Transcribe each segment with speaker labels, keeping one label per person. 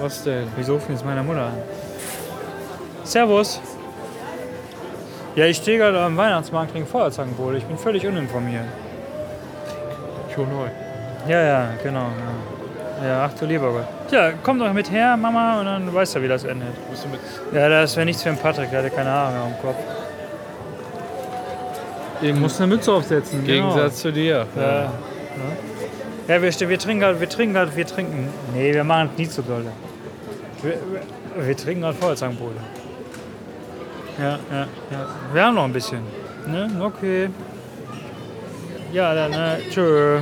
Speaker 1: Was denn? Wieso rufen jetzt meine Mutter an? Servus. Ja, ich stehe gerade am Weihnachtsmarkt wegen Feuerzangenbowle. Ich bin völlig uninformiert.
Speaker 2: Schon neu.
Speaker 1: Ja, ja, genau. Ja, ja ach du lieber Gott. Ja, komm doch mit her, Mama, und dann weißt du, wie das endet.
Speaker 2: Musst du mit
Speaker 1: Ja, das wäre nichts für den Patrick, der hatte keine Haare mehr am Kopf.
Speaker 2: Im
Speaker 1: Muss eine Mütze aufsetzen.
Speaker 2: Gegensatz zu dir.
Speaker 1: Genau. Ja. Ja, wir, ste- wir trinken gerade, wir trinken gerade, wir trinken. Nee, wir machen es nie zu dolle. Wir, wir, wir trinken gerade Feuerzangenbowle. Ja, ja, ja. Wir haben noch ein bisschen. Ne? Okay. Ja, dann, ne? Tschö.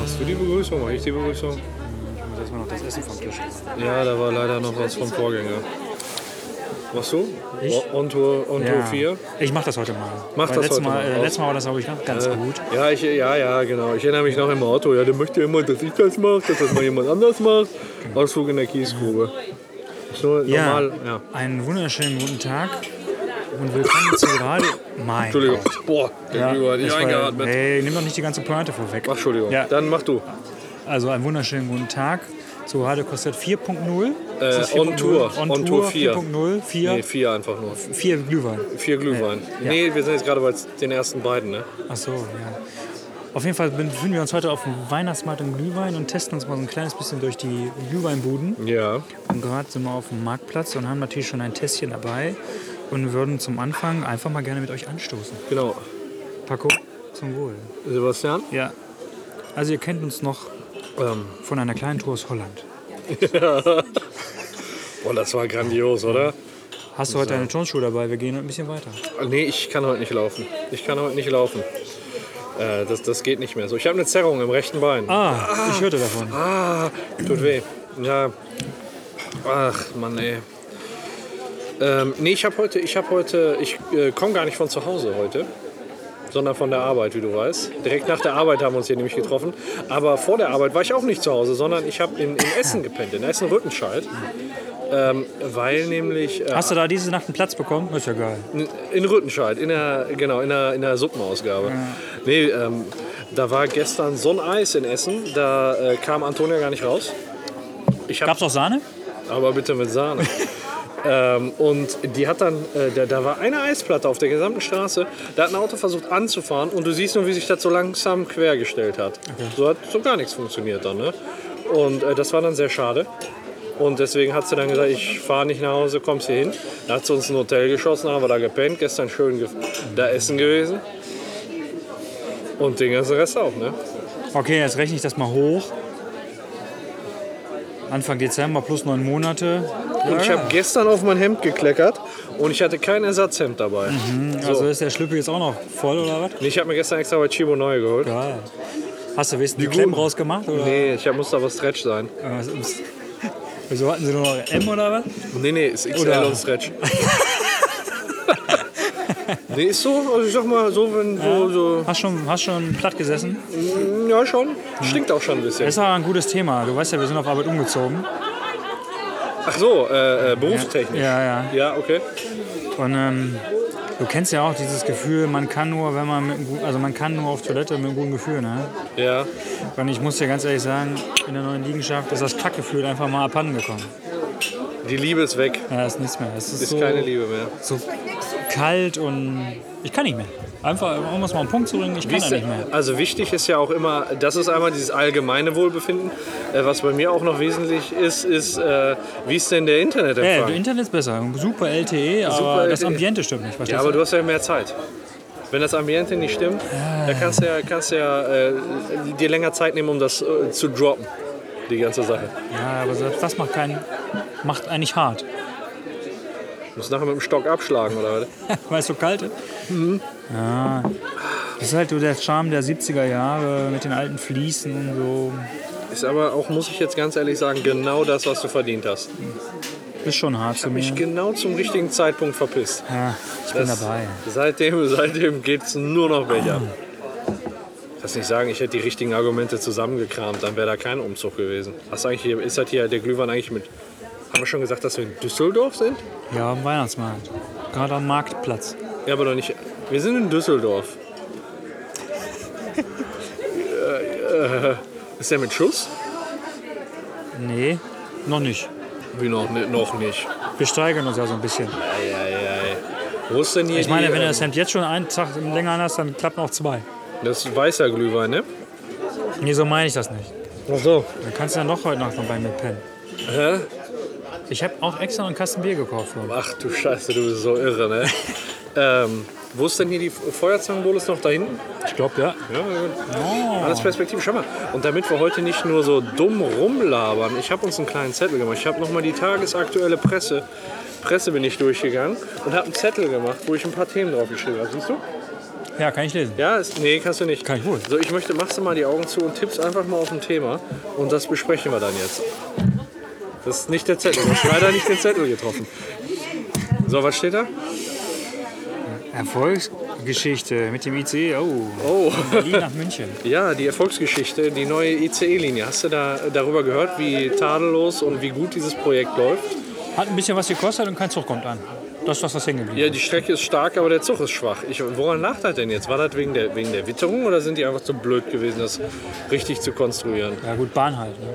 Speaker 2: Machst du die Begrüßung? Mach ich die Begrüßung?
Speaker 1: Erstmal noch das Essen vom Tisch.
Speaker 2: Ja, da war leider noch was vom Vorgänger. Machst du? O- On Tour, on Tour 4?
Speaker 1: Ich mach das heute mal.
Speaker 2: Mach
Speaker 1: Weil
Speaker 2: das
Speaker 1: letztes
Speaker 2: heute
Speaker 1: mal.
Speaker 2: mal.
Speaker 1: Äh, letztes Mal war das, glaube ich, noch ganz gut.
Speaker 2: Ja, ich, ja, ja, genau. Ich erinnere mich noch im Auto. Ja, der möchte immer, dass ich das mache, dass das mal jemand anders macht. Ausflug in der Kiesgrube. Ist nur
Speaker 1: Ja,
Speaker 2: normal. Ja.
Speaker 1: einen wunderschönen guten Tag und willkommen zu Radio. Mein
Speaker 2: Entschuldigung.
Speaker 1: Gott.
Speaker 2: Boah, der
Speaker 1: Ja,
Speaker 2: Glühwein hat nicht
Speaker 1: das war-
Speaker 2: eingeatmet.
Speaker 1: Nee, nimm doch nicht die ganze Pointe vorweg.
Speaker 2: Ach, Entschuldigung.
Speaker 1: Ja.
Speaker 2: Dann mach du.
Speaker 1: Also einen wunderschönen guten Tag zu Radio Kostet 4.0. Ist das
Speaker 2: Äh, on
Speaker 1: 4.0?
Speaker 2: Tour.
Speaker 1: On,
Speaker 2: On
Speaker 1: Tour
Speaker 2: Tour 4.
Speaker 1: 4.0 4,
Speaker 2: Nee, vier einfach nur.
Speaker 1: 4 Glühwein.
Speaker 2: Vier Glühwein.
Speaker 1: Ja.
Speaker 2: Nee, wir sind jetzt gerade bei den ersten beiden, ne?
Speaker 1: Ach so, ja. Auf jeden Fall befinden wir uns heute auf dem Weihnachtsmarkt im Glühwein und testen uns mal so ein kleines bisschen durch die Glühweinbuden.
Speaker 2: Ja.
Speaker 1: Und gerade sind wir auf dem Marktplatz und haben natürlich schon ein Tässchen dabei und würden zum Anfang einfach mal gerne mit euch anstoßen.
Speaker 2: Genau.
Speaker 1: Paco, zum Wohl.
Speaker 2: Sebastian?
Speaker 1: Ja. Also ihr kennt uns noch
Speaker 2: Ähm.
Speaker 1: von einer kleinen Tour aus Holland.
Speaker 2: Boah, das war grandios, oder?
Speaker 1: Hast du heute deine Turnschuhe dabei? Wir gehen heute ein bisschen weiter.
Speaker 2: Nee, ich kann heute nicht laufen. Ich kann heute nicht laufen. Äh, das, das geht nicht mehr so. Ich habe eine Zerrung im rechten Bein.
Speaker 1: Ah, ich hörte davon.
Speaker 2: Ah, tut weh. Ja. Ach, Mann, ey. Ähm, nee, ich habe heute, ich habe heute, ich äh, komme gar nicht von zu Hause heute, sondern von der Arbeit, wie du weißt. Direkt nach der Arbeit haben wir uns hier nämlich getroffen. Aber vor der Arbeit war ich auch nicht zu Hause, sondern ich habe in, in Essen gepennt, in Essen-Rüttenscheid. Ähm, weil nämlich äh,
Speaker 1: Hast du da diese Nacht einen Platz bekommen? Ist ja geil.
Speaker 2: in Rüttenscheid, in der, genau, in der, in der Suppenausgabe. Nee, ähm, da war gestern so ein Eis in Essen, da äh, kam Antonia gar nicht raus. Ich hab,
Speaker 1: Gab's auch Sahne?
Speaker 2: aber bitte mit Sahne. ähm, und die hat dann, äh, da, da war eine Eisplatte auf der gesamten Straße, da hat ein Auto versucht anzufahren und du siehst nur, wie sich das so langsam quergestellt hat. So hat so gar nichts funktioniert dann. Ne? Und äh, das war dann sehr schade. Und deswegen hat sie dann gesagt, ich fahre nicht nach Hause, kommst hier hin. Da hat sie uns ein Hotel geschossen, haben wir da gepennt, gestern schön ge da essen gewesen. Und den ganzen Rest auch, ne?
Speaker 1: Okay, jetzt rechne ich das mal hoch. Anfang Dezember plus neun Monate.
Speaker 2: Und ich habe gestern auf mein Hemd gekleckert und ich hatte kein Ersatzhemd dabei.
Speaker 1: Also ist der Schlüppel jetzt auch noch voll oder was?
Speaker 2: Nee, Ich habe mir gestern extra bei Chibo neue geholt.
Speaker 1: Geil. Hast du wenigstens die Klemmen rausgemacht? Oder?
Speaker 2: Nee, ich hab, muss aber Stretch sein.
Speaker 1: Äh, was ist- Wieso hatten sie nur noch M oder was?
Speaker 2: Nee, nee, ist XL
Speaker 1: Oder-
Speaker 2: und Stretch. nee, ist so, also ich sag mal, so, wenn so, so.
Speaker 1: Hast schon, hast schon platt gesessen?
Speaker 2: Ja, schon. Stinkt auch schon ein bisschen.
Speaker 1: Das ist aber ein gutes Thema. Du weißt ja, wir sind auf Arbeit umgezogen.
Speaker 2: Ach so, äh, äh, berufstechnisch.
Speaker 1: Ja, ja.
Speaker 2: Ja, okay.
Speaker 1: Und ähm, du kennst ja auch dieses Gefühl, man kann nur, wenn man mit einem guten, also man kann nur auf Toilette mit einem guten Gefühl, ne?
Speaker 2: Ja.
Speaker 1: Und ich muss dir ganz ehrlich sagen, in der neuen Liegenschaft ist das Kackgefühl einfach mal abhanden gekommen.
Speaker 2: Die Liebe ist weg.
Speaker 1: Ja, ist nichts mehr. Es ist,
Speaker 2: Ist
Speaker 1: so,
Speaker 2: keine Liebe mehr.
Speaker 1: so kalt und ich kann nicht mehr. Einfach, um es mal auf den Punkt zu bringen, ich kann da nicht mehr.
Speaker 2: Also wichtig ist ja auch immer, das ist einmal dieses allgemeine Wohlbefinden. Äh, was bei mir auch noch wesentlich ist, ist, äh, wie ist denn der
Speaker 1: Ey,
Speaker 2: Internetempfang?
Speaker 1: das Internet ist besser. Super LTE, aber
Speaker 2: Super
Speaker 1: das
Speaker 2: LTE.
Speaker 1: Ambiente stimmt nicht.
Speaker 2: Ja,
Speaker 1: Verstehst
Speaker 2: aber
Speaker 1: du?
Speaker 2: du hast ja mehr Zeit. Wenn das Ambiente nicht stimmt, da kannst du ja, kannst du ja äh, dir länger Zeit nehmen, um das äh, zu droppen, die ganze Sache.
Speaker 1: Ja, aber selbst das macht keinen. Macht eigentlich hart.
Speaker 2: Du musst nachher mit dem Stock abschlagen, oder? was?
Speaker 1: Weil es so kalt ist. Ja. Das ist halt so der Charme der 70er Jahre mit den alten Fliesen und so.
Speaker 2: Ist aber auch, muss ich jetzt ganz ehrlich sagen, genau das, was du verdient hast.
Speaker 1: Ist schon hart für mich.
Speaker 2: Mich genau zum richtigen Zeitpunkt verpisst.
Speaker 1: Ja, ich bin
Speaker 2: Das-
Speaker 1: dabei. Ah.
Speaker 2: Seitdem, seitdem geht es nur noch welche ab. Lass nicht sagen, ich hätte die richtigen Argumente zusammengekramt, dann wäre da kein Umzug gewesen. Hast du eigentlich, hier- ist das hier der Glühwein eigentlich mit. Haben wir schon gesagt, dass wir in Düsseldorf sind?
Speaker 1: Ja, am Weihnachtsmarkt. Gerade am Marktplatz.
Speaker 2: Ja, aber doch nicht. Wir sind in Düsseldorf. Äh, äh, ist der mit Schuss?
Speaker 1: Nee, noch nicht.
Speaker 2: Wie noch, ni- noch nicht.
Speaker 1: Wir steigern uns ja so ein bisschen.
Speaker 2: Eieiei. Wo ist denn hier
Speaker 1: Ich meine,
Speaker 2: die,
Speaker 1: wenn du
Speaker 2: ähm,
Speaker 1: das Hemd jetzt schon einen Tag länger an hast, dann klappen auch zwei.
Speaker 2: äh, Das ist weißer Glühwein, ne?
Speaker 1: Nee, so meine ich das nicht.
Speaker 2: Ach so.
Speaker 1: Dann kannst du ja noch heute Nacht noch bei mir pennen.
Speaker 2: Hä?
Speaker 1: Ich habe auch extra einen Kasten Bier gekauft. Leute.
Speaker 2: Ach du Scheiße, du bist so irre, ne? ähm, wo ist denn hier die Feuerzangenbowle? Ist noch da hinten?
Speaker 1: Ich glaube, ja.
Speaker 2: Ja, gut.
Speaker 1: Oh.
Speaker 2: Alles Perspektive, schau mal. Und damit wir heute nicht nur so dumm rumlabern, ich habe uns einen kleinen Zettel gemacht. Ich habe nochmal die tagesaktuelle Presse, Presse bin ich durchgegangen und habe einen Zettel gemacht, wo ich ein paar Themen draufgeschrieben habe. Siehst du?
Speaker 1: Ja, kann ich lesen.
Speaker 2: Ja, ist, nee, kannst du nicht.
Speaker 1: Kann ich wohl.
Speaker 2: So, ich möchte, machst du mal die Augen zu und tippst einfach mal auf ein Thema und das besprechen wir dann jetzt. Das ist nicht der Zettel. Du hast leider nicht den Zettel getroffen. So, was steht da?
Speaker 1: Erfolgsgeschichte mit dem ICE. Oh.
Speaker 2: Oh.
Speaker 1: Berlin nach München.
Speaker 2: Ja, die Erfolgsgeschichte, die neue ICE-Linie. Hast du da darüber gehört, wie tadellos und wie gut dieses Projekt läuft?
Speaker 1: Hat ein bisschen was gekostet und kein Zug kommt an. Das ist das, was hängen geblieben
Speaker 2: Ja, die Strecke ist stark, aber der Zug ist schwach. Ich, woran lag das denn jetzt? War das wegen der, wegen der Witterung oder sind die einfach zu blöd gewesen, das richtig zu konstruieren?
Speaker 1: ist. Ja, gut, Bahn halt. Ne?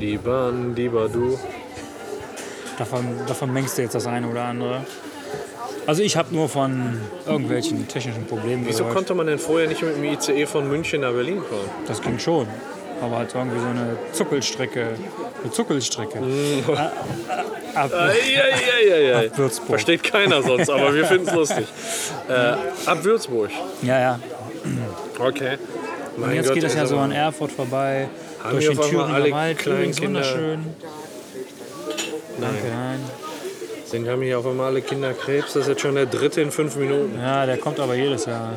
Speaker 2: Lieber, lieber du.
Speaker 1: Davon, davon mengst du jetzt das eine oder andere. Also, ich habe nur von irgendwelchen technischen Problemen
Speaker 2: Wieso
Speaker 1: gehört.
Speaker 2: konnte man denn vorher nicht mit dem ICE von München nach Berlin fahren?
Speaker 1: Das ging schon. Aber halt irgendwie so eine Zuckelstrecke. Eine Zuckelstrecke.
Speaker 2: Mhm.
Speaker 1: Ab,
Speaker 2: Eieieiei.
Speaker 1: Ab Würzburg.
Speaker 2: Versteht keiner sonst, aber wir finden es lustig. Äh, ab Würzburg.
Speaker 1: ja, ja.
Speaker 2: Okay.
Speaker 1: Und
Speaker 2: Mein
Speaker 1: jetzt
Speaker 2: Gott,
Speaker 1: geht das
Speaker 2: ey,
Speaker 1: ja so
Speaker 2: aber-
Speaker 1: an Erfurt vorbei.
Speaker 2: Haben
Speaker 1: durch
Speaker 2: wir
Speaker 1: den
Speaker 2: auf einmal
Speaker 1: Thüringer
Speaker 2: alle
Speaker 1: Wald.
Speaker 2: kleinen
Speaker 1: Übrigens
Speaker 2: Kinder-
Speaker 1: wunderschön. Danke. Nein.
Speaker 2: Deswegen haben hier auf einmal alle Kinder Krebs. Das ist jetzt schon der dritte in fünf Minuten.
Speaker 1: Ja, der kommt aber jedes Jahr.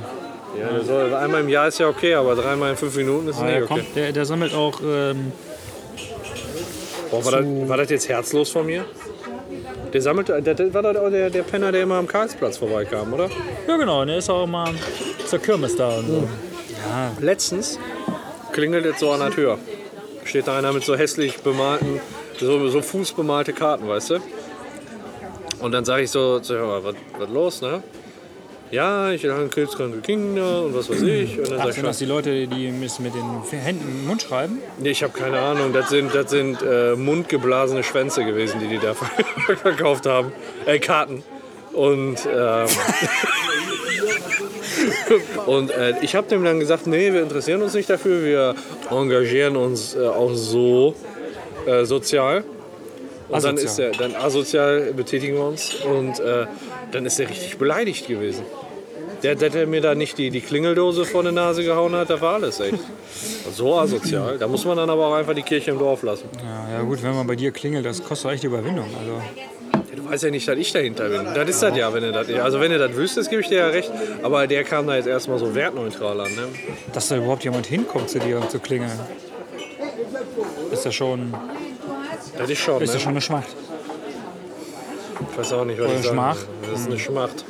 Speaker 2: Ja, der soll, einmal im Jahr ist ja okay, aber dreimal in fünf Minuten ist
Speaker 1: Aber
Speaker 2: nicht
Speaker 1: der,
Speaker 2: okay.
Speaker 1: kommt, der, der sammelt auch. Ähm,
Speaker 2: Boah, war, das, war das jetzt herzlos von mir? Der sammelte, der, der, war das auch der, der Penner, der immer am Karlsplatz vorbeikam, oder?
Speaker 1: ja, genau. Der ist auch immer zur Kirmes da. Und
Speaker 2: Mhm.
Speaker 1: so.
Speaker 2: Letztens klingelt jetzt so an der Tür. Steht da einer mit so hässlich bemalten, so, so fußbemalte Karten, weißt du? Und dann sage ich so, so hör mal, was, was los, ne? Ja, ich habe krebskranke Kinder und was weiß ich. Und dann
Speaker 1: Ach,
Speaker 2: sag ich,
Speaker 1: sind
Speaker 2: schon,
Speaker 1: das die Leute, die mit mit den Händen im Mund schreiben?
Speaker 2: nee, ich habe keine Ahnung, das sind, das sind äh, mundgeblasene Schwänze gewesen, die die da ver- verkauft haben. Äh, Karten. Und, ähm, und äh, ich habe dem dann gesagt, nee, wir interessieren uns nicht dafür, wir engagieren uns äh, auch so äh, sozial. Und dann,
Speaker 1: Asozial.
Speaker 2: ist der, dann asozial betätigen wir uns und äh, dann ist er richtig beleidigt gewesen. Der, der, der mir da nicht die, die Klingeldose vor die Nase gehauen hat, da war alles echt. So asozial. Da muss man dann aber auch einfach die Kirche im Dorf lassen.
Speaker 1: Ja, ja, gut, wenn man bei dir klingelt, das kostet echt Überwindung. Also,
Speaker 2: Du weißt ja nicht, dass ich dahinter bin. Das ist das ja, wenn du das. Also wenn du das wüsstest, gebe ich dir ja recht. Aber der kam da jetzt erstmal so wertneutral an. Ne?
Speaker 1: dass da überhaupt jemand hinkommt zu dir und zu klingeln, ist ja schon,
Speaker 2: Das ist schon. Ne?
Speaker 1: ist ja schon eine Schmacht.
Speaker 2: Ich weiß auch nicht, was
Speaker 1: Oder
Speaker 2: ich sagen
Speaker 1: Schmach?
Speaker 2: soll. Das ist eine Schmacht.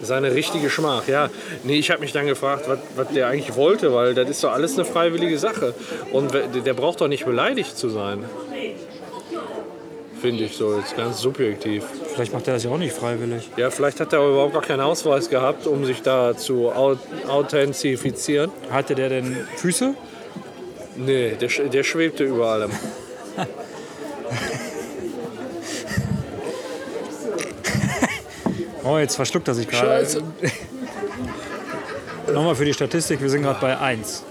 Speaker 2: Das ist eine richtige Schmach, ja. Nee, ich habe mich dann gefragt, was, was der eigentlich wollte, weil das ist doch alles eine freiwillige Sache. Und we- der braucht doch nicht beleidigt zu sein. Finde ich so, jetzt ganz subjektiv.
Speaker 1: Vielleicht macht er das ja auch nicht freiwillig.
Speaker 2: Ja, vielleicht hat er aber überhaupt gar keinen Ausweis gehabt, um sich da zu au- authentifizieren.
Speaker 1: Hatte der denn Füße?
Speaker 2: Nee, der, sch- der schwebte über allem.
Speaker 1: Oh, jetzt verschluckt er sich gerade. Nochmal für die Statistik, wir sind gerade bei 1.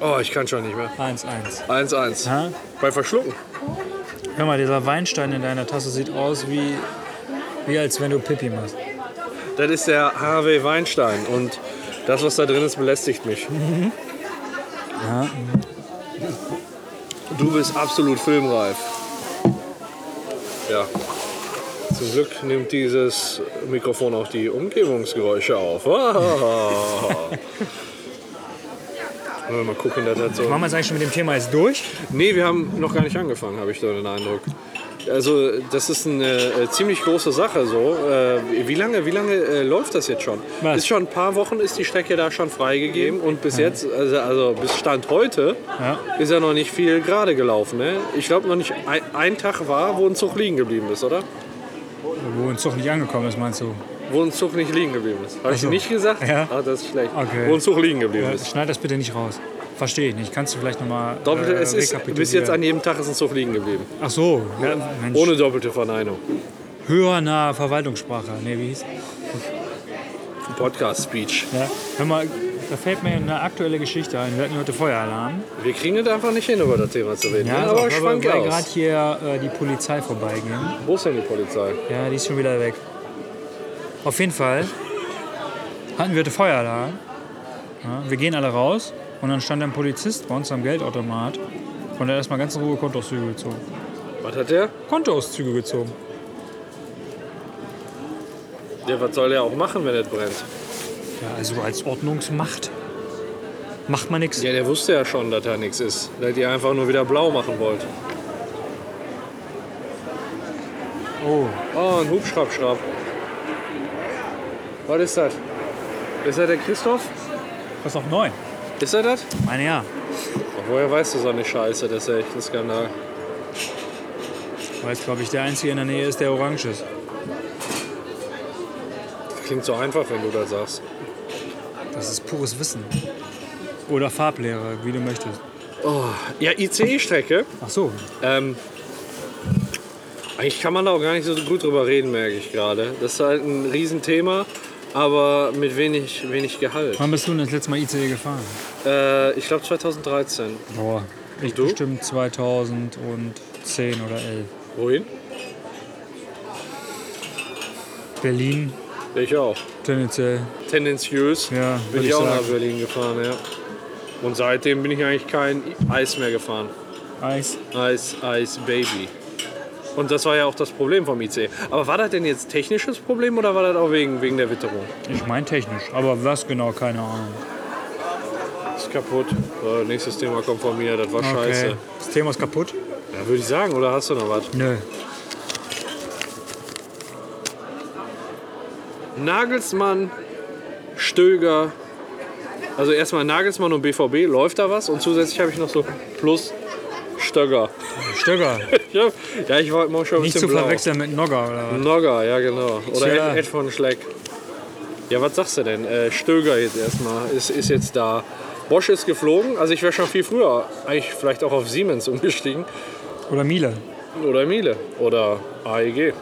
Speaker 2: Oh, ich kann schon nicht mehr.
Speaker 1: 1, 1.
Speaker 2: 1-1.
Speaker 1: Hä?
Speaker 2: Bei Verschlucken.
Speaker 1: Hör mal, dieser Weinstein in deiner Tasse sieht aus wie, wie als wenn du Pipi machst.
Speaker 2: Das ist der Harvey Weinstein und das, was da drin ist, belästigt mich. Du bist absolut filmreif. Ja. Zum Glück nimmt dieses Mikrofon auch die Umgebungsgeräusche auf. Wollen wir mal gucken, dass das so.
Speaker 1: Machen wir jetzt eigentlich schon mit dem Thema jetzt durch?
Speaker 2: Nee, wir haben noch gar nicht angefangen, habe ich so den Eindruck. Also das ist eine äh, ziemlich große Sache so. Äh, wie lange, wie lange äh, läuft das jetzt schon?
Speaker 1: Was?
Speaker 2: Ist schon ein paar Wochen ist die Strecke da schon freigegeben und bis jetzt, also, also bis Stand heute,
Speaker 1: Ja.
Speaker 2: ist ja noch nicht viel gerade gelaufen. Ne? Ich glaube noch nicht, ein, ein Tag war, wo ein Zug liegen geblieben ist, oder?
Speaker 1: Wo ein Zug nicht angekommen ist, meinst du?
Speaker 2: Wo ein Zug nicht liegen geblieben ist. Habe ich
Speaker 1: so.
Speaker 2: nicht gesagt?
Speaker 1: Ja.
Speaker 2: Ah, das ist schlecht.
Speaker 1: Okay.
Speaker 2: Wo ein Zug liegen geblieben
Speaker 1: Ja,
Speaker 2: ist.
Speaker 1: schneid das bitte nicht raus. Verstehe ich nicht. Kannst du vielleicht nochmal
Speaker 2: Doppelte,
Speaker 1: äh,
Speaker 2: es ist bis jetzt an jedem Tag ist ein Zug liegen geblieben.
Speaker 1: Ach so, ja, Mensch.
Speaker 2: Ohne doppelte Verneinung.
Speaker 1: hörernahe Verwaltungssprache. Nee, wie hieß?
Speaker 2: Podcast-Speech.
Speaker 1: Ja. Hör mal, da fällt mir eine aktuelle Geschichte ein. Wir hatten heute Feueralarm.
Speaker 2: Wir kriegen es einfach nicht hin, über das Thema zu reden. ne? aber
Speaker 1: weil-
Speaker 2: schwank
Speaker 1: weil
Speaker 2: aus.
Speaker 1: gerade hier äh, die Polizei vorbeiging.
Speaker 2: Wo ist denn die Polizei?
Speaker 1: Ja, die ist schon wieder weg. Auf jeden Fall hatten wir heute Feueralarm. Ja, wir gehen alle raus und dann stand ein Polizist bei uns am Geldautomat und er hat erstmal ganz in Ruhe Kontoauszüge gezogen.
Speaker 2: Was hat der?
Speaker 1: Kontoauszüge gezogen.
Speaker 2: Der, was soll der auch machen, wenn es brennt?
Speaker 1: Ja, also als Ordnungsmacht macht man nichts.
Speaker 2: Ja, der wusste ja schon, dass da nichts ist. Dass ihr einfach nur wieder blau machen wollt.
Speaker 1: Oh,
Speaker 2: Oh, ein Hubschraubschraub. Was ist das? Ist das der Christoph?
Speaker 1: was auf neun?
Speaker 2: Ist er das?
Speaker 1: Meine ja.
Speaker 2: Ach, Woher weißt du so eine Scheiße? Das ist ja echt ein Skandal.
Speaker 1: Weil es, glaube ich, der Einzige in der Nähe ist, der orange ist.
Speaker 2: Klingt so einfach, wenn du das sagst.
Speaker 1: Das ist pures Wissen. Oder Farblehre, wie du möchtest.
Speaker 2: Oh, ja, ICE-Strecke.
Speaker 1: Ach so.
Speaker 2: Ähm, eigentlich kann man da auch gar nicht so gut drüber reden, merke ich gerade. Das ist halt ein Riesenthema, aber mit wenig, wenig Gehalt.
Speaker 1: Wann bist du denn das letzte Mal ICE gefahren?
Speaker 2: Äh, ich glaube 2013.
Speaker 1: Boah, ich
Speaker 2: du?
Speaker 1: bestimmt 2010 oder 11.
Speaker 2: Wohin?
Speaker 1: Berlin,
Speaker 2: Ich auch.
Speaker 1: tendenziell.
Speaker 2: Tendenziös
Speaker 1: Ja,
Speaker 2: bin
Speaker 1: würde
Speaker 2: ich,
Speaker 1: ich
Speaker 2: auch
Speaker 1: sagen.
Speaker 2: nach Berlin gefahren, ja. Und seitdem bin ich eigentlich kein Eis mehr gefahren.
Speaker 1: Eis.
Speaker 2: Eis, Eis, Baby. Und das war ja auch das Problem vom IC. Aber war das denn jetzt technisches Problem oder war das auch wegen, wegen der Witterung?
Speaker 1: Ich meine technisch, aber was genau, keine Ahnung.
Speaker 2: Ist kaputt. So, Äh, nächstes Thema kommt von mir, das war scheiße.
Speaker 1: Das Thema ist kaputt?
Speaker 2: Ja, würde ich sagen, oder hast du noch was?
Speaker 1: Nö.
Speaker 2: Nagelsmann, Stöger. Also erstmal Nagelsmann und BVB, läuft da was? Und zusätzlich habe ich noch so plus Stöger.
Speaker 1: Stöger,
Speaker 2: Ja, ja, ich war heute Morgen schon ein
Speaker 1: nicht zu
Speaker 2: bisschen blau.
Speaker 1: verwechseln mit Nogger oder was?
Speaker 2: Nogger, ja genau. Oder
Speaker 1: Tja.
Speaker 2: Ed, Ed von Schleck. Ja, was sagst du denn? Äh, Stöger jetzt erstmal ist, ist jetzt da. Bosch ist geflogen, also ich wäre schon viel früher eigentlich vielleicht auch auf Siemens umgestiegen.
Speaker 1: Oder Miele.
Speaker 2: Oder Miele oder AEG.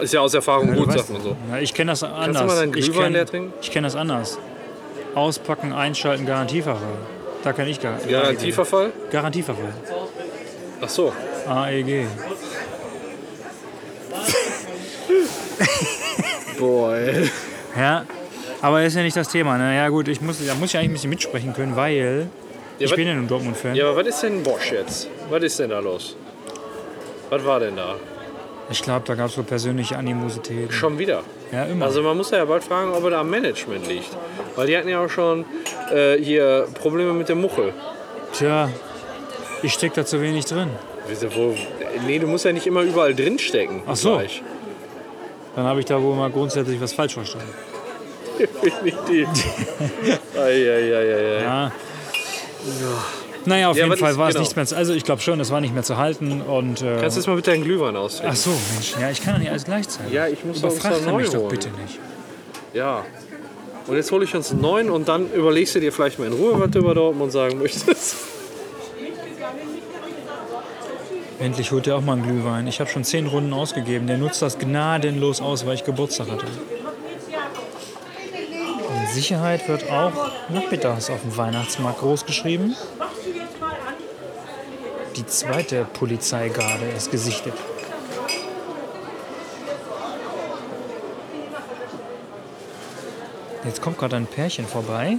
Speaker 2: Ist ja aus Erfahrung
Speaker 1: Ja, du
Speaker 2: gut,
Speaker 1: Also, weißt-
Speaker 2: sagt man so.
Speaker 1: Na, ich kenne das anders.
Speaker 2: mal deinen
Speaker 1: ich
Speaker 2: Glühwein
Speaker 1: kenn-
Speaker 2: leer trinken?
Speaker 1: Ich kenne das anders. Auspacken, einschalten, Garantieverfall. Da kann ich gar
Speaker 2: Garantieverfall?
Speaker 1: Garantieverfall.
Speaker 2: Ach so.
Speaker 1: AEG.
Speaker 2: Boah, ey.
Speaker 1: Ja, aber ist ja nicht das Thema. Ne? Ja gut, ich muss, da muss ich eigentlich ein bisschen mitsprechen können, weil ich
Speaker 2: wat-
Speaker 1: bin ja nun Dortmund-Fan.
Speaker 2: Ja, aber was ist denn Bosch jetzt? Was ist denn da los? Was war denn da?
Speaker 1: Ich glaube, da gab es so persönliche Animositäten.
Speaker 2: Schon wieder.
Speaker 1: Ja, immer.
Speaker 2: Also man muss ja bald fragen, ob er da am Management liegt. Weil die hatten ja auch schon äh, hier Probleme mit dem Muchel.
Speaker 1: Tja, ich stecke da zu wenig drin.
Speaker 2: Wieso, wo, nee, du musst ja nicht immer überall drinstecken.
Speaker 1: Ach so.
Speaker 2: Gleich.
Speaker 1: Dann habe ich da wohl mal grundsätzlich was falsch verstanden.
Speaker 2: Definitiv. Eieieiei.
Speaker 1: Ja. Naja, auf
Speaker 2: Ja,
Speaker 1: jeden
Speaker 2: aber
Speaker 1: Fall
Speaker 2: das-
Speaker 1: war es
Speaker 2: genau.
Speaker 1: nicht mehr zu, Also ich glaube schon, es war nicht mehr zu halten. Und, äh,
Speaker 2: Kannst du jetzt mal bitte deinen Glühwein austrinken?
Speaker 1: ach so, Mensch, ja, ich kann ja nicht alles gleichzeitig.
Speaker 2: Ja, ich muss doch uns
Speaker 1: Überfrachte
Speaker 2: noch neu
Speaker 1: mich doch
Speaker 2: holen.
Speaker 1: bitte nicht.
Speaker 2: Ja. Und jetzt hole ich uns einen neuen und dann überlegst du dir vielleicht mal in Ruhe, was du über Dortmund sagen möchtest.
Speaker 1: Endlich holt er auch mal einen Glühwein. Ich habe schon zehn Runden ausgegeben. Der nutzt das gnadenlos aus, weil ich Geburtstag hatte. Und Sicherheit wird auch nachmittags auf dem Weihnachtsmarkt großgeschrieben. Die zweite Polizeigarde ist gesichtet. Jetzt kommt gerade ein Pärchen vorbei.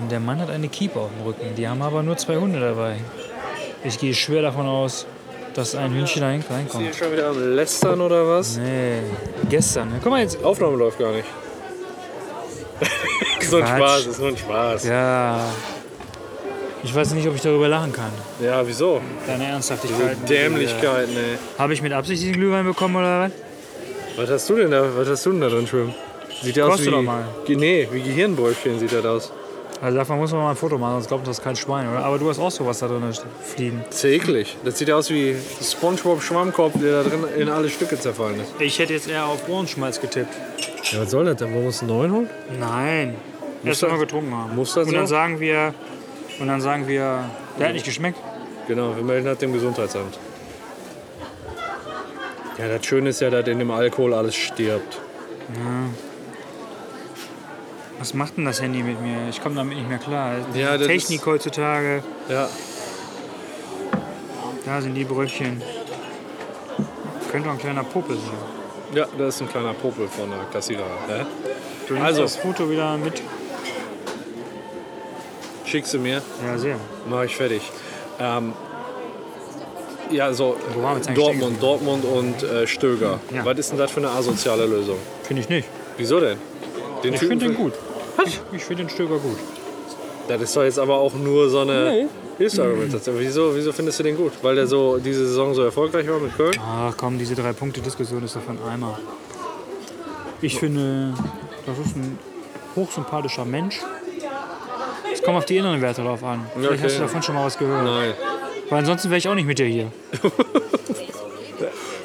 Speaker 1: Und der Mann hat eine Kiepe auf dem Rücken. Die haben aber nur zwei Hunde dabei. Ich gehe schwer davon aus, dass ein Hühnchen da hin-
Speaker 2: Ist hier
Speaker 1: reinkommt.
Speaker 2: schon wieder am Lästern oder was?
Speaker 1: Nee, gestern. ne? Guck mal jetzt.
Speaker 2: Aufnahme läuft gar nicht. ist nur ein
Speaker 1: Quatsch.
Speaker 2: Spaß, ist nur ein Spaß. Ja,
Speaker 1: Ja. Ich weiß nicht, ob ich darüber lachen kann.
Speaker 2: wieso?
Speaker 1: Deine
Speaker 2: So
Speaker 1: Ernsthaftigkeit. äh,
Speaker 2: Dämlichkeiten, ey.
Speaker 1: Habe ich mit Absicht diesen Glühwein bekommen oder was?
Speaker 2: Was hast du denn da, was hast du denn da drin schwimmen? Sieht ja aus
Speaker 1: Kostet
Speaker 2: wie,
Speaker 1: doch mal.
Speaker 2: Ge- Nee, wie Gehirnbrötchen sieht das aus.
Speaker 1: Also davon muss man mal ein Foto machen, sonst glaubt das kein Schwein, oder? Aber du hast auch sowas da drin fliegen.
Speaker 2: Das ist ja eklig. Das sieht aus wie Spongebob Schwammkorb, der da drin in alle Stücke zerfallen ist.
Speaker 1: Ich hätte jetzt eher auf Ohrenschmalz getippt.
Speaker 2: Ja, was soll das denn? Wollen wir uns einen neuen holen?
Speaker 1: Nein. Erst
Speaker 2: das-
Speaker 1: mal getrunken haben.
Speaker 2: muss das
Speaker 1: und dann
Speaker 2: auch?
Speaker 1: sagen wir, und dann sagen wir, der hat nicht geschmeckt.
Speaker 2: Genau, wir melden das dem Gesundheitsamt. Ja, das Schöne ist ja, dass in dem Alkohol alles stirbt.
Speaker 1: Was macht denn das Handy mit mir? Ich komme damit nicht mehr klar.
Speaker 2: Ja, das
Speaker 1: Technik
Speaker 2: ist-
Speaker 1: heutzutage,
Speaker 2: Ja,
Speaker 1: da sind die Brötchen. Könnte auch ein kleiner Popel sein.
Speaker 2: ja da ist ein kleiner Popel von der Kassiererin. Ne?
Speaker 1: Du nimmst
Speaker 2: Also.
Speaker 1: das Foto wieder mit.
Speaker 2: Schickst du mir,
Speaker 1: Ja, sehr.
Speaker 2: mache ich fertig. Ähm, ja, so
Speaker 1: Wo waren wir jetzt eigentlich
Speaker 2: Dortmund, Dortmund und äh, Stöger.
Speaker 1: Ja.
Speaker 2: Was ist denn das für eine asoziale Lösung?
Speaker 1: Finde ich nicht.
Speaker 2: Wieso denn? Den
Speaker 1: Ich
Speaker 2: Typen
Speaker 1: finde den
Speaker 2: für-
Speaker 1: gut. Ich, ich finde den Stöger gut.
Speaker 2: Das ist doch jetzt aber auch nur so eine
Speaker 1: Mhm.
Speaker 2: Hilfsargumentation. Wieso, wieso findest du den gut? Weil der so diese Saison so erfolgreich war mit Köln?
Speaker 1: Ach komm, diese drei Punkte Diskussion ist doch von Eimer. Ich finde, das ist ein hochsympathischer Mensch. Es kommt auf die inneren Werte drauf an. Vielleicht
Speaker 2: okay.
Speaker 1: hast du davon schon mal was gehört.
Speaker 2: Nein.
Speaker 1: Weil ansonsten wäre ich auch nicht mit dir hier.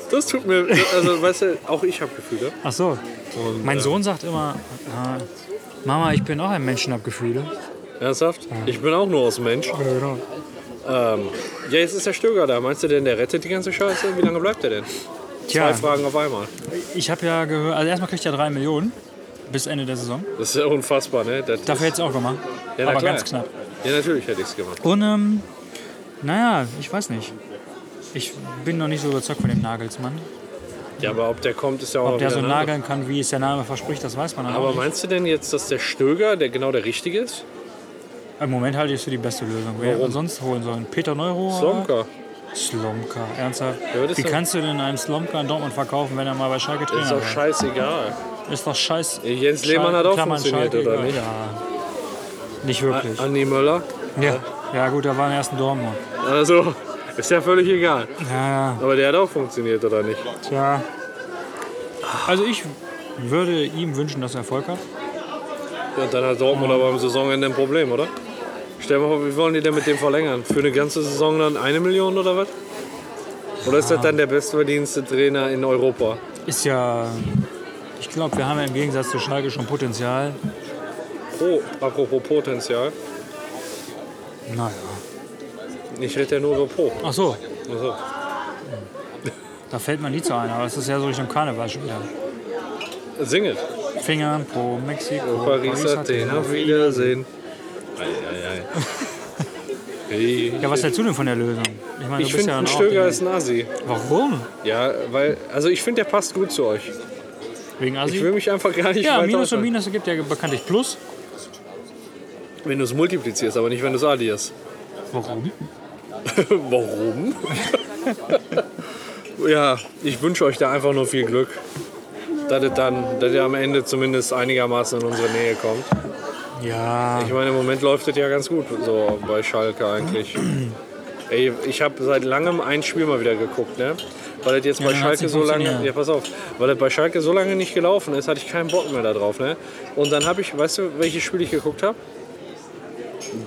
Speaker 2: Das tut mir, also weißt du, auch ich habe Gefühle.
Speaker 1: Ach so.
Speaker 2: Und,
Speaker 1: Mein
Speaker 2: äh,
Speaker 1: Sohn sagt immer, ah, Mama, ich bin auch ein Mensch und hab Gefühle.
Speaker 2: Ernsthaft? Ich bin auch nur aus Mensch.
Speaker 1: Genau.
Speaker 2: Ähm, ja, jetzt ist der Stöger da. Meinst du denn, der rettet die ganze Scheiße? Wie lange bleibt er denn? Zwei
Speaker 1: Tja,
Speaker 2: Fragen auf einmal.
Speaker 1: ich habe ja gehört, also erstmal kriegt er drei Millionen bis Ende der Saison.
Speaker 2: Das ist ja unfassbar, ne? Das
Speaker 1: Dafür hätte ich es auch gemacht.
Speaker 2: Ja, na
Speaker 1: Aber
Speaker 2: klar.
Speaker 1: ganz knapp.
Speaker 2: ja, natürlich hätte ich es gemacht.
Speaker 1: Und ähm, naja, ich weiß nicht. Ich bin noch nicht so überzeugt von dem Nagelsmann.
Speaker 2: Ja, aber ob der kommt, ist ja auch
Speaker 1: Ob
Speaker 2: noch
Speaker 1: der so
Speaker 2: wieder eine andere-
Speaker 1: nageln kann, wie es der Name verspricht, das weiß man dann
Speaker 2: Aber
Speaker 1: auch nicht.
Speaker 2: meinst du denn jetzt, dass der Stöger, der genau der Richtige ist?
Speaker 1: Im Moment halte ich es für die beste Lösung. Wer hätte man sonst holen sollen? Peter Neuro?
Speaker 2: Slomka.
Speaker 1: Slomka, ernsthaft?
Speaker 2: das ist
Speaker 1: wie
Speaker 2: doch-
Speaker 1: kannst du denn einen Slomka in Dortmund verkaufen, wenn er mal bei Schalke
Speaker 2: Ist
Speaker 1: Trainer
Speaker 2: doch
Speaker 1: war?
Speaker 2: scheißegal.
Speaker 1: Ist doch scheiß...
Speaker 2: Jens Lehmann hat auch
Speaker 1: Klammern
Speaker 2: funktioniert,
Speaker 1: Schalke,
Speaker 2: oder
Speaker 1: ja,
Speaker 2: nicht? Ah,
Speaker 1: Ja. Nicht wirklich.
Speaker 2: Andi Möller?
Speaker 1: Ja.
Speaker 2: ah.
Speaker 1: ja gut, da war er erst in Dortmund.
Speaker 2: Also, ist ja völlig egal.
Speaker 1: Ja,
Speaker 2: Aber der hat auch funktioniert, oder nicht?
Speaker 1: tja. Also ich würde ihm wünschen, dass er Erfolg hat.
Speaker 2: Und dann hat Dortmund aber am Saisonende ein Problem, oder? Stell mal vor, wie wollen die denn mit dem verlängern? Für eine ganze Saison dann eine Million oder was? Oder ist das dann der bestverdienste Trainer in Europa?
Speaker 1: Ist ja... Ich glaube, wir haben ja im Gegensatz zu Schalke schon Potenzial.
Speaker 2: Oh, apropos Potenzial.
Speaker 1: Naja.
Speaker 2: Ich rede ja nur über Pro.
Speaker 1: Ach so,
Speaker 2: Also,
Speaker 1: Da fällt man nie zu ein, aber das ist ja so Richtung Karneval schon wieder.
Speaker 2: singet.
Speaker 1: Fingern pro Mexiko,
Speaker 2: Paris, Athen, auf Wiedersehen. Ei, ei, ei.
Speaker 1: Ja, was hältst du denn von der Lösung? Ich meine,
Speaker 2: Ich finde, ein
Speaker 1: ne?
Speaker 2: Stöger ist ein Asi.
Speaker 1: Warum?
Speaker 2: Ja, weil, also ich finde, der passt gut zu euch.
Speaker 1: Wegen
Speaker 2: Ich will
Speaker 1: Asi?
Speaker 2: mich einfach gar nicht
Speaker 1: Ja,
Speaker 2: weiter
Speaker 1: Minus und
Speaker 2: äußern.
Speaker 1: Minus ergibt ja bekanntlich Plus.
Speaker 2: Wenn du es multiplizierst, aber nicht, wenn du es addierst.
Speaker 1: Warum?
Speaker 2: Warum? ja, ich wünsche euch da einfach nur viel Glück. Dass ihr, dann, dass ihr am Ende zumindest einigermaßen in unsere Nähe kommt.
Speaker 1: Ja.
Speaker 2: Ich meine, im Moment läuft es ja ganz gut so bei Schalke eigentlich. Ey, ich habe seit langem ein Spiel mal wieder geguckt, ne? Weil das jetzt bei
Speaker 1: dann hat's
Speaker 2: Schalke
Speaker 1: nicht
Speaker 2: so lange,
Speaker 1: funktioniert.
Speaker 2: ja pass auf, weil das bei Schalke so lange nicht gelaufen ist, hatte ich keinen Bock mehr darauf, ne? Und dann habe ich, weißt du, welches Spiel ich geguckt habe?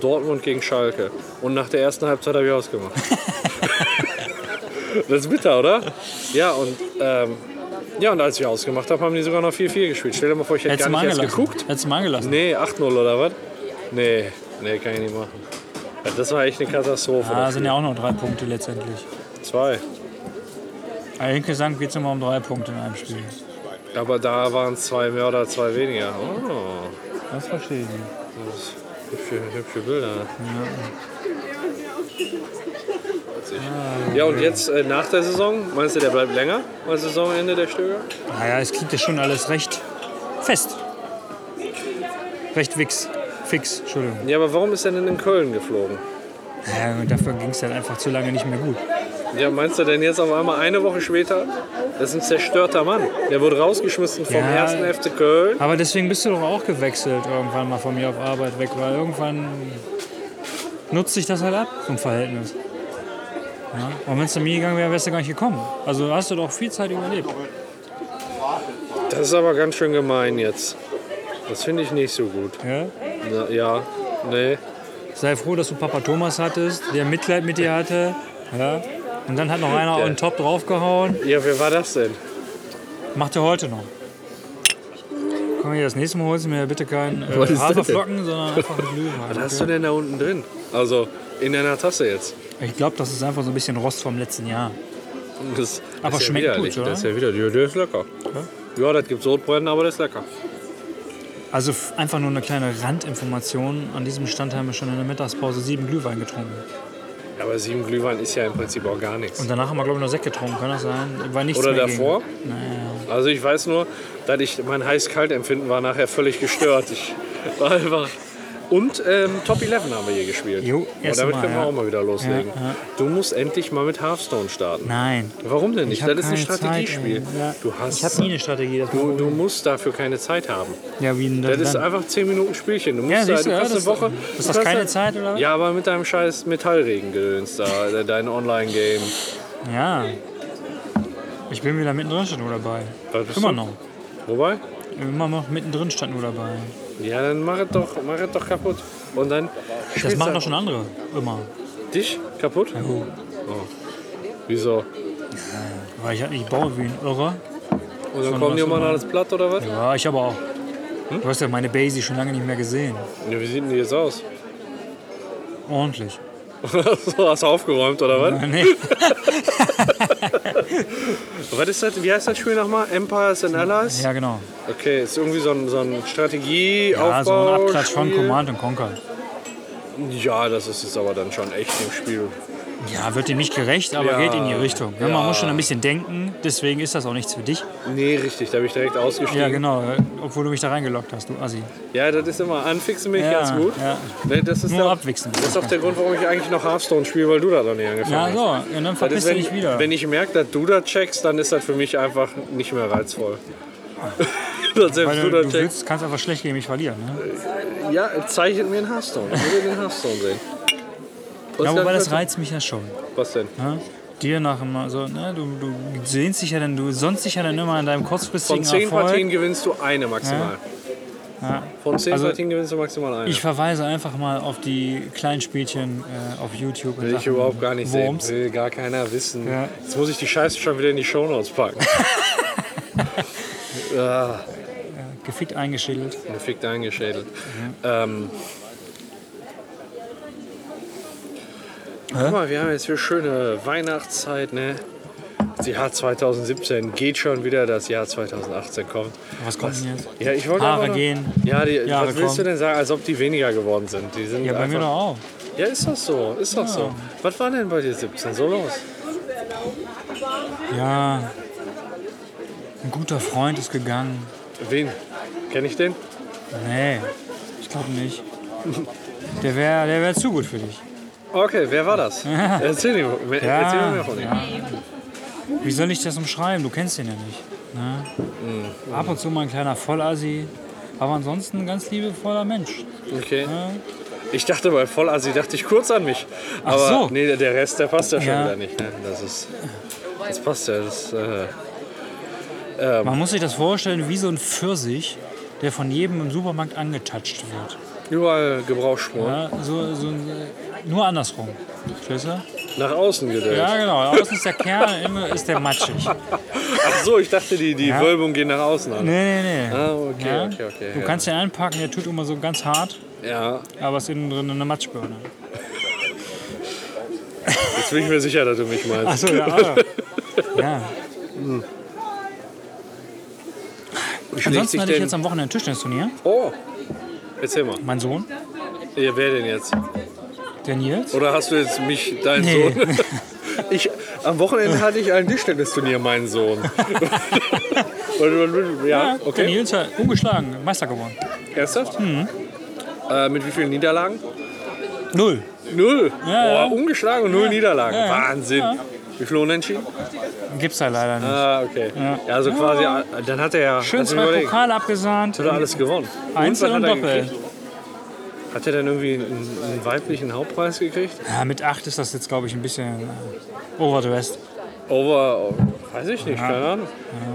Speaker 2: Dortmund gegen Schalke. Und nach der ersten Halbzeit habe ich ausgemacht. das ist bitter, oder? Ja und ähm, ja und als ich ausgemacht habe, haben die sogar noch 4-4 gespielt. Stell dir mal vor, ich hätte
Speaker 1: Hättest du
Speaker 2: gar
Speaker 1: mal
Speaker 2: nicht erst
Speaker 1: angelassen.
Speaker 2: geguckt.
Speaker 1: Hättest du mal angelassen.
Speaker 2: Nee, 8-0 oder was? Nee, nee, kann ich nicht machen. Ja, Das war echt eine Katastrophe.
Speaker 1: Ah,
Speaker 2: das
Speaker 1: sind
Speaker 2: Spiel.
Speaker 1: ja auch noch drei Punkte letztendlich.
Speaker 2: Zwei.
Speaker 1: Aber insgesamt geht es immer um drei Punkte in einem Spiel.
Speaker 2: Aber da waren zwei mehr oder zwei weniger. Oh,
Speaker 1: Das verstehe ich nicht.
Speaker 2: das hübsche, hübsche Bilder. Witzig. Ja, und jetzt äh, nach der Saison, meinst du, der bleibt länger als Saisonende, der Stöger?
Speaker 1: Naja, es klingt Ah ja schon alles recht fest. Recht fix. Fix, Entschuldigung.
Speaker 2: Ja, aber warum ist er denn in Köln geflogen?
Speaker 1: Ja, und dafür ging es halt einfach zu lange nicht mehr gut.
Speaker 2: Ja, meinst du denn jetzt auf einmal eine Woche später, das ist ein zerstörter Mann. Der wurde rausgeschmissen vom
Speaker 1: Ja.
Speaker 2: ersten FC Köln.
Speaker 1: Aber deswegen bist du doch auch gewechselt irgendwann mal von mir auf Arbeit weg, weil irgendwann nutzt sich das halt ab vom Verhältnis. Ja? Und wenn es zu mir gegangen wäre, wärst du gar nicht gekommen. Also hast du doch viel Zeit überlebt.
Speaker 2: Das ist aber ganz schön gemein jetzt. Das finde ich nicht so gut.
Speaker 1: Ja?
Speaker 2: Na, ja, nee.
Speaker 1: Sei froh, dass du Papa Thomas hattest, der Mitleid mit dir hatte. Ja? Und dann hat noch einer
Speaker 2: Ja.
Speaker 1: on top draufgehauen.
Speaker 2: Ja, wer war das denn?
Speaker 1: Macht er heute noch. Komm hier, das nächste Mal holst du mir bitte keinen äh,
Speaker 3: Was ist das denn?
Speaker 1: Haferflocken, sondern einfach einen Glühwein.
Speaker 2: Was hast
Speaker 1: okay?
Speaker 2: du denn da unten drin? Also in deiner Tasse jetzt.
Speaker 1: Ich glaube, das ist einfach so ein bisschen Rost vom letzten Jahr.
Speaker 2: Das
Speaker 1: Aber
Speaker 2: ist
Speaker 1: schmeckt
Speaker 2: ja
Speaker 1: gut,
Speaker 2: widerlich.
Speaker 1: oder?
Speaker 2: Das ist ja wieder, der ist lecker. Ja, das gibt Sodbrennen, aber das ist lecker.
Speaker 1: Also f- einfach nur eine kleine Randinformation. An diesem Stand haben wir schon in der Mittagspause sieben Glühwein getrunken.
Speaker 2: Ja, Aber sieben Glühwein ist ja im Prinzip auch gar nichts.
Speaker 1: Und danach haben wir, glaube ich, nur Sekt getrunken, kann das sein? War nichts
Speaker 2: Oder
Speaker 1: mehr gegen.
Speaker 2: davor?
Speaker 1: Naja.
Speaker 2: Also ich weiß nur, dass ich mein heiß-kalt-Empfinden war nachher völlig gestört. Ich war einfach. Und ähm, Top 11 haben wir hier gespielt.
Speaker 1: Jo,
Speaker 2: Und
Speaker 1: erst
Speaker 2: damit
Speaker 1: mal,
Speaker 2: können wir
Speaker 1: ja.
Speaker 2: auch mal wieder loslegen.
Speaker 1: Ja, ja.
Speaker 2: Du musst endlich mal mit Hearthstone starten.
Speaker 1: Nein.
Speaker 2: Warum denn
Speaker 1: Ich
Speaker 2: nicht?
Speaker 1: hab
Speaker 2: Das ist ein
Speaker 1: keine Zeit,
Speaker 2: Strategiespiel.
Speaker 1: ey. Ja.
Speaker 2: Du hast
Speaker 1: Ich habe nie eine Strategie. Das
Speaker 2: Du, du musst dafür keine Zeit haben.
Speaker 1: ja, wie denn
Speaker 2: Das ist
Speaker 1: dann?
Speaker 2: einfach 10 Minuten Spielchen. Du musst
Speaker 1: Ja,
Speaker 2: da,
Speaker 1: siehst du,
Speaker 2: du
Speaker 1: ja,
Speaker 2: kannst
Speaker 1: das-
Speaker 2: eine Woche.
Speaker 1: ist
Speaker 2: du
Speaker 1: das
Speaker 2: kannst
Speaker 1: keine
Speaker 2: da-
Speaker 1: Zeit, oder was?
Speaker 2: Ja, aber mit deinem scheiß Metallregengedöns da, de- dein Online-Game.
Speaker 1: Ja. Ich bin wieder mittendrin statt nur dabei.
Speaker 2: Was bist
Speaker 1: Immer
Speaker 2: du?
Speaker 1: noch.
Speaker 2: Wobei?
Speaker 1: Immer noch mittendrin statt nur dabei.
Speaker 2: Ja, dann mach es doch, mach es doch kaputt. Und dann.
Speaker 1: Das
Speaker 2: spielst
Speaker 1: machen
Speaker 2: du
Speaker 1: doch schon andere. Immer.
Speaker 2: Dich kaputt?
Speaker 1: Oh.
Speaker 2: Wieso?
Speaker 1: Weil ich halt nicht baue wie ein Irrer.
Speaker 2: Und dann
Speaker 1: Sondern
Speaker 2: kommen die
Speaker 1: was
Speaker 2: immer
Speaker 1: immer.
Speaker 2: alles platt oder was?
Speaker 1: Ja, ich aber auch.
Speaker 2: Hm?
Speaker 1: Du hast ja meine Basie schon lange nicht mehr gesehen.
Speaker 2: Ja, wie sieht denn die jetzt aus?
Speaker 1: Ordentlich. Äh,
Speaker 2: so, hast du aufgeräumt oder was?
Speaker 1: Nee.
Speaker 2: was ist das, wie heißt das Spiel nochmal? Empires and Allies?
Speaker 1: Ja, genau.
Speaker 2: Okay, ist irgendwie so ein, so ein Strategieaufbau.
Speaker 1: Ja, so ein Abklatsch von
Speaker 2: Spiel.
Speaker 1: Command und Conquer.
Speaker 2: Ja, das ist jetzt aber dann schon echt im Spiel.
Speaker 1: Ja, wird dem nicht gerecht, aber
Speaker 2: Ja.
Speaker 1: geht in die Richtung. Ja,
Speaker 2: Ja.
Speaker 1: Man muss schon ein bisschen denken, deswegen ist das auch nichts für dich.
Speaker 2: Nee, richtig, da habe ich direkt ausgestiegen.
Speaker 1: Ja, genau, äh, obwohl du mich da reingelockt hast, du Assi.
Speaker 2: Ja, das ist immer, anfixen bin ich
Speaker 1: Ja,
Speaker 2: ganz gut.
Speaker 1: ja.
Speaker 2: Nee, das ist
Speaker 1: Nur
Speaker 2: der,
Speaker 1: abwichsen.
Speaker 2: Das ist auch der Grund, warum ich eigentlich noch Hearthstone spiele, weil du da noch nicht angefangen
Speaker 1: Ja,
Speaker 2: hast.
Speaker 1: so, und dann
Speaker 2: Das
Speaker 1: verpisst
Speaker 2: ist,
Speaker 1: du
Speaker 2: wenn,
Speaker 1: dich wieder.
Speaker 2: wenn ich merke, dass du das checkst, dann ist das für mich einfach nicht mehr reizvoll. dass selbst
Speaker 1: Weil
Speaker 2: du,
Speaker 1: du, du
Speaker 2: das checkst.
Speaker 1: willst, kannst einfach schlecht gegen mich verlieren. Ne?
Speaker 2: Ja, zeichnet mir einen Hearthstone. Ich will den Hearthstone sehen. Was
Speaker 1: Ja, wobei
Speaker 2: denn-
Speaker 1: das reizt mich ja schon.
Speaker 2: Was denn?
Speaker 1: Ne? Dir nach dem, also, ne, du, du sehnst dich ja dann, du sonst dich ja dann immer an deinem
Speaker 2: Von
Speaker 1: kurzfristigen
Speaker 2: zehn
Speaker 1: Erfolg.
Speaker 2: Partien gewinnst du eine maximal.
Speaker 1: Ja.
Speaker 2: Von zehn
Speaker 1: Also,
Speaker 2: Partien gewinnst du maximal eine.
Speaker 1: Ich verweise einfach mal auf die kleinen Spielchen äh, auf YouTube. in
Speaker 2: Will ich
Speaker 1: Sachen
Speaker 2: überhaupt gar nicht
Speaker 1: Wurms.
Speaker 2: sehen. Will gar keiner wissen.
Speaker 1: Ja.
Speaker 2: Jetzt muss ich die Scheiße schon wieder in die Shownotes packen. ah,
Speaker 1: Gefickt eingeschädelt.
Speaker 2: gefickt eingeschädelt. Ähm, Guck mal, wir haben jetzt hier schöne Weihnachtszeit, ne? Das Jahr 2017 geht schon wieder, das Jahr 2018 kommt.
Speaker 1: Was kommt denn jetzt?
Speaker 2: Ja, ich wollte
Speaker 1: Haare
Speaker 2: aber noch,
Speaker 1: gehen,
Speaker 2: Ja, die,
Speaker 1: Jahre
Speaker 2: was willst du
Speaker 1: kommen.
Speaker 2: denn sagen, als ob die weniger geworden sind? Die sind
Speaker 1: Ja, bei mir
Speaker 2: einfach-
Speaker 1: doch auch.
Speaker 2: Ja, ist doch so, ist doch so. Was war denn bei dir 17 so los?
Speaker 1: Ja. Ein guter Freund ist gegangen.
Speaker 2: Wen? Kenne ich den?
Speaker 1: Nee, ich glaube nicht. Der wäre der wär zu gut für dich.
Speaker 2: Okay, wer war das? erzähl, mir, me-
Speaker 1: Ja,
Speaker 2: erzähl mir mehr von ihm.
Speaker 1: ja. Wie soll ich das umschreiben? Du kennst ihn ja nicht. Ne?
Speaker 2: Mhm.
Speaker 1: Ab und zu mal ein kleiner Vollassi, aber ansonsten ein ganz liebevoller Mensch.
Speaker 2: Okay.
Speaker 1: Ja.
Speaker 2: Ich dachte bei Vollassi, dachte ich kurz an mich.
Speaker 1: Ach
Speaker 2: Aber
Speaker 1: so.
Speaker 2: nee, der- der Rest, der passt ja schon
Speaker 1: Ja.
Speaker 2: wieder nicht. Ne? Das ist. Das passt ja. Das, äh,
Speaker 1: Man muss sich das vorstellen wie so ein Pfirsich, der von jedem im Supermarkt angetatscht wird.
Speaker 2: überall Gebrauchsspuren.
Speaker 1: Ja, so, so, ein- äh, nur andersrum. Verstehst du?
Speaker 2: Nach außen gedreht.
Speaker 1: Ja, genau. Außen ist der Kern, immer ist der matschig.
Speaker 2: Ach so, ich dachte, die, die
Speaker 1: Ja.
Speaker 2: Wölbung geht nach außen an.
Speaker 1: Nee, nee, nee.
Speaker 2: Ah, okay, okay, okay,
Speaker 1: Du
Speaker 2: ja.
Speaker 1: kannst den einpacken, der tut immer so ganz hart,
Speaker 2: Ja,
Speaker 1: aber ist innen drin eine Matschbirne.
Speaker 2: jetzt bin ich mir sicher, dass du mich meinst.
Speaker 1: Achso, ja. ah. ja.
Speaker 2: Wie schlägt
Speaker 1: Ansonsten
Speaker 2: sich
Speaker 1: hatte ich
Speaker 2: denn.
Speaker 1: jetzt am Wochenende ein Tischtennisturnier.
Speaker 2: Oh! Erzähl mal.
Speaker 1: Mein Sohn,
Speaker 2: Ja, wer denn jetzt?
Speaker 1: der Nils.
Speaker 2: Oder hast du jetzt mich, deinen
Speaker 1: Nee.
Speaker 2: Sohn? Ich, am Wochenende hatte ich ein Tischtennisturnier, meinen Sohn. Und- ja,
Speaker 1: Der
Speaker 2: okay.
Speaker 1: Nils hat ungeschlagen, Meister geworden.
Speaker 2: Ernsthaft? Äh, mit wie vielen Niederlagen?
Speaker 1: Null.
Speaker 2: Null.
Speaker 1: Ja,
Speaker 2: Boah, ungeschlagen und null Niederlagen.
Speaker 1: Ja, ja.
Speaker 2: Wahnsinn. Wie viel unentschieden?
Speaker 1: Gibt's da leider nicht.
Speaker 2: Ah, okay. Ja, also quasi, äh, dann hat er ja
Speaker 1: Schön
Speaker 2: hast du
Speaker 1: zwei
Speaker 2: überlegt,
Speaker 1: Pokale abgesahnt.
Speaker 2: hat er alles gewonnen.
Speaker 1: Einzel
Speaker 2: was
Speaker 1: und
Speaker 2: hat er
Speaker 1: Doppel.
Speaker 2: gekriegt? Hat er dann irgendwie einen, einen weiblichen Hauptpreis gekriegt?
Speaker 1: Ja, mit 8 ist das jetzt, glaube ich, ein bisschen äh, overdressed.
Speaker 2: Over, weiß ich nicht, keine Ahnung.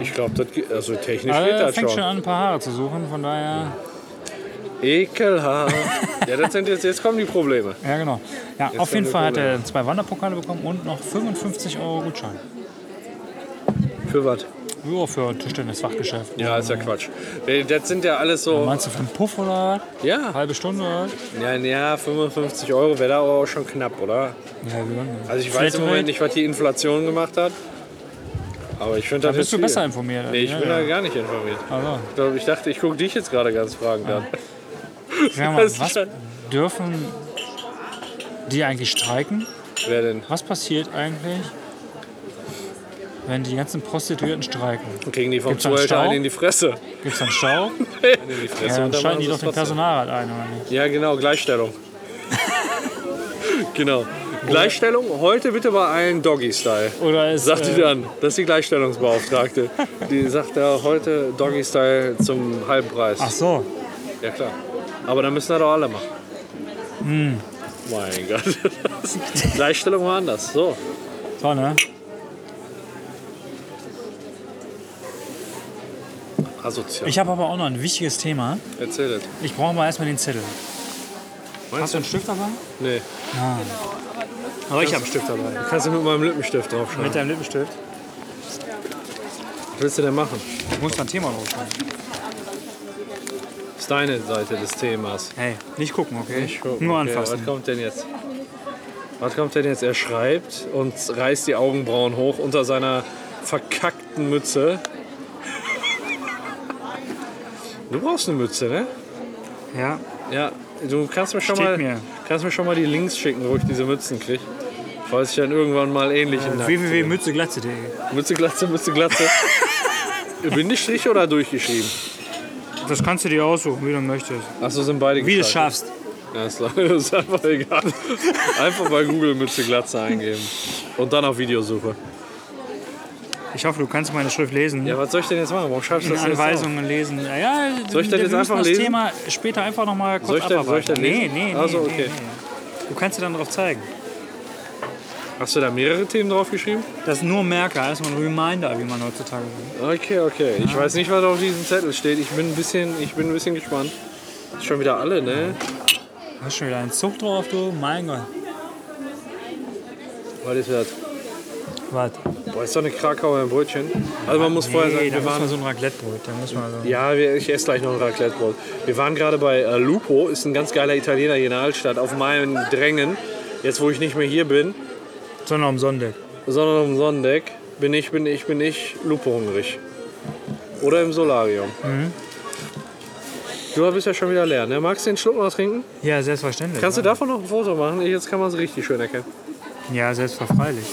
Speaker 2: Ich glaube, das ge- also technisch
Speaker 1: Aber
Speaker 2: geht
Speaker 1: er
Speaker 2: das
Speaker 1: Äh, fängt schon
Speaker 2: schon.
Speaker 1: an, ein paar Haare zu suchen, von daher.
Speaker 2: Ekelhaft. ja, das sind jetzt, jetzt kommen die Probleme.
Speaker 1: Ja, genau. Ja, auf
Speaker 2: haben
Speaker 1: jeden
Speaker 2: wir
Speaker 1: Fall hat er zwei Wanderpokale bekommen und noch 55 Euro Gutschein.
Speaker 2: Für was?
Speaker 1: Ja, für Tischtennis-Fachgeschäft. Äh,
Speaker 2: Ja, ist ja Quatsch. Das sind ja alles so.
Speaker 1: Meinst du für einen Puff oder was?
Speaker 2: Ja,
Speaker 1: halbe Stunde oder was?
Speaker 2: ja, ja 55 Euro wäre da aber auch schon knapp, oder?
Speaker 1: Ja, wir waren-
Speaker 2: Also ich weiß im
Speaker 1: Flatrate?
Speaker 2: Moment nicht, was die Inflation gemacht hat. Aber ich finde
Speaker 1: Da
Speaker 2: das
Speaker 1: bist
Speaker 2: ist
Speaker 1: du
Speaker 2: viel.
Speaker 1: besser informiert.
Speaker 2: Nee, ich
Speaker 1: ja,
Speaker 2: bin
Speaker 1: ja.
Speaker 2: da gar nicht informiert.
Speaker 1: Also,
Speaker 2: Ich glaube, ich dachte, ich gucke dich jetzt gerade ganz fragend an.
Speaker 1: sag mal,
Speaker 2: Das ist
Speaker 1: was
Speaker 2: schon-
Speaker 1: dürfen die eigentlich streiken?
Speaker 2: Wer denn?
Speaker 1: Was passiert eigentlich, wenn die ganzen Prostituierten streiken?
Speaker 2: Kriegen die vom
Speaker 1: Gibt's da einen
Speaker 2: Zuhälter einen
Speaker 1: Stau?
Speaker 2: in die Fresse?
Speaker 1: Gibt es dann Stau?
Speaker 2: Einen in die Fresse
Speaker 1: Ja, dann
Speaker 2: machen
Speaker 1: schalten die
Speaker 2: Also, sie
Speaker 1: doch
Speaker 2: es
Speaker 1: den
Speaker 2: trotzdem.
Speaker 1: Personalrat ein, oder nicht?
Speaker 2: Ja, genau, Gleichstellung. genau. Gleichstellung heute bitte bei allen Doggy-Style.
Speaker 1: Oder ist,
Speaker 2: Sagt die
Speaker 1: äh,
Speaker 2: dann, das ist die Gleichstellungsbeauftragte. Die sagt ja heute Doggy-Style zum Halbpreis.
Speaker 1: Ach so,
Speaker 2: Ja klar. Aber dann müssen das doch alle machen.
Speaker 1: Hm.
Speaker 2: Mein Gott. Gleichstellung war anders. So.
Speaker 1: so ne?
Speaker 2: Asozial.
Speaker 1: Ich habe aber auch noch ein wichtiges Thema.
Speaker 2: Also, Erzähl das.
Speaker 1: Ich brauche mal erstmal den Zettel.
Speaker 2: Meinst
Speaker 1: ein Stück dabei?
Speaker 2: Nee.
Speaker 1: Ah. Aber ich habe einen Stift dabei.
Speaker 2: Kannst du mit meinem Lippenstift draufschreiben.
Speaker 1: Mit deinem Lippenstift?
Speaker 2: Was willst du denn machen?
Speaker 1: Ich muss ein Thema ne? loswerden.
Speaker 2: Das ist deine Seite des Themas.
Speaker 1: Hey, nicht gucken, okay?
Speaker 2: Ich guck.
Speaker 1: Nur
Speaker 2: Okay,
Speaker 1: anfassen.
Speaker 2: Was kommt denn jetzt? Was kommt denn jetzt? Er schreibt und reißt die Augenbrauen hoch unter seiner verkackten Mütze. Du brauchst eine Mütze, ne?
Speaker 1: Ja.
Speaker 2: Ja, du kannst mir schon,
Speaker 1: Steht
Speaker 2: mal,
Speaker 1: mir.
Speaker 2: kannst mir schon mal die Links schicken, wo ich diese Mützen kriege. Falls ich dann irgendwann mal ähnlich im Nacken sehe.
Speaker 1: www.mützeglatze.de
Speaker 2: Mütze, Glatze, Mütze, Glatze. Bindestrich oder durchgeschrieben?
Speaker 1: Das kannst du dir aussuchen, wie du möchtest.
Speaker 2: Achso, sind beide
Speaker 1: Wie du es
Speaker 2: geschaltet.
Speaker 1: schaffst.
Speaker 2: Ja, ist, das ist einfach egal. Einfach bei Google Mütze, Glatze eingeben. Und dann auf Videosuche.
Speaker 1: Ich hoffe, du kannst meine Schrift lesen.
Speaker 2: Ja, was soll ich denn jetzt machen? Warum schaffst du
Speaker 1: In
Speaker 2: das jetzt auf?
Speaker 1: Anweisungen lesen. Ja, Ja,
Speaker 2: Soll ich das
Speaker 1: wir
Speaker 2: jetzt
Speaker 1: müssen
Speaker 2: einfach
Speaker 1: das
Speaker 2: lesen?
Speaker 1: Thema später einfach nochmal kurz
Speaker 2: Soll ich das- soll
Speaker 1: abarbeiten.
Speaker 2: ich das
Speaker 1: nee,
Speaker 2: lesen?
Speaker 1: nee, nee,
Speaker 2: Ach so,
Speaker 1: nee,
Speaker 2: okay.
Speaker 1: nee. Du kannst dir dann drauf zeigen.
Speaker 2: Hast du da mehrere Themen draufgeschrieben?
Speaker 1: Das ist nur ein Merker, das ist nur ein Reminder, wie man heutzutage sagt.
Speaker 2: Okay, okay. Ich weiß nicht, was auf diesem Zettel steht. Ich bin ein bisschen, ich bin ein bisschen gespannt. Ist schon wieder alle, ne?
Speaker 1: Hast schon wieder einen Zug drauf, du? Mein Gott.
Speaker 2: Was ist das?
Speaker 1: Was?
Speaker 2: Boah, ist doch eine Krakauer im Brötchen. Also man muss vorher sagen,
Speaker 1: da
Speaker 2: wir
Speaker 1: muss man
Speaker 2: waren.
Speaker 1: so ein Raclettebrot. Da muss man also- so.
Speaker 2: Ja, wir, ich esse gleich noch ein Raclettebrot. Wir waren gerade bei äh, Lupo, ist ein ganz geiler Italiener hier in der Altstadt, auf meinem Drängen. Jetzt, wo ich nicht mehr hier bin,
Speaker 1: Sondern am Sonntag.
Speaker 2: sondern am Sonnendeck, bin ich, bin ich, bin ich Lupo hungrig. Oder im Solarium. Du bist ja schon wieder leer, ne? Magst du den Schluck noch trinken?
Speaker 1: Ja, selbstverständlich. ne?
Speaker 2: Kannst du davon noch ein Foto machen? Jetzt kann man es richtig schön erkennen.
Speaker 1: Ja, selbstverfreilich.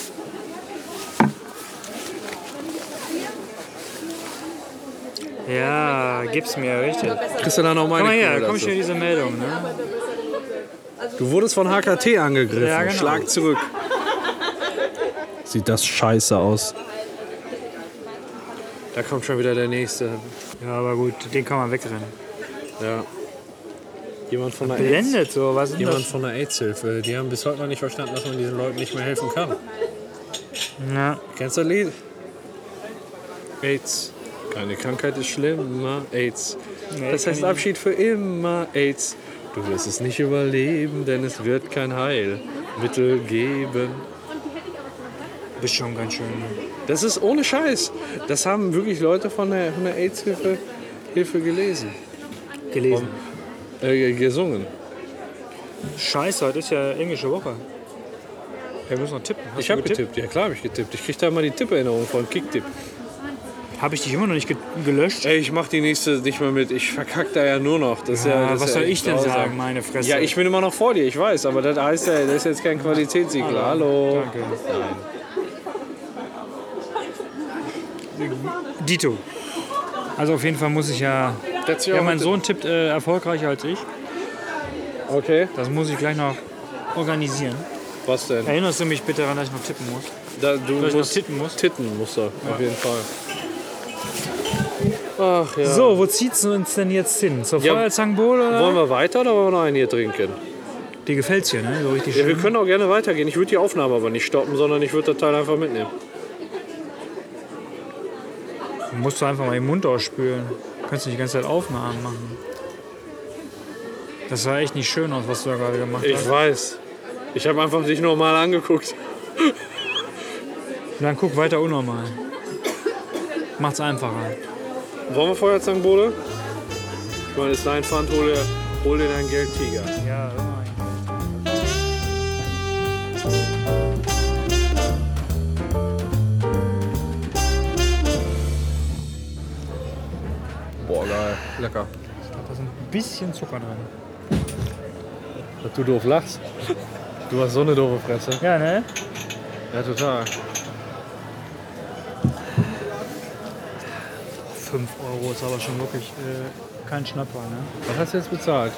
Speaker 1: Ja, gib's mir, richtig.
Speaker 2: Kriegst du da noch meine
Speaker 1: Komm mal her,
Speaker 2: Kohle
Speaker 1: komm
Speaker 2: dazu?
Speaker 1: schon diese Meldung. Ne?
Speaker 2: Du wurdest von HKT angegriffen.
Speaker 1: Ja, genau.
Speaker 2: Schlag zurück. Sieht das scheiße aus. Da kommt schon wieder der nächste.
Speaker 1: Ja, aber gut, den kann man wegrennen.
Speaker 2: Ja. Jemand von der AIDS,
Speaker 1: Blendet so, was ist denn
Speaker 2: jemand
Speaker 1: das?
Speaker 2: von der AIDS-Hilfe. Die haben bis heute noch nicht verstanden, dass man diesen Leuten nicht mehr helfen kann.
Speaker 1: Ja,
Speaker 2: Kennst du das Lied? AIDS. Keine Krankheit ist schlimmer. AIDS.
Speaker 1: Nee,
Speaker 2: das
Speaker 1: kenn
Speaker 2: heißt
Speaker 1: ich
Speaker 2: Abschied für immer. AIDS. Du wirst es nicht überleben, denn es wird kein Heilmittel geben.
Speaker 1: bist schon ganz schön. ne?
Speaker 2: Das ist ohne Scheiß. Das haben wirklich Leute von der, von der AIDS-Hilfe Hilfe gelesen.
Speaker 1: Gelesen.
Speaker 2: Äh, gesungen.
Speaker 1: Scheiße, heute ist ja englische Woche. Wir müssen noch tippen. Hast
Speaker 2: ich
Speaker 1: du
Speaker 2: habe getippt. Ja klar habe ich getippt. Ich krieg da immer die Tipperinnerung von Kicktipp.
Speaker 1: Habe ich dich immer noch nicht ge gelöscht?
Speaker 2: Ey, ich mach die nächste nicht mehr mit. Ich verkack da ja nur noch. Das ist ja,
Speaker 1: Ah,
Speaker 2: das ist
Speaker 1: was
Speaker 2: ja
Speaker 1: soll
Speaker 2: echt
Speaker 1: ich denn
Speaker 2: grausam.
Speaker 1: sagen, meine Fresse?
Speaker 2: Ja, ich bin immer noch vor dir, ich weiß, aber das heißt ja, das ist jetzt kein Qualitätssiegel. Hallo.
Speaker 1: Danke. Dito. Also auf jeden Fall muss ich ja.
Speaker 2: Setz dich
Speaker 1: Ja,
Speaker 2: auch
Speaker 1: mein
Speaker 2: mit-
Speaker 1: Sohn tippt äh, erfolgreicher als ich.
Speaker 2: Okay.
Speaker 1: Das muss ich gleich noch organisieren.
Speaker 2: Was denn?
Speaker 1: Erinnerst du mich bitte daran, dass ich noch tippen muss?
Speaker 2: Da, du
Speaker 1: Dass ich noch
Speaker 2: musst
Speaker 1: titten muss?
Speaker 2: titten, musst du, auf jeden Fall. Ach ja.
Speaker 1: So, wo zieht's uns denn jetzt hin? Zur
Speaker 2: Ja.
Speaker 1: Feuerzangenbowle? oder?
Speaker 2: Wollen wir weiter oder wollen wir noch ein hier trinken?
Speaker 1: Die gefällt's hier, ne? So richtig
Speaker 2: Ja, wir
Speaker 1: schön.
Speaker 2: können auch gerne weitergehen. Ich würde die Aufnahme aber nicht stoppen, sondern ich würde das Teil einfach mitnehmen.
Speaker 1: Musst du einfach mal den Mund ausspülen. Kannst du nicht die ganze Zeit Aufnahmen machen. Das sah echt nicht schön aus, was du da gerade gemacht
Speaker 2: Ich
Speaker 1: hast.
Speaker 2: weiß. Ich habe einfach dich normal angeguckt.
Speaker 1: Dann guck weiter unnormal. Macht's einfacher.
Speaker 2: Wollen wir Feuerzangenbowle? Ich meine, ist dein Pfand, hol dir, hol dir dein Geld, Tiger.
Speaker 1: Ja, immer.
Speaker 2: Boah, geil. Lecker.
Speaker 1: Da ist ein bisschen Zucker drin.
Speaker 2: Dass du doof lachst. Du hast so eine doofe Fresse.
Speaker 1: Ja, ne?
Speaker 2: Ja, total.
Speaker 1: 5 Euro ist aber schon wirklich äh, kein Schnapper, ne?
Speaker 2: Was hast du jetzt bezahlt?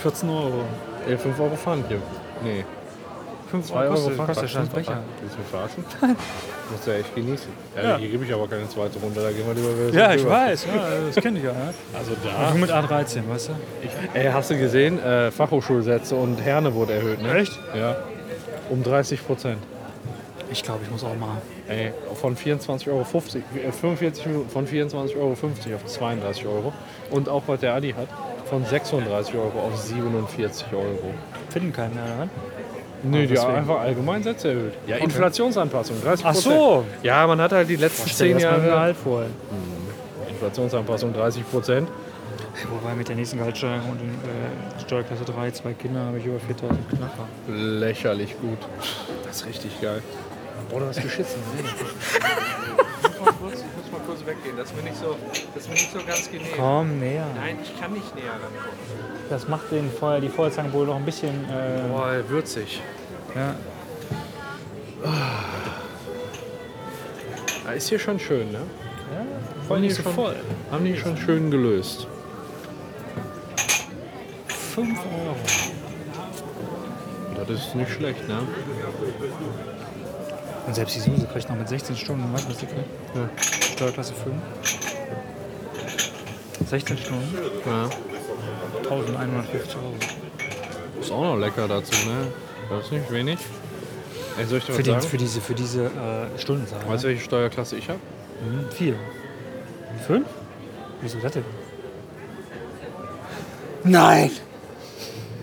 Speaker 1: 14 Euro.
Speaker 2: 5 Euro Pfand hier. Nee,
Speaker 1: 5
Speaker 2: 2 Euro
Speaker 1: kostet,
Speaker 2: Pfand.
Speaker 1: kostet der scheiß Becher.
Speaker 2: Willst du mich verarschen? Musst du ja echt genießen. Ja,
Speaker 1: Ja.
Speaker 2: Hier gebe ich aber keine zweite Runde, da gehen wir lieber wieder
Speaker 1: Ja, ich
Speaker 2: rüber.
Speaker 1: weiß, ja, das kenne ich ja. Ne?
Speaker 2: Also
Speaker 1: Ah.
Speaker 2: da.
Speaker 1: Du mit A13, weißt du?
Speaker 2: Ey, hast du gesehen? Äh, Fachhochschulsätze und Herne wurde erhöht, ne?
Speaker 1: Echt?
Speaker 2: Ja. Um 30 Prozent.
Speaker 1: Ich glaube, ich muss auch mal.
Speaker 2: Ey, von 24,50 Euro, äh, 45 Minuten von 24,50 Euro auf 32 Euro. Und auch was der Adi hat, von 36 Euro auf 47 Euro.
Speaker 1: Finden keinen mehr, oder?
Speaker 2: Nö, die
Speaker 1: Ah, deswegen.
Speaker 2: haben einfach allgemein Sätze erhöht. Ja, Inflationsanpassung, 30
Speaker 1: Ach so.
Speaker 2: Ja, man hat halt die letzten
Speaker 1: Stell dir
Speaker 2: zehn
Speaker 1: das mal im
Speaker 2: Jahre. halt
Speaker 1: Gehalt vor. ey.
Speaker 2: Inflationsanpassung 30 Prozent.
Speaker 1: Wobei mit der nächsten Gehaltssteigerung und in, äh, Steuerklasse 3, zwei Kinder, habe ich über 4000 Knapper.
Speaker 2: Lächerlich gut. Das ist richtig geil. Boah, du hast geschissen.
Speaker 3: Ich ne? muss mal kurz weggehen, dass mir nicht so, dass mir nicht so ganz genehm.
Speaker 1: Komm näher.
Speaker 3: Nein, ich kann nicht näher rankommen.
Speaker 1: Das macht den Feuer, die Feuerzangenbowle noch ein bisschen. Äh,
Speaker 2: Boah, würzig.
Speaker 1: ja.
Speaker 2: Ah, Ist hier schon schön, ne?
Speaker 1: Ja, voll nicht so voll.
Speaker 2: Haben die schon schön gelöst.
Speaker 1: 5 Euro.
Speaker 2: Das ist nicht schlecht, ne?
Speaker 1: Und selbst die Suse kriegt noch mit 16 Stunden, weißt du, was die kriegt?
Speaker 2: Ja.
Speaker 1: Steuerklasse 5. 16 Stunden,
Speaker 2: ja.
Speaker 1: 1150 Euro.
Speaker 2: Ist auch noch lecker dazu, ne? Das ist nicht wenig. Ey, soll ich dir
Speaker 1: Für,
Speaker 2: was
Speaker 1: den,
Speaker 2: sagen?
Speaker 1: für diese, für diese äh, Stundenzahl.
Speaker 2: Weißt du, welche Steuerklasse ich habe?
Speaker 1: Mhm, Vier. Fünf? Wieso das denn? Nein!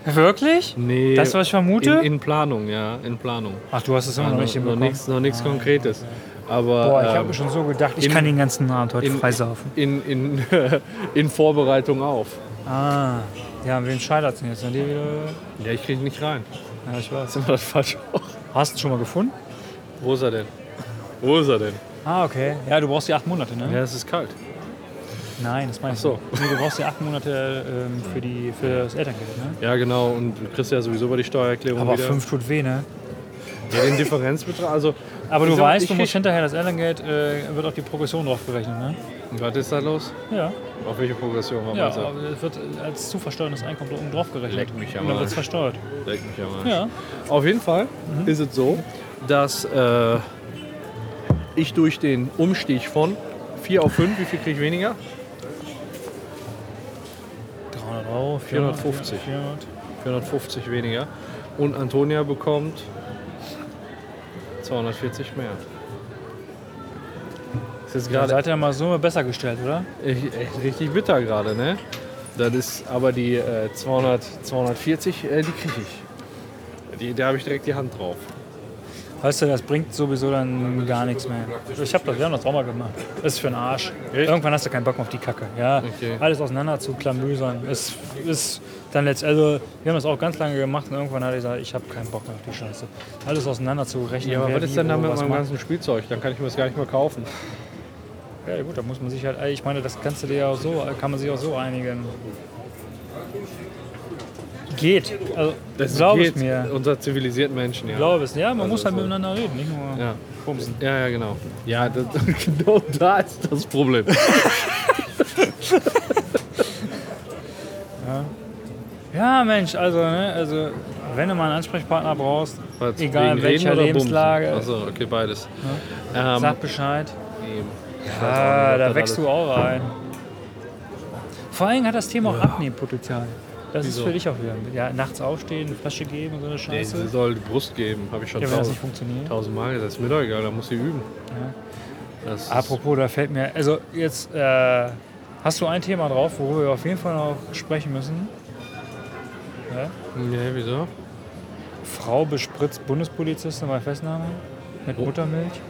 Speaker 1: Wirklich?
Speaker 2: Nee.
Speaker 1: Das, was ich vermute?
Speaker 2: In, in Planung, ja. In Planung.
Speaker 1: Ach, du hast es immer noch nicht
Speaker 2: noch Ah. noch
Speaker 1: hinbekommen.
Speaker 2: nichts noch nichts Konkretes. Aber
Speaker 1: Boah, ich habe
Speaker 2: ähm,
Speaker 1: mir schon so gedacht, ich
Speaker 2: in-
Speaker 1: kann den ganzen Abend heute
Speaker 2: in-
Speaker 1: freisaufen.
Speaker 2: in, in, in Vorbereitung auf.
Speaker 1: Ah, ja, wen scheitert denn jetzt? Sind die wieder?
Speaker 2: Ja, ich krieg nicht rein.
Speaker 1: Ja, ich weiß.
Speaker 2: Sind wir das falsch?
Speaker 1: Hast du ihn schon mal gefunden?
Speaker 2: Wo ist er denn? Wo ist er denn?
Speaker 1: Ah, okay. Ja, du brauchst die acht Monate, ne?
Speaker 2: Ja, es ist kalt.
Speaker 1: Nein, das meinst
Speaker 2: Ach so.
Speaker 1: du. Nee, du brauchst die acht Monate ähm, für, die, für das Elterngeld, ne?
Speaker 2: Ja, genau. Und du kriegst ja sowieso bei die Steuererklärung
Speaker 1: Aber
Speaker 2: wieder
Speaker 1: fünf tut weh, ne?
Speaker 2: Ja, den Differenzbetrag. Also,
Speaker 1: Aber du
Speaker 2: ich sag,
Speaker 1: weißt,
Speaker 2: ich
Speaker 1: du musst
Speaker 2: krieg-
Speaker 1: hinterher das Elterngeld, äh, wird auf die Progression drauf gerechnet, ne?
Speaker 2: Was ist da los?
Speaker 1: Ja.
Speaker 2: Auf welche Progression war
Speaker 1: Ja,
Speaker 2: das?
Speaker 1: aber es wird äh, als zu versteuerndes Einkommen da oben drauf gerechnet.
Speaker 2: Leck mich am
Speaker 1: Und dann wird es
Speaker 2: Arsch.
Speaker 1: versteuert.
Speaker 2: Leck mich am Arsch.
Speaker 1: Ja.
Speaker 2: Auf jeden Fall ist es so, dass äh, ich durch den Umstieg von 4 auf 5, wie viel kriege ich weniger?
Speaker 1: 300 Euro,
Speaker 2: 450.
Speaker 1: 400.
Speaker 2: 450 weniger. Und Antonia bekommt 240 mehr. Ist jetzt
Speaker 1: Da
Speaker 2: gerade
Speaker 1: seid ihr mal so besser gestellt, oder?
Speaker 2: echt, echt richtig bitter gerade, ne? Das ist aber die äh, 200, 240, äh, die kriege ich. Die, da habe ich direkt die Hand drauf.
Speaker 1: Weißt du, das bringt sowieso dann gar nichts mehr. Ich hab das, wir haben das auch mal gemacht. Ist für den Arsch. Irgendwann hast du keinen Bock mehr auf die Kacke. Ja,
Speaker 2: Okay.
Speaker 1: alles auseinander zu klamüsern. Es ist dann letztendlich, also, wir haben das auch ganz lange gemacht und irgendwann hatte ich gesagt, ich habe keinen Bock mehr auf die Scheiße. Alles auseinander zu rechnen.
Speaker 2: Ja, aber
Speaker 1: wer
Speaker 2: was
Speaker 1: wie,
Speaker 2: ist denn
Speaker 1: wo,
Speaker 2: da mit
Speaker 1: was
Speaker 2: meinem
Speaker 1: macht.
Speaker 2: ganzen Spielzeug? Dann kann ich mir das gar nicht mehr kaufen.
Speaker 1: Ja, gut, da muss man sich halt, ich meine, das kannst du dir ja auch so, kann man sich auch so einigen. Geht. Also, glaub es
Speaker 2: geht
Speaker 1: mir.
Speaker 2: Unter zivilisierten Menschen, ja.
Speaker 1: Glaub es. Ja, man muss
Speaker 2: so.
Speaker 1: halt miteinander reden, nicht nur
Speaker 2: Ja.
Speaker 1: bumsen.
Speaker 2: Ja, ja, genau. Ja, das, genau da ist das Problem.
Speaker 1: Ja, Ja, Mensch, also, ne, also wenn du mal einen Ansprechpartner brauchst,
Speaker 2: Was,
Speaker 1: egal
Speaker 2: wegen
Speaker 1: in welcher
Speaker 2: Reden oder Bumsen?
Speaker 1: Lebenslage,
Speaker 2: Achso, okay, beides. Ja. Ähm,
Speaker 1: sag Bescheid.
Speaker 2: eben.
Speaker 1: Ah, da wächst
Speaker 2: alles-
Speaker 1: du auch rein. Vor allem hat das Thema auch Abnehmpotenzial. Das ist
Speaker 2: Wieso?
Speaker 1: für dich auch wieder. Ja, nachts aufstehen, Flasche geben und so eine
Speaker 2: Nee,
Speaker 1: Scheiße.
Speaker 2: sie soll die Brust geben, habe ich schon
Speaker 1: Ja, wenn das
Speaker 2: tausend,
Speaker 1: nicht funktioniert.
Speaker 2: tausendmal gesagt. Ist mir doch egal, da muss sie üben. Das ist-
Speaker 1: Apropos, da fällt mir. Also, jetzt äh, hast du ein Thema drauf, worüber wir auf jeden Fall noch sprechen müssen. Ja?
Speaker 2: Nee, wieso?
Speaker 1: Frau bespritzt Bundespolizistin bei Festnahme mit
Speaker 2: Oh.
Speaker 1: Muttermilch.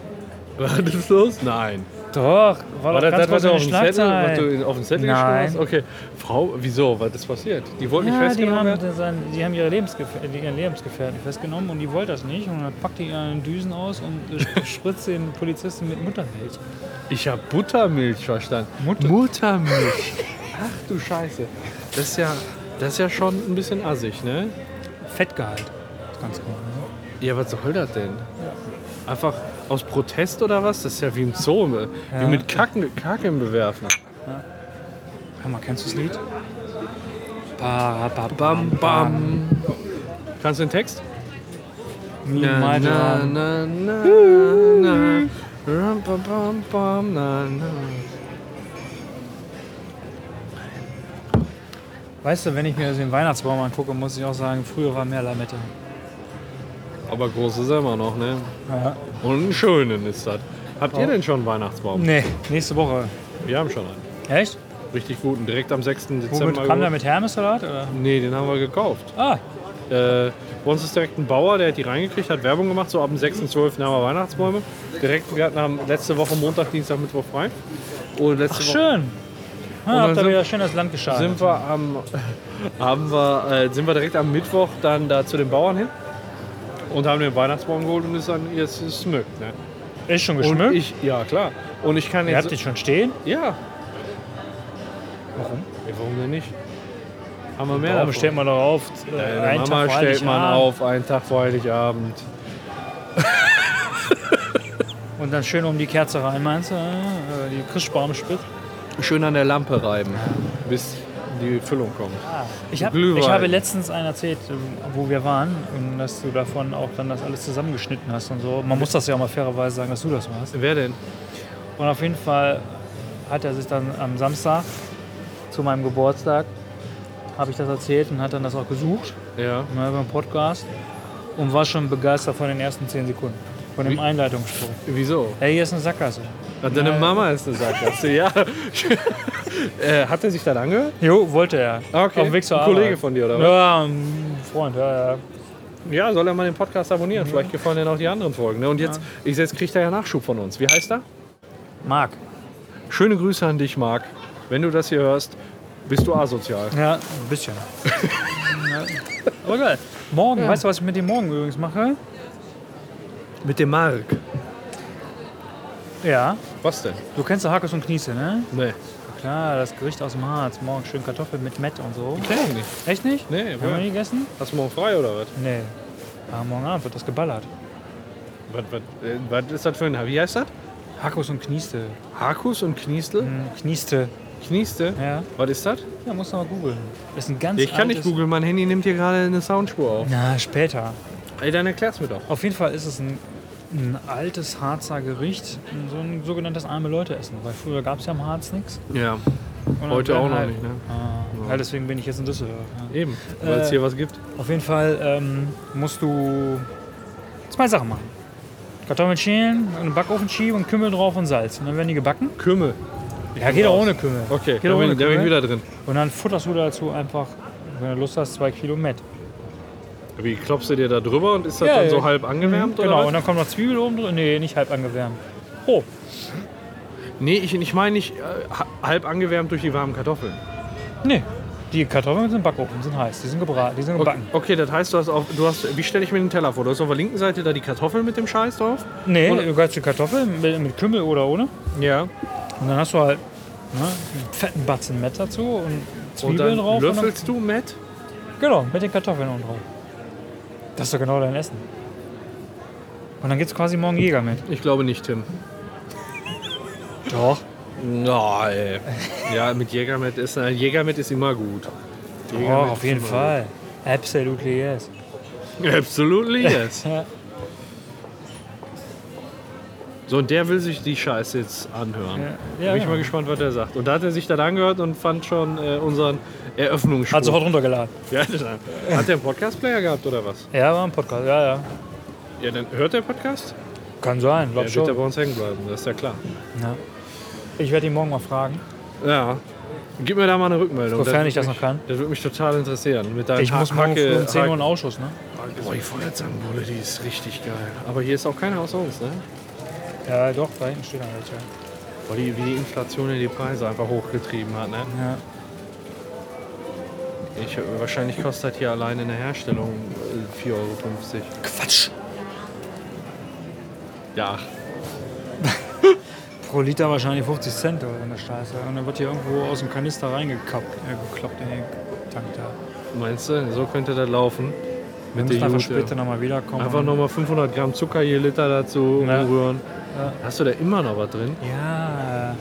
Speaker 2: Was ist los? Nein.
Speaker 1: Doch, war,
Speaker 2: War
Speaker 1: doch
Speaker 2: das
Speaker 1: ganz
Speaker 2: das, was
Speaker 1: groß
Speaker 2: du
Speaker 1: in den
Speaker 2: auf dem Zettel, was
Speaker 1: Schlagzeilen.
Speaker 2: du auf dem Zettel
Speaker 1: Nein.
Speaker 2: geschrieben hast? Okay. Frau, wieso? Was ist passiert? Die wollten nicht
Speaker 1: Ja, die
Speaker 2: festgenommen
Speaker 1: haben,
Speaker 2: werden?
Speaker 1: den- sein- die haben ihre Lebensgefähr die- ihren Lebensgefährten festgenommen und die wollte das nicht. Und dann packt die ihren Düsen aus und äh, sp- spritzt den Polizisten mit Muttermilch.
Speaker 2: Ich habe Buttermilch verstanden.
Speaker 1: Mutter-
Speaker 2: Muttermilch. Ach du Scheiße. Das ist ja, das ist ja schon ein bisschen assig, ne?
Speaker 1: Fettgehalt. Ist Ganz cool. Ne?
Speaker 2: Ja, was soll das denn? Einfach aus Protest oder was? Das ist ja wie im Zoo, ne? wie mit Kacken, Kacken bewerfen.
Speaker 1: Hör mal, kennst du das Lied? Ba, ba,
Speaker 2: Bam, bam. Kannst du den Text?
Speaker 1: Na, na, na.
Speaker 2: na, na, na. Ram, bam, bam, bam, na, na.
Speaker 1: Weißt du, wenn ich mir also den Weihnachtsbaum angucke, muss ich auch sagen, früher war mehr Lametta.
Speaker 2: Aber groß ist er immer noch, ne?
Speaker 1: Ja.
Speaker 2: Und einen schönen ist das. Habt ihr denn schon einen Weihnachtsbaum?
Speaker 1: Nee, nächste Woche.
Speaker 2: Wir haben schon einen.
Speaker 1: Echt?
Speaker 2: Richtig guten. Direkt am 6.
Speaker 1: Womit
Speaker 2: Dezember.
Speaker 1: kam der
Speaker 2: geholt.
Speaker 1: mit Hermes-Salat? Oder?
Speaker 2: Nee, den haben wir gekauft.
Speaker 1: Ah,
Speaker 2: Äh, bei uns ist direkt ein Bauer, der hat die reingekriegt, hat Werbung gemacht, so ab dem 6.12. haben wir Weihnachtsbäume. Direkt, wir hatten am- letzte Woche Montag, Dienstag, Mittwoch frei. Und letzte
Speaker 1: ach
Speaker 2: Woche
Speaker 1: schön.
Speaker 2: Und
Speaker 1: Ja,
Speaker 2: dann
Speaker 1: habt ihr
Speaker 2: sind-
Speaker 1: wieder schön das Land geschadet.
Speaker 2: sind wir, am, haben wir, äh, sind wir direkt am Mittwoch dann da zu den Bauern hin und haben den Weihnachtsbaum geholt und ist dann jetzt ist es schmückt. Ne?
Speaker 1: Ist schon
Speaker 2: Und
Speaker 1: geschmückt?
Speaker 2: ich, ja klar. Und ich kann
Speaker 1: Ihr habt
Speaker 2: jetzt.
Speaker 1: den schon stehen?
Speaker 2: ja.
Speaker 1: Warum?
Speaker 2: ja. Warum denn nicht? Haben wir mehr
Speaker 1: Warum
Speaker 2: davon.
Speaker 1: stellt man doch auf? Äh,
Speaker 2: Deine
Speaker 1: einen
Speaker 2: Mama
Speaker 1: Tag vor
Speaker 2: stellt man
Speaker 1: Heiligabend
Speaker 2: auf, einen Tag vor Heiligabend.
Speaker 1: Und dann schön um die Kerze rein, meinst du? Äh, die Christbaum spitzt.
Speaker 2: schön an der Lampe reiben, bis die Füllung kommt.
Speaker 1: Ich,
Speaker 2: Ah,
Speaker 1: hab,
Speaker 2: Glühwein.
Speaker 1: ich habe letztens einen erzählt, ähm, wo wir waren, und dass du davon auch dann das alles zusammengeschnitten hast und so. Man muss das ja auch mal fairerweise sagen, dass du das warst.
Speaker 2: Wer denn?
Speaker 1: Und auf jeden Fall hat er sich dann am Samstag zu meinem Geburtstag, habe ich das erzählt und hat dann das auch gesucht
Speaker 2: Ja.
Speaker 1: ne, beim Podcast und war schon begeistert von den ersten 10 Sekunden, von dem
Speaker 2: Wie-
Speaker 1: Einleitungsspruch.
Speaker 2: Wieso?
Speaker 1: Hey, hier ist eine Sackgasse.
Speaker 2: Deine Mama ist eine Sackgasse, ja. äh, hat er sich das angehört?
Speaker 1: Jo, wollte er.
Speaker 2: Ah, okay.
Speaker 1: Auf dem Weg zur
Speaker 2: Ein Kollege
Speaker 1: Arbeit.
Speaker 2: von dir, oder was?
Speaker 1: Ja, ein Freund, ja, ja.
Speaker 2: Ja, soll er mal den Podcast abonnieren. Vielleicht gefallen dir auch die anderen Folgen. Ne? Und jetzt, ich, jetzt kriegt er ja Nachschub von uns. Wie heißt er?
Speaker 1: Marc.
Speaker 2: Schöne Grüße an dich, Marc. Wenn du das hier hörst, bist du asozial.
Speaker 1: Ja, ein bisschen. Ja. Aber geil. Morgen, weißt du, was ich mit dem morgen übrigens mache?
Speaker 2: Mit dem Marc.
Speaker 1: Ja.
Speaker 2: Was denn?
Speaker 1: Du kennst ja Hackes und Kniese, ne?
Speaker 2: Nee.
Speaker 1: Klar, das Gericht aus dem Harz. Morgen schön Kartoffeln mit Mett und so.
Speaker 2: Kenn ich nicht.
Speaker 1: Echt nicht?
Speaker 2: Nee,
Speaker 1: Haben wir nie
Speaker 2: woher?
Speaker 1: gegessen?
Speaker 2: Hast du morgen frei oder was?
Speaker 1: Nee. Aber morgen Abend wird das geballert.
Speaker 2: Was, was, äh, was ist das für ein. Wie heißt das? Mhm.
Speaker 1: Hackos und Knieste.
Speaker 2: Hakus und Kniestel?
Speaker 1: Hm, Knieste.
Speaker 2: Knieste?
Speaker 1: Ja.
Speaker 2: Was ist das?
Speaker 1: Ja, musst du mal googeln. Das ist ein ganz
Speaker 2: Ich kann nicht
Speaker 1: altes-
Speaker 2: googeln, mein Handy nimmt hier gerade eine Soundspur auf.
Speaker 1: Na, später.
Speaker 2: Ey, dann erklär's mir doch.
Speaker 1: Auf jeden Fall ist es ein, ein altes Harzer Gericht, so ein sogenanntes arme Leute-Essen. Weil früher gab es ja am Harz nichts.
Speaker 2: Ja,
Speaker 1: Und
Speaker 2: heute
Speaker 1: dann
Speaker 2: auch noch
Speaker 1: halt-
Speaker 2: nicht, ne?
Speaker 1: Ah, ja, deswegen bin ich jetzt in Düsseldorf. Ja.
Speaker 2: Eben, weil es
Speaker 1: Äh,
Speaker 2: hier was gibt.
Speaker 1: Auf jeden Fall ähm, musst du zwei Sachen machen. Kartoffeln schälen, in den Backofen schieben und Kümmel drauf und Salz. Und dann werden die gebacken.
Speaker 2: Kümmel.
Speaker 1: Ja, geht auch
Speaker 2: raus.
Speaker 1: ohne Kümmel.
Speaker 2: Okay,
Speaker 1: geht
Speaker 2: da
Speaker 1: auch
Speaker 2: bin,
Speaker 1: ohne
Speaker 2: ich- da bin ich
Speaker 1: Kümmel.
Speaker 2: wieder drin.
Speaker 1: Und dann futterst du dazu einfach, wenn du Lust hast, zwei Kilo Met.
Speaker 2: Wie klopfst du dir da drüber und ist das
Speaker 1: Ja,
Speaker 2: dann so
Speaker 1: ja.
Speaker 2: halb angewärmt
Speaker 1: Genau,
Speaker 2: oder
Speaker 1: und
Speaker 2: was?
Speaker 1: dann kommt noch Zwiebel oben drin. Nee, nicht halb angewärmt. Oh,
Speaker 2: Nee, ich, ich meine nicht äh, ha- halb angewärmt durch die warmen Kartoffeln.
Speaker 1: nee. Die Kartoffeln sind im Backofen, sind heiß, die sind gebraten, die sind
Speaker 2: Okay,
Speaker 1: gebacken.
Speaker 2: okay das heißt, du hast auch, du hast, wie stelle ich mir den Teller vor? Du hast auf der linken Seite da die Kartoffeln mit dem Scheiß drauf.
Speaker 1: Nee,
Speaker 2: Und-
Speaker 1: du kannst die Kartoffeln mit, mit Kümmel oder ohne.
Speaker 2: Ja.
Speaker 1: Und dann hast du halt ne, einen fetten Batzen Met dazu und
Speaker 2: Und dann
Speaker 1: Zwiebeln drauf.
Speaker 2: löffelst du, Matt?
Speaker 1: Und dann, genau, mit den Kartoffeln oben drauf. Das ist doch genau dein Essen. Und dann gibt's quasi morgen Jäger mit.
Speaker 2: Ich glaube nicht, Tim.
Speaker 1: Doch.
Speaker 2: Nein. Ja, mit Jägermet ist, äh, Jägermet ist immer gut.
Speaker 1: Oh, auf jeden Fall. Absolutely yes.
Speaker 2: Absolutely yes.
Speaker 1: Ja.
Speaker 2: So, und der will sich die Scheiße jetzt anhören.
Speaker 1: Ja, ja,
Speaker 2: Bin ich
Speaker 1: genau.
Speaker 2: mal gespannt, was der sagt. Und da hat er sich dann angehört und fand schon äh, unseren Eröffnungsspruch.
Speaker 1: Hat sofort runtergeladen.
Speaker 2: ja, dann- hat der einen Podcast-Player gehabt oder was?
Speaker 1: Ja, war ein Podcast. Ja, ja.
Speaker 2: Ja, dann hört der Podcast?
Speaker 1: Kann sein,
Speaker 2: Der
Speaker 1: glaub
Speaker 2: wird ja
Speaker 1: schon.
Speaker 2: bei uns hängen bleiben, das ist ja klar.
Speaker 1: Ja. Ich werde ihn morgen mal fragen,
Speaker 2: Ja. Gib mir da mal eine Rückmeldung.
Speaker 1: sofern
Speaker 2: würd
Speaker 1: ich das
Speaker 2: mich-
Speaker 1: noch kann.
Speaker 2: Das würde mich total interessieren. Mit deinem
Speaker 1: Ich muss morgen früh um 10 Uhr in den Ausschuss, ne?
Speaker 2: Boah, die Feuerzangenbude, die ist richtig geil. Aber hier ist auch kein Haus sonst, ne?
Speaker 1: Ja, doch, da hinten steht halt, einer. welche.
Speaker 2: Boah, die, wie die Inflation die Preise einfach hochgetrieben hat, ne?
Speaker 1: Ja.
Speaker 2: Ich, wahrscheinlich kostet hier alleine eine Herstellung äh, 4,50 Euro.
Speaker 1: Quatsch!
Speaker 2: Ja.
Speaker 1: Pro Liter wahrscheinlich 50 Cent oder so eine Scheiße. Und dann wird hier irgendwo aus dem Kanister reingekappt, äh, gekloppt in den Tank da.
Speaker 2: Meinst du, so könnte das laufen?
Speaker 1: Wir
Speaker 2: Mit
Speaker 1: müssen
Speaker 2: der
Speaker 1: einfach
Speaker 2: Jute.
Speaker 1: später nochmal wiederkommen.
Speaker 2: Einfach nochmal 500 Gramm Zucker je Liter dazu
Speaker 1: Ja.
Speaker 2: rühren.
Speaker 1: Ja.
Speaker 2: Hast du da immer noch was drin?
Speaker 1: Ja.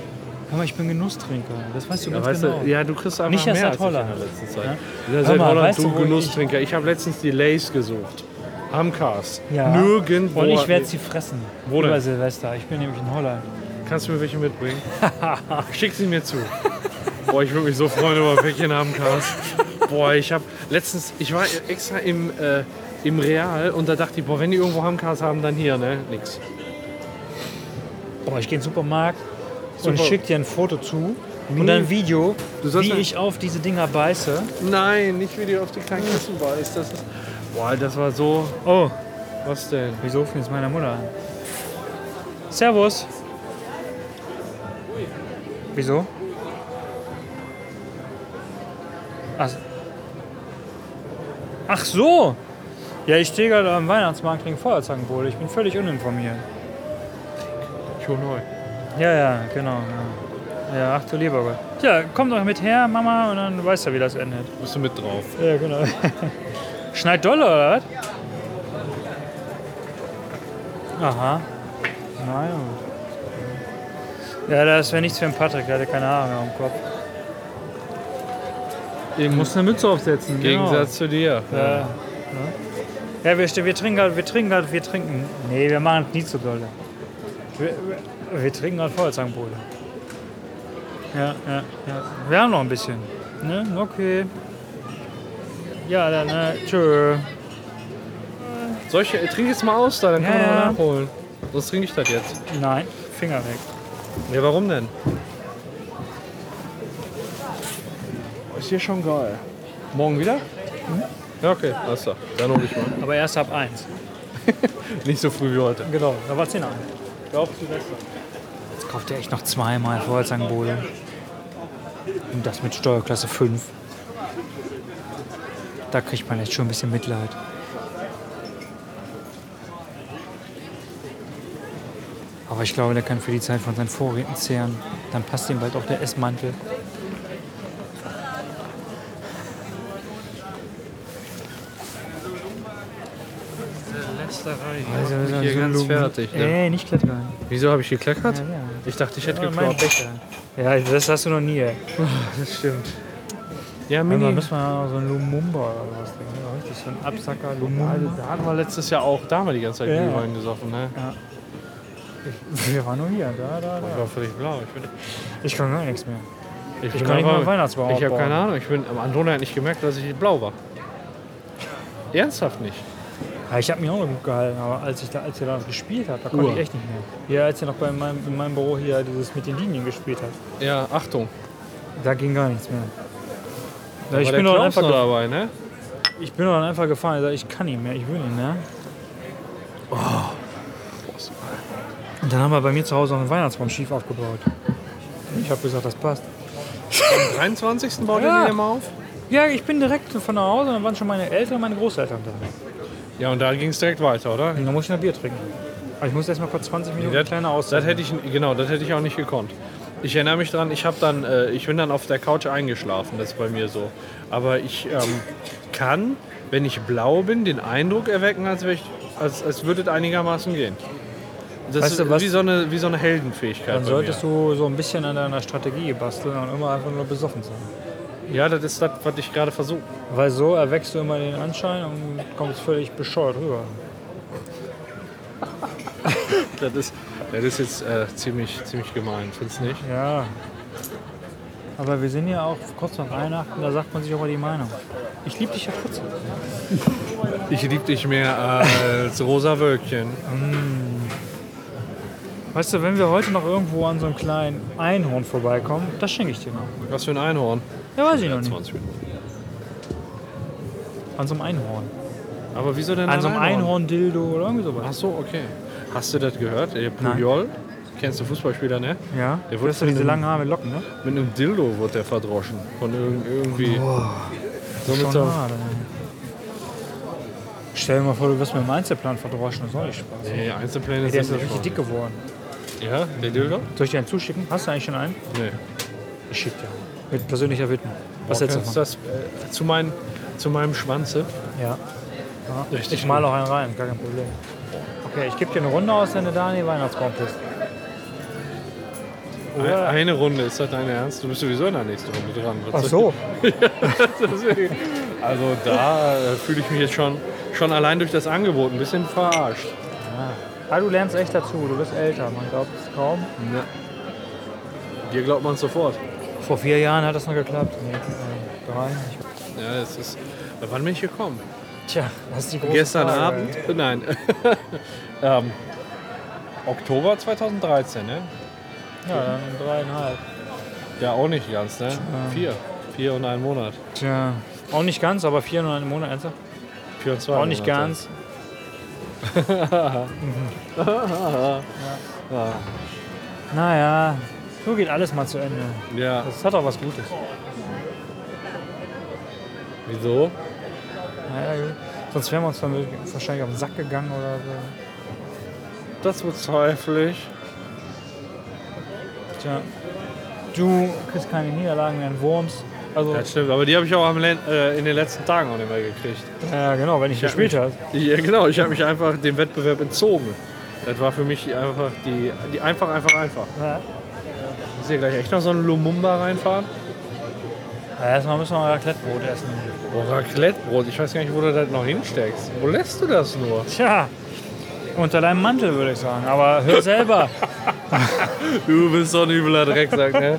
Speaker 1: Hör mal, ich bin Genusstrinker. Das weißt du
Speaker 2: Ja,
Speaker 1: ganz
Speaker 2: weißt
Speaker 1: genau.
Speaker 2: du, ja, du kriegst einfach
Speaker 1: Nicht erst
Speaker 2: mehr als
Speaker 1: seit
Speaker 2: ich in der
Speaker 1: Holland.
Speaker 2: letzten Zeit.
Speaker 1: Ja.
Speaker 2: Ja,
Speaker 1: Hör
Speaker 2: seit
Speaker 1: mal,
Speaker 2: Holland,
Speaker 1: weißt
Speaker 2: du
Speaker 1: du, wo ich-
Speaker 2: Genusstrinker. Ich, habe letztens die Lays gesucht. Am Cars.
Speaker 1: Ja.
Speaker 2: Nirgendwo.
Speaker 1: Und ich werde sie fressen.
Speaker 2: Wo denn?
Speaker 1: Über Silvester. Ich bin nämlich in Holland.
Speaker 2: Kannst du mir welche mitbringen? Schick sie mir zu. Boah, ich würde mich so freuen über ein Päckchen am Cars. Boah, ich habe letztens, ich war extra im, äh, im Real und da dachte ich, boah, wenn die irgendwo Hamkars haben, dann hier, ne? Nix.
Speaker 1: Boah, ich gehe in den Supermarkt und
Speaker 2: Super.
Speaker 1: schick dir ein Foto zu und dann ein Video,
Speaker 2: sollst
Speaker 1: wie
Speaker 2: mir-
Speaker 1: ich auf diese Dinger beiße.
Speaker 2: Nein, nicht wie die auf die kleinen Kissen beißt. Das ist. Boah, das war so.
Speaker 1: Oh,
Speaker 2: Was denn?
Speaker 1: wieso rufen jetzt meine Mutter an? Servus. Wieso? Ach, s- Also- Ach so. Ja, ich stehe gerade am Weihnachtsmarkt wegen Feuerzangenbowle. Ich bin völlig uninformiert.
Speaker 2: Schon neu.
Speaker 1: Ja, ja, genau. ja. Ja, ach du lieber Gott. Ja, komm doch mit her, Mama, und dann weißt du, wie das endet.
Speaker 2: Bist du mit drauf?
Speaker 1: Ja, genau. Schneid doll, oder was? Aha. Naja. Ja, das wäre nichts für den Patrick, der hatte keine Haare mehr am Kopf.
Speaker 2: Im
Speaker 1: Muss eine Mütze aufsetzen.
Speaker 2: Im Gegensatz zu dir.
Speaker 1: Genau. Ja, ja. ja wir, ste- wir trinken gerade, wir trinken gerade, wir trinken. Nee, wir machen es nie zu dolle. Wir, wir, wir trinken gerade Feuerzangenbowle. Ja, ja, ja. Wir haben noch ein bisschen. Ne? Okay. Ja, dann, ne? Tschö.
Speaker 2: Soll ich, äh, trink jetzt mal aus, da, dann kann
Speaker 1: Ja,
Speaker 2: man
Speaker 1: ja.
Speaker 2: auch nachholen. Sonst trinke ich das jetzt.
Speaker 1: Nein, Finger weg.
Speaker 2: Ja, warum denn? Ist hier schon geil. Morgen wieder? Mhm. Ja, okay, alles klar. Dann hol ich mal.
Speaker 1: Aber erst ab 1.
Speaker 2: Nicht so früh wie heute.
Speaker 1: Genau, da war 10 Uhr. Jetzt kauft er echt noch zweimal Feuerzangenbowle. Und das mit Steuerklasse 5. Da kriegt man jetzt schon ein bisschen Mitleid. Aber ich glaube, der kann für die Zeit von seinen Vorräten zehren. Dann passt ihm bald auch der Essmantel. Also,
Speaker 2: bin Äh, hier ganz fertig, ne?
Speaker 1: Ey, nicht klettern.
Speaker 2: Wieso habe ich gekleckert?
Speaker 1: Ja, ja.
Speaker 2: Ich dachte, ich hätte
Speaker 1: Ja, mein
Speaker 2: geklappt.
Speaker 1: Becher. Ja, das hast du noch nie. Ey. Das stimmt.
Speaker 2: Ja,
Speaker 1: Dann
Speaker 2: Mini.
Speaker 1: müssen wir mal so einen Lumumba oder was trinken. Ja, Richtig, so einen Absacker Lumumba.
Speaker 2: Also, Da hatten wir letztes Jahr auch, da haben wir die ganze Zeit
Speaker 1: Ja.
Speaker 2: Glühwein gesoffen, ne?
Speaker 1: Wir waren nur hier, da, da,
Speaker 2: Ich
Speaker 1: da.
Speaker 2: war völlig blau. Ich bin
Speaker 1: Ich kann gar nichts mehr.
Speaker 2: Ich,
Speaker 1: kann nicht mal einen Weihnachtsbaum
Speaker 2: Ich habe
Speaker 1: aufbauen.
Speaker 2: keine Ahnung. Ich bin, Antonio hat nicht gemerkt, dass ich blau war. Ernsthaft nicht.
Speaker 1: Ja, ich habe mich auch noch gut gehalten, aber als, ich da, als ihr da noch gespielt habt, da konnte
Speaker 2: Uhr.
Speaker 1: ich echt nicht mehr. Ja, als ihr noch bei meinem, in meinem Büro hier dieses mit den Linien gespielt habt,
Speaker 2: Ja, Achtung.
Speaker 1: da ging gar nichts mehr. Ja,
Speaker 2: Da
Speaker 1: ich,
Speaker 2: war
Speaker 1: bin
Speaker 2: der
Speaker 1: doch
Speaker 2: Klaus
Speaker 1: einfach
Speaker 2: noch
Speaker 1: ge-
Speaker 2: dabei, ne?
Speaker 1: ich bin doch einfach gefahren. Ich, sag, ich kann nicht mehr, ich will nicht mehr.
Speaker 2: Oh.
Speaker 1: Und dann haben wir bei mir zu Hause noch einen Weihnachtsbaum schief aufgebaut. Ich habe gesagt, das passt.
Speaker 2: Am 23. baut
Speaker 1: Ja.
Speaker 2: ihr den immer auf?
Speaker 1: Ja, ich bin direkt von nach Hause und dann waren schon meine Eltern und meine Großeltern da.
Speaker 2: Ja, und da ging es direkt weiter, oder?
Speaker 1: Und dann muss ich noch Bier trinken. Aber ich muss erst mal kurz 20 Minuten
Speaker 2: das-
Speaker 1: kleine Auszeit.
Speaker 2: Das hätte ich, genau, das hätte ich auch nicht gekonnt. Ich erinnere mich dran, ich, hab dann, äh, ich bin dann auf der Couch eingeschlafen, das ist bei mir so. Aber ich ähm, kann, wenn ich blau bin, den Eindruck erwecken, als, wär ich, als, als würde es einigermaßen gehen. Das
Speaker 1: Weißt
Speaker 2: ist
Speaker 1: du was?
Speaker 2: Wie, so eine, wie so eine Heldenfähigkeit.
Speaker 1: Dann
Speaker 2: bei
Speaker 1: solltest
Speaker 2: mir.
Speaker 1: du so ein bisschen an deiner Strategie basteln und immer einfach nur besoffen sein.
Speaker 2: Ja, das ist das, was ich gerade versuche.
Speaker 1: Weil so erwächst du immer den Anschein und kommst völlig bescheuert rüber.
Speaker 2: Das ist, das ist jetzt äh, ziemlich, ziemlich gemein, findest du nicht?
Speaker 1: Ja. Aber wir sind ja auch kurz nach Weihnachten, da sagt man sich auch mal die Meinung. Ich liebe dich ja trotzdem.
Speaker 2: Ich lieb dich mehr äh, als rosa Wölkchen.
Speaker 1: Weißt du, wenn wir heute noch irgendwo an so einem kleinen Einhorn vorbeikommen, das schenke ich dir noch.
Speaker 2: Was für ein Einhorn.
Speaker 1: Ja, weiß ich noch nicht.
Speaker 2: 20 Minuten.
Speaker 1: An so einem Einhorn.
Speaker 2: Aber wieso denn
Speaker 1: An so einem Einhorn-Dildo oder irgendwie sowas.
Speaker 2: Ach so, okay. Hast du das gehört? Der Puyol, kennst du Fußballspieler, ne?
Speaker 1: Ja,
Speaker 2: Der
Speaker 1: du
Speaker 2: wurde
Speaker 1: hast ja
Speaker 2: von
Speaker 1: diese
Speaker 2: einem-
Speaker 1: langen Haare mit Locken, ne?
Speaker 2: Mit einem Dildo wurde der verdroschen. Von irg irgendwie. So mit
Speaker 1: Schon
Speaker 2: so
Speaker 1: hart, ey. Stell dir mal vor, du wirst mit dem Einzelplan verdroschen, das ist auch nicht Spaß.
Speaker 2: Nee, Einzelpläne
Speaker 1: Der
Speaker 2: sind
Speaker 1: ist
Speaker 2: nicht
Speaker 1: richtig dick
Speaker 2: vorhanden.
Speaker 1: geworden.
Speaker 2: Ja, der Dildo?
Speaker 1: Soll ich dir einen zuschicken? Hast du eigentlich schon einen?
Speaker 2: Nee.
Speaker 1: Ich schick dir einen. Mit persönlicher Widmung. Was hältst du
Speaker 2: Ist
Speaker 1: davon?
Speaker 2: das äh, zu, mein, zu meinem Schwanze?
Speaker 1: Ja. ja.
Speaker 2: Richtig
Speaker 1: Ich mal auch einen rein, gar kein Problem. Okay, ich gebe dir eine Runde aus, wenn du da an den Weihnachtsbaum bist. Äh,
Speaker 2: Ein, eine Runde, ist das dein Ernst? Du bist sowieso in der nächsten Runde dran. Was
Speaker 1: Ach so.
Speaker 2: Deswegen. Also da äh, fühle ich mich jetzt schon, schon allein durch das Angebot ein bisschen verarscht.
Speaker 1: Ah, du lernst echt dazu, du bist älter, man glaubt es kaum.
Speaker 2: Dir glaubt man sofort.
Speaker 1: Vor vier Jahren hat das noch geklappt. Nee, äh, drei. Ich,
Speaker 2: Ja, das ist. Wann bin ich gekommen?
Speaker 1: tja, das ist die große
Speaker 2: Gestern
Speaker 1: Frage.
Speaker 2: Abend? Nein. ähm, Oktober 2013, ne?
Speaker 1: Ja, dann dreieinhalb.
Speaker 2: Ja, auch nicht ganz, ne? Vier. Vier und ein Monat.
Speaker 1: Tja, auch nicht ganz, aber vier und einen Monat ernsthaft.
Speaker 2: Vier und zwei
Speaker 1: Auch nicht
Speaker 2: Monate.
Speaker 1: ganz. ja. Naja, so geht alles mal zu Ende.
Speaker 2: Ja,
Speaker 1: Das hat auch was Gutes.
Speaker 2: wieso?
Speaker 1: Naja, gut. sonst wären wir uns verm- wahrscheinlich auf den Sack gegangen oder so.
Speaker 2: Das bezweifle ich.
Speaker 1: Tja, du kriegst keine Niederlagen mehr in Worms. Also,
Speaker 2: Das stimmt, aber die habe ich auch am Len äh, in den letzten Tagen auch nicht mehr gekriegt.
Speaker 1: ja genau, wenn ich
Speaker 2: hab
Speaker 1: gespielt
Speaker 2: mich-
Speaker 1: habe.
Speaker 2: Ja, genau, ich habe mich einfach dem Wettbewerb entzogen. Das war für mich einfach die, die einfach, einfach, einfach.
Speaker 1: Ja.
Speaker 2: Muss hier gleich echt noch so ein Lumumba reinfahren?
Speaker 1: Ja, Erstmal müssen wir mal Raclettebrot essen.
Speaker 2: Oh, Raclettebrot, ich weiß gar nicht, wo du das noch hinsteckst. Wo lässt du das nur?
Speaker 1: Tja, unter deinem Mantel würde ich sagen. Aber hör selber,
Speaker 2: Du bist so ein übler Drecksack, ne?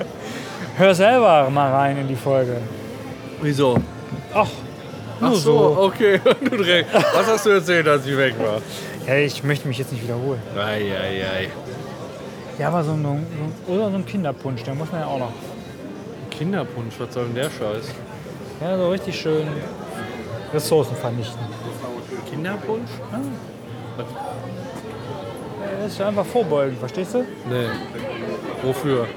Speaker 1: hör selber mal rein in die Folge.
Speaker 2: Wieso?
Speaker 1: Ach, nur
Speaker 2: Ach
Speaker 1: so.
Speaker 2: so, okay, du Dreck. Was hast du erzählt, als ich weg war?
Speaker 1: Hey, ich möchte mich jetzt nicht wiederholen.
Speaker 2: Eieiei.
Speaker 1: Ja, aber so ein, so ein, oder so ein Kinderpunsch, der muss man ja auch noch.
Speaker 2: Kinderpunsch, was soll denn der Scheiß?
Speaker 1: Ja, so richtig schön Ressourcen vernichten.
Speaker 2: Kinderpunsch?
Speaker 1: Das ist einfach vorbeugen, verstehst du?
Speaker 2: Nee. Wofür?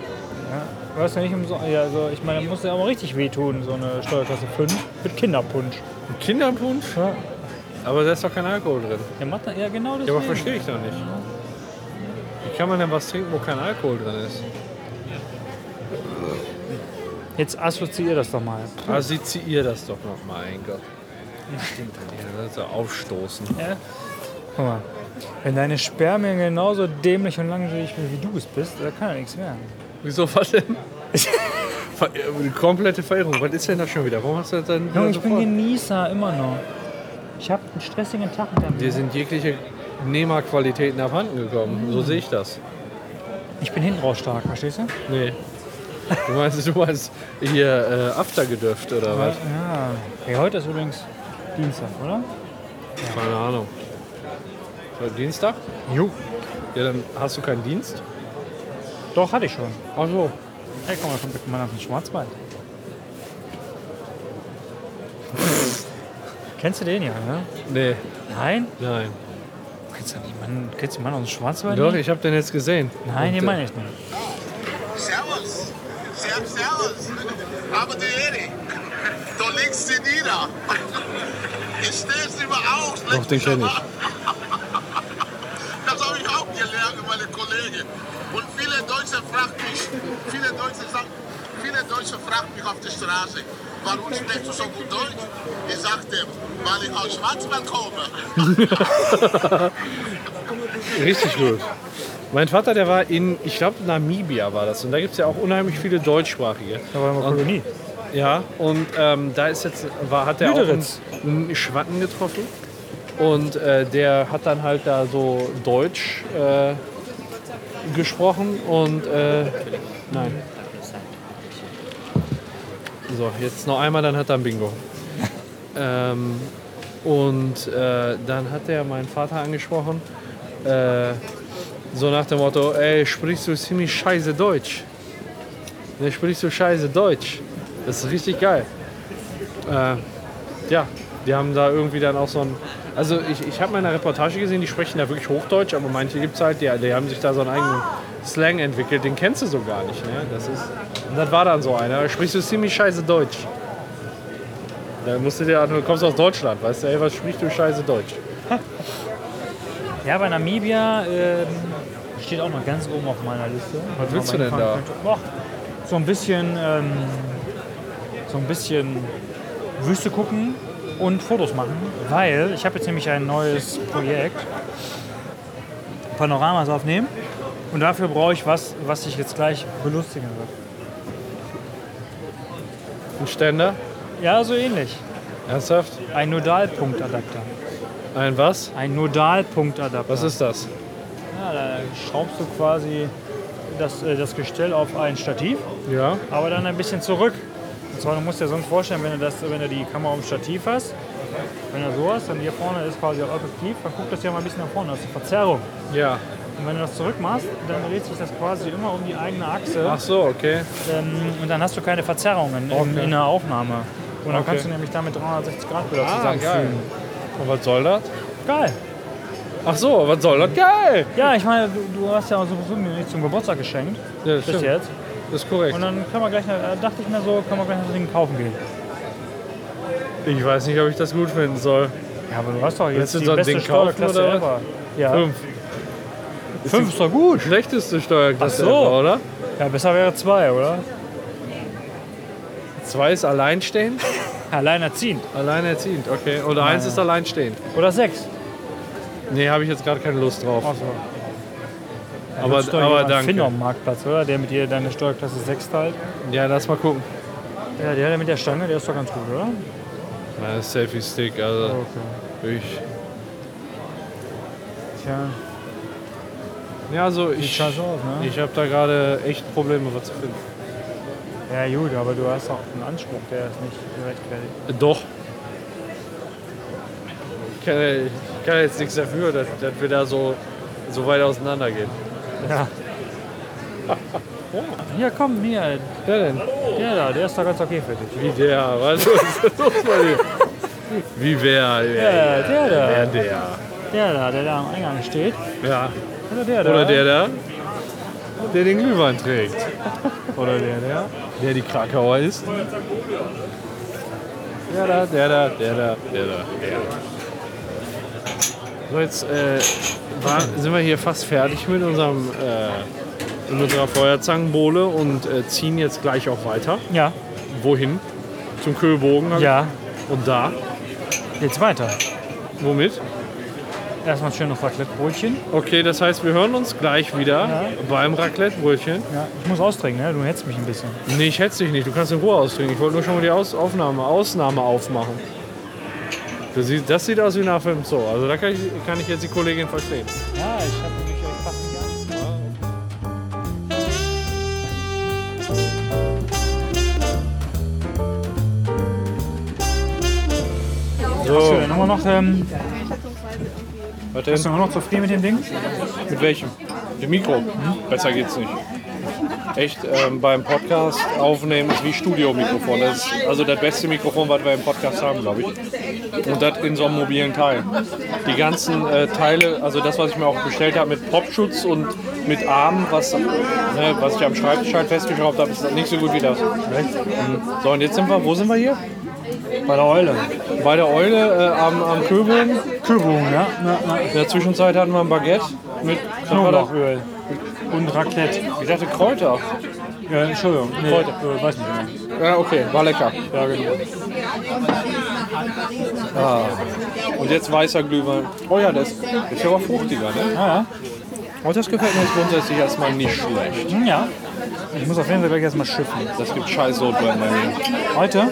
Speaker 1: Ja. Weißt du nicht, um so, ja, also ich meine, da muss ja auch mal richtig wehtun, so eine Steuerklasse 5 mit Kinderpunsch.
Speaker 2: Ein Kinderpunsch?
Speaker 1: Ja,
Speaker 2: Aber da ist doch kein Alkohol drin.
Speaker 1: der macht dann, ja genau das.
Speaker 2: Ja, aber verstehe ich doch nicht. Wie kann man denn was trinken, wo kein Alkohol drin ist?
Speaker 1: Jetzt assoziier das doch mal.
Speaker 2: Assoziier das doch noch mal, mein Gott. Stimmt, ja, das ist ja aufstoßen.
Speaker 1: Guck mal, wenn deine Spermien genauso dämlich und langweilig wie du es bist, da kann ja nichts werden.
Speaker 2: Wieso, was denn? Ver äh, komplette Verirrung. Was ist denn das schon wieder? Warum hast du das dann
Speaker 1: Junge,
Speaker 2: wieder
Speaker 1: ich bin
Speaker 2: sofort?
Speaker 1: Genießer immer noch. Ich habe einen stressigen Tag hinter mir.
Speaker 2: Dir sind jegliche Nehmerqualitäten abhanden gekommen. So sehe ich das.
Speaker 1: Ich bin hinten raus stark, verstehst du?
Speaker 2: Nee. Du meinst, du meinst hier äh, Aftergedöft oder was?
Speaker 1: Ja. Hey, heute ist übrigens Dienstag, oder?
Speaker 2: Keine Ahnung. Heute Dienstag?
Speaker 1: Jo.
Speaker 2: Ja, dann hast du keinen Dienst?
Speaker 1: Doch, hatte ich schon.
Speaker 2: Ach so.
Speaker 1: Hey, komm mal schon mit meinem Schwarzwald. Kennst du den ja, ne?
Speaker 2: Nee,
Speaker 1: Nein?
Speaker 2: nein.
Speaker 1: Du kennst ja niemanden. Kennst du den Mann aus dem Schwarzwald?
Speaker 2: Doch,
Speaker 1: nicht?
Speaker 2: ich habe den jetzt gesehen.
Speaker 1: Nein,
Speaker 2: Und,
Speaker 1: den
Speaker 2: äh,
Speaker 1: meine ich nicht.
Speaker 4: Servus. Ser- Servus. Aber du Erik, du legst sie nieder. Ich stell's immer auf. leg
Speaker 2: Doch, den
Speaker 4: dich
Speaker 2: kenn
Speaker 4: aber ab. Das habe ich auch gelernt, meine Kollegen. Und viele Deutsche fragen mich, viele Deutsche sagen, viele Deutsche fragen mich auf der Straße, warum sprichst du so gut Deutsch? Ich sagte, weil ich aus Schwarzwald komme.
Speaker 2: Richtig gut. Mein Vater, der war in, ich glaube, Namibia war das. Und da gibt es ja auch unheimlich viele Deutschsprachige.
Speaker 1: Da war immer Kolonie.
Speaker 2: Ja, und ähm, da ist jetzt, war, hat der auch einen,
Speaker 1: Lüderitz.
Speaker 2: einen Schwatten getroffen. Und äh, der hat dann halt da so Deutsch äh, gesprochen und äh, nein. So, jetzt noch einmal, dann hat er ein Bingo. ähm, und äh, dann hat er meinen Vater angesprochen, äh, so nach dem Motto, ey, sprichst du ziemlich scheiße Deutsch. Der spricht so scheiße Deutsch. Das ist richtig geil. Äh, ja, die haben da irgendwie dann auch so ein. Also ich, ich habe mal in der Reportage gesehen, die sprechen da wirklich Hochdeutsch, aber manche gibt es halt, die, die haben sich da so einen eigenen Slang entwickelt, den kennst du so gar nicht. Ne? Das ist, und das war dann so einer, da sprichst du ziemlich scheiße Deutsch. Da musst du dir anhören, du kommst aus Deutschland, weißt du, ey, was sprichst du scheiße Deutsch?
Speaker 1: Ja, bei Namibia ähm, steht auch noch ganz oben auf meiner Liste. Was
Speaker 2: willst du denn da?
Speaker 1: Boah, so ein bisschen, ähm, so ein bisschen Wüste gucken und Fotos machen, weil ich habe jetzt nämlich ein neues Projekt, Panoramas aufnehmen und dafür brauche ich was, was ich jetzt gleich belustigen wird.
Speaker 2: Ein Ständer?
Speaker 1: Ja, so ähnlich.
Speaker 2: Ernsthaft?
Speaker 1: Ein Nodalpunktadapter.
Speaker 2: Ein was?
Speaker 1: Ein Nodalpunktadapter.
Speaker 2: Was ist das?
Speaker 1: Ja, da schraubst du quasi das, äh, das Gestell auf ein Stativ,
Speaker 2: Ja.
Speaker 1: aber dann ein bisschen zurück. Und zwar, du musst dir sonst vorstellen, wenn du, das, wenn du die Kamera ums Stativ hast, wenn du so hast, dann hier vorne ist quasi das Objektiv, dann guckt das ja mal ein bisschen nach vorne, das ist eine Verzerrung.
Speaker 2: Ja.
Speaker 1: Und wenn du das zurück machst, dann dreht sich das quasi immer um die eigene Achse
Speaker 2: Ach so, okay.
Speaker 1: ähm, und dann hast du keine Verzerrungen in,
Speaker 2: Okay.
Speaker 1: in der Aufnahme. Und dann
Speaker 2: Okay.
Speaker 1: kannst du nämlich damit 360 Grad Bilder
Speaker 2: Ah, geil.
Speaker 1: zusammenfügen.
Speaker 2: Und was soll das?
Speaker 1: Geil.
Speaker 2: Ach so, was soll das? Geil!
Speaker 1: Ja, ich meine, du, du hast ja sowieso mir nichts zum Geburtstag geschenkt.
Speaker 2: Ja,
Speaker 1: Bis
Speaker 2: stimmt.
Speaker 1: jetzt.
Speaker 2: Das ist korrekt.
Speaker 1: Und dann kann man gleich, äh, dachte ich mir so, kann man gleich noch Ding kaufen gehen.
Speaker 2: Ich weiß nicht, ob ich das gut finden soll.
Speaker 1: Ja, aber du hast doch jetzt
Speaker 2: Willst du
Speaker 1: die
Speaker 2: so ein
Speaker 1: beste
Speaker 2: Ding kaufen,
Speaker 1: Steuerklasse
Speaker 2: oder
Speaker 1: ever. Ja.
Speaker 2: Fünf.
Speaker 1: Fünf ist doch gut.
Speaker 2: Schlechteste Steuerklasse,
Speaker 1: Ach so.
Speaker 2: ever, oder?
Speaker 1: Ja, besser wäre zwei, oder?
Speaker 2: Zwei ist alleinstehend?
Speaker 1: Alleinerziehend.
Speaker 2: Alleinerziehend, okay. Oder eins ist alleinstehend.
Speaker 1: Oder sechs.
Speaker 2: Nee, habe ich jetzt gerade keine Lust drauf.
Speaker 1: Achso.
Speaker 2: aber aber danke.
Speaker 1: Finder am Marktplatz, oder? Der mit dir deine Steuerklasse sechs teilt.
Speaker 2: Ja, lass mal gucken.
Speaker 1: Ja, der, der mit der Stange, der ist doch ganz gut, oder?
Speaker 2: Na, das Selfie-Stick, also
Speaker 1: Okay.
Speaker 2: ich...
Speaker 1: Tja,
Speaker 2: Ja, also
Speaker 1: sieht
Speaker 2: ich...
Speaker 1: scheiße aus, ne?
Speaker 2: Ich habe da gerade echt Probleme, was zu finden.
Speaker 1: Ja, gut, aber du hast auch einen Anspruch, der ist nicht gerechtfertigt.
Speaker 2: Äh, Doch. Ich kann, ja- ich kann jetzt nichts dafür, dass, dass wir da so, so weit auseinander gehen.
Speaker 1: Ja. Hier, komm, hier.
Speaker 2: Wer denn?
Speaker 1: Der da, der ist doch ganz okay für dich.
Speaker 2: Wie der, was ist das los bei dir? Wie wer, wer,
Speaker 1: Ja, der da.
Speaker 2: wer der?
Speaker 1: Der da, der da am Eingang steht.
Speaker 2: Ja.
Speaker 1: Oder der da.
Speaker 2: Oder der da, der den Glühwein trägt.
Speaker 1: Oder der, der.
Speaker 2: Der die Krakauer ist. Der da, der da, der da, der da, der da. So, jetzt äh, war, sind wir hier fast fertig mit unserem äh, mit unserer Feuerzangenbowle und äh, ziehen jetzt gleich auch weiter.
Speaker 1: Ja,
Speaker 2: Wohin? Zum Kühlbogen. hab ich-
Speaker 1: ja.
Speaker 2: Und da?
Speaker 1: Jetzt weiter.
Speaker 2: Womit?
Speaker 1: Erstmal schön noch Raclette-Brötchen.
Speaker 2: Okay, das heißt, wir hören uns gleich wieder
Speaker 1: Ja.
Speaker 2: beim Raclette-Brötchen.
Speaker 1: Ja, ich muss austrinken, ne? Du hältst mich ein bisschen.
Speaker 2: Nee, ich hetze dich nicht. Du kannst in Ruhe austrinken. Ich wollte nur schon mal die Aus Aufnahme, Ausnahme aufmachen. Das sieht, das sieht aus wie nach dem Zoo. Also da kann ich, kann ich jetzt die Kollegin verstehen.
Speaker 1: Ja, ich habe mich echt fast nicht an.
Speaker 2: So,
Speaker 1: Dann haben wir noch, ähm,
Speaker 2: was
Speaker 1: bist du
Speaker 2: denn?
Speaker 1: auch noch zufrieden mit dem Ding?
Speaker 2: Mit welchem? Dem Mikro. Mhm. Besser geht's nicht. Echt, ähm, beim Podcast aufnehmen ist wie Studiomikrofon. Das ist also das beste Mikrofon, was wir im Podcast haben, glaube ich. Und das in so einem mobilen Teil. Die ganzen äh, Teile, also das, was ich mir auch bestellt habe mit Popschutz und mit Armen, was, ne, was ich am Schreibtisch halt festgeschraubt habe, ist das nicht so gut wie das. Mhm. So, und jetzt sind wir, wo sind wir hier? Bei der Eule. Bei der Eule äh, am, am Köbogen.
Speaker 1: Kühlbogen, ja. Na, na.
Speaker 2: In der Zwischenzeit hatten wir ein Baguette mit
Speaker 1: Knoblauchöl. Und Raclette.
Speaker 2: Ich dachte Kräuter.
Speaker 1: Äh, Entschuldigung. Nee, äh, weiß nicht mehr.
Speaker 2: Ja, okay, war lecker. Ja, genau. Ah. Und jetzt weißer Glühwein. Oh ja, das ist aber fruchtiger, ne?
Speaker 1: Ah,
Speaker 2: Und das gefällt mir jetzt grundsätzlich erstmal nicht schlecht.
Speaker 1: ja. Hm, ja. Ich muss auf jeden Fall gleich erstmal schiffen.
Speaker 2: Das gibt scheiß Rotwein bei mir.
Speaker 1: Heute?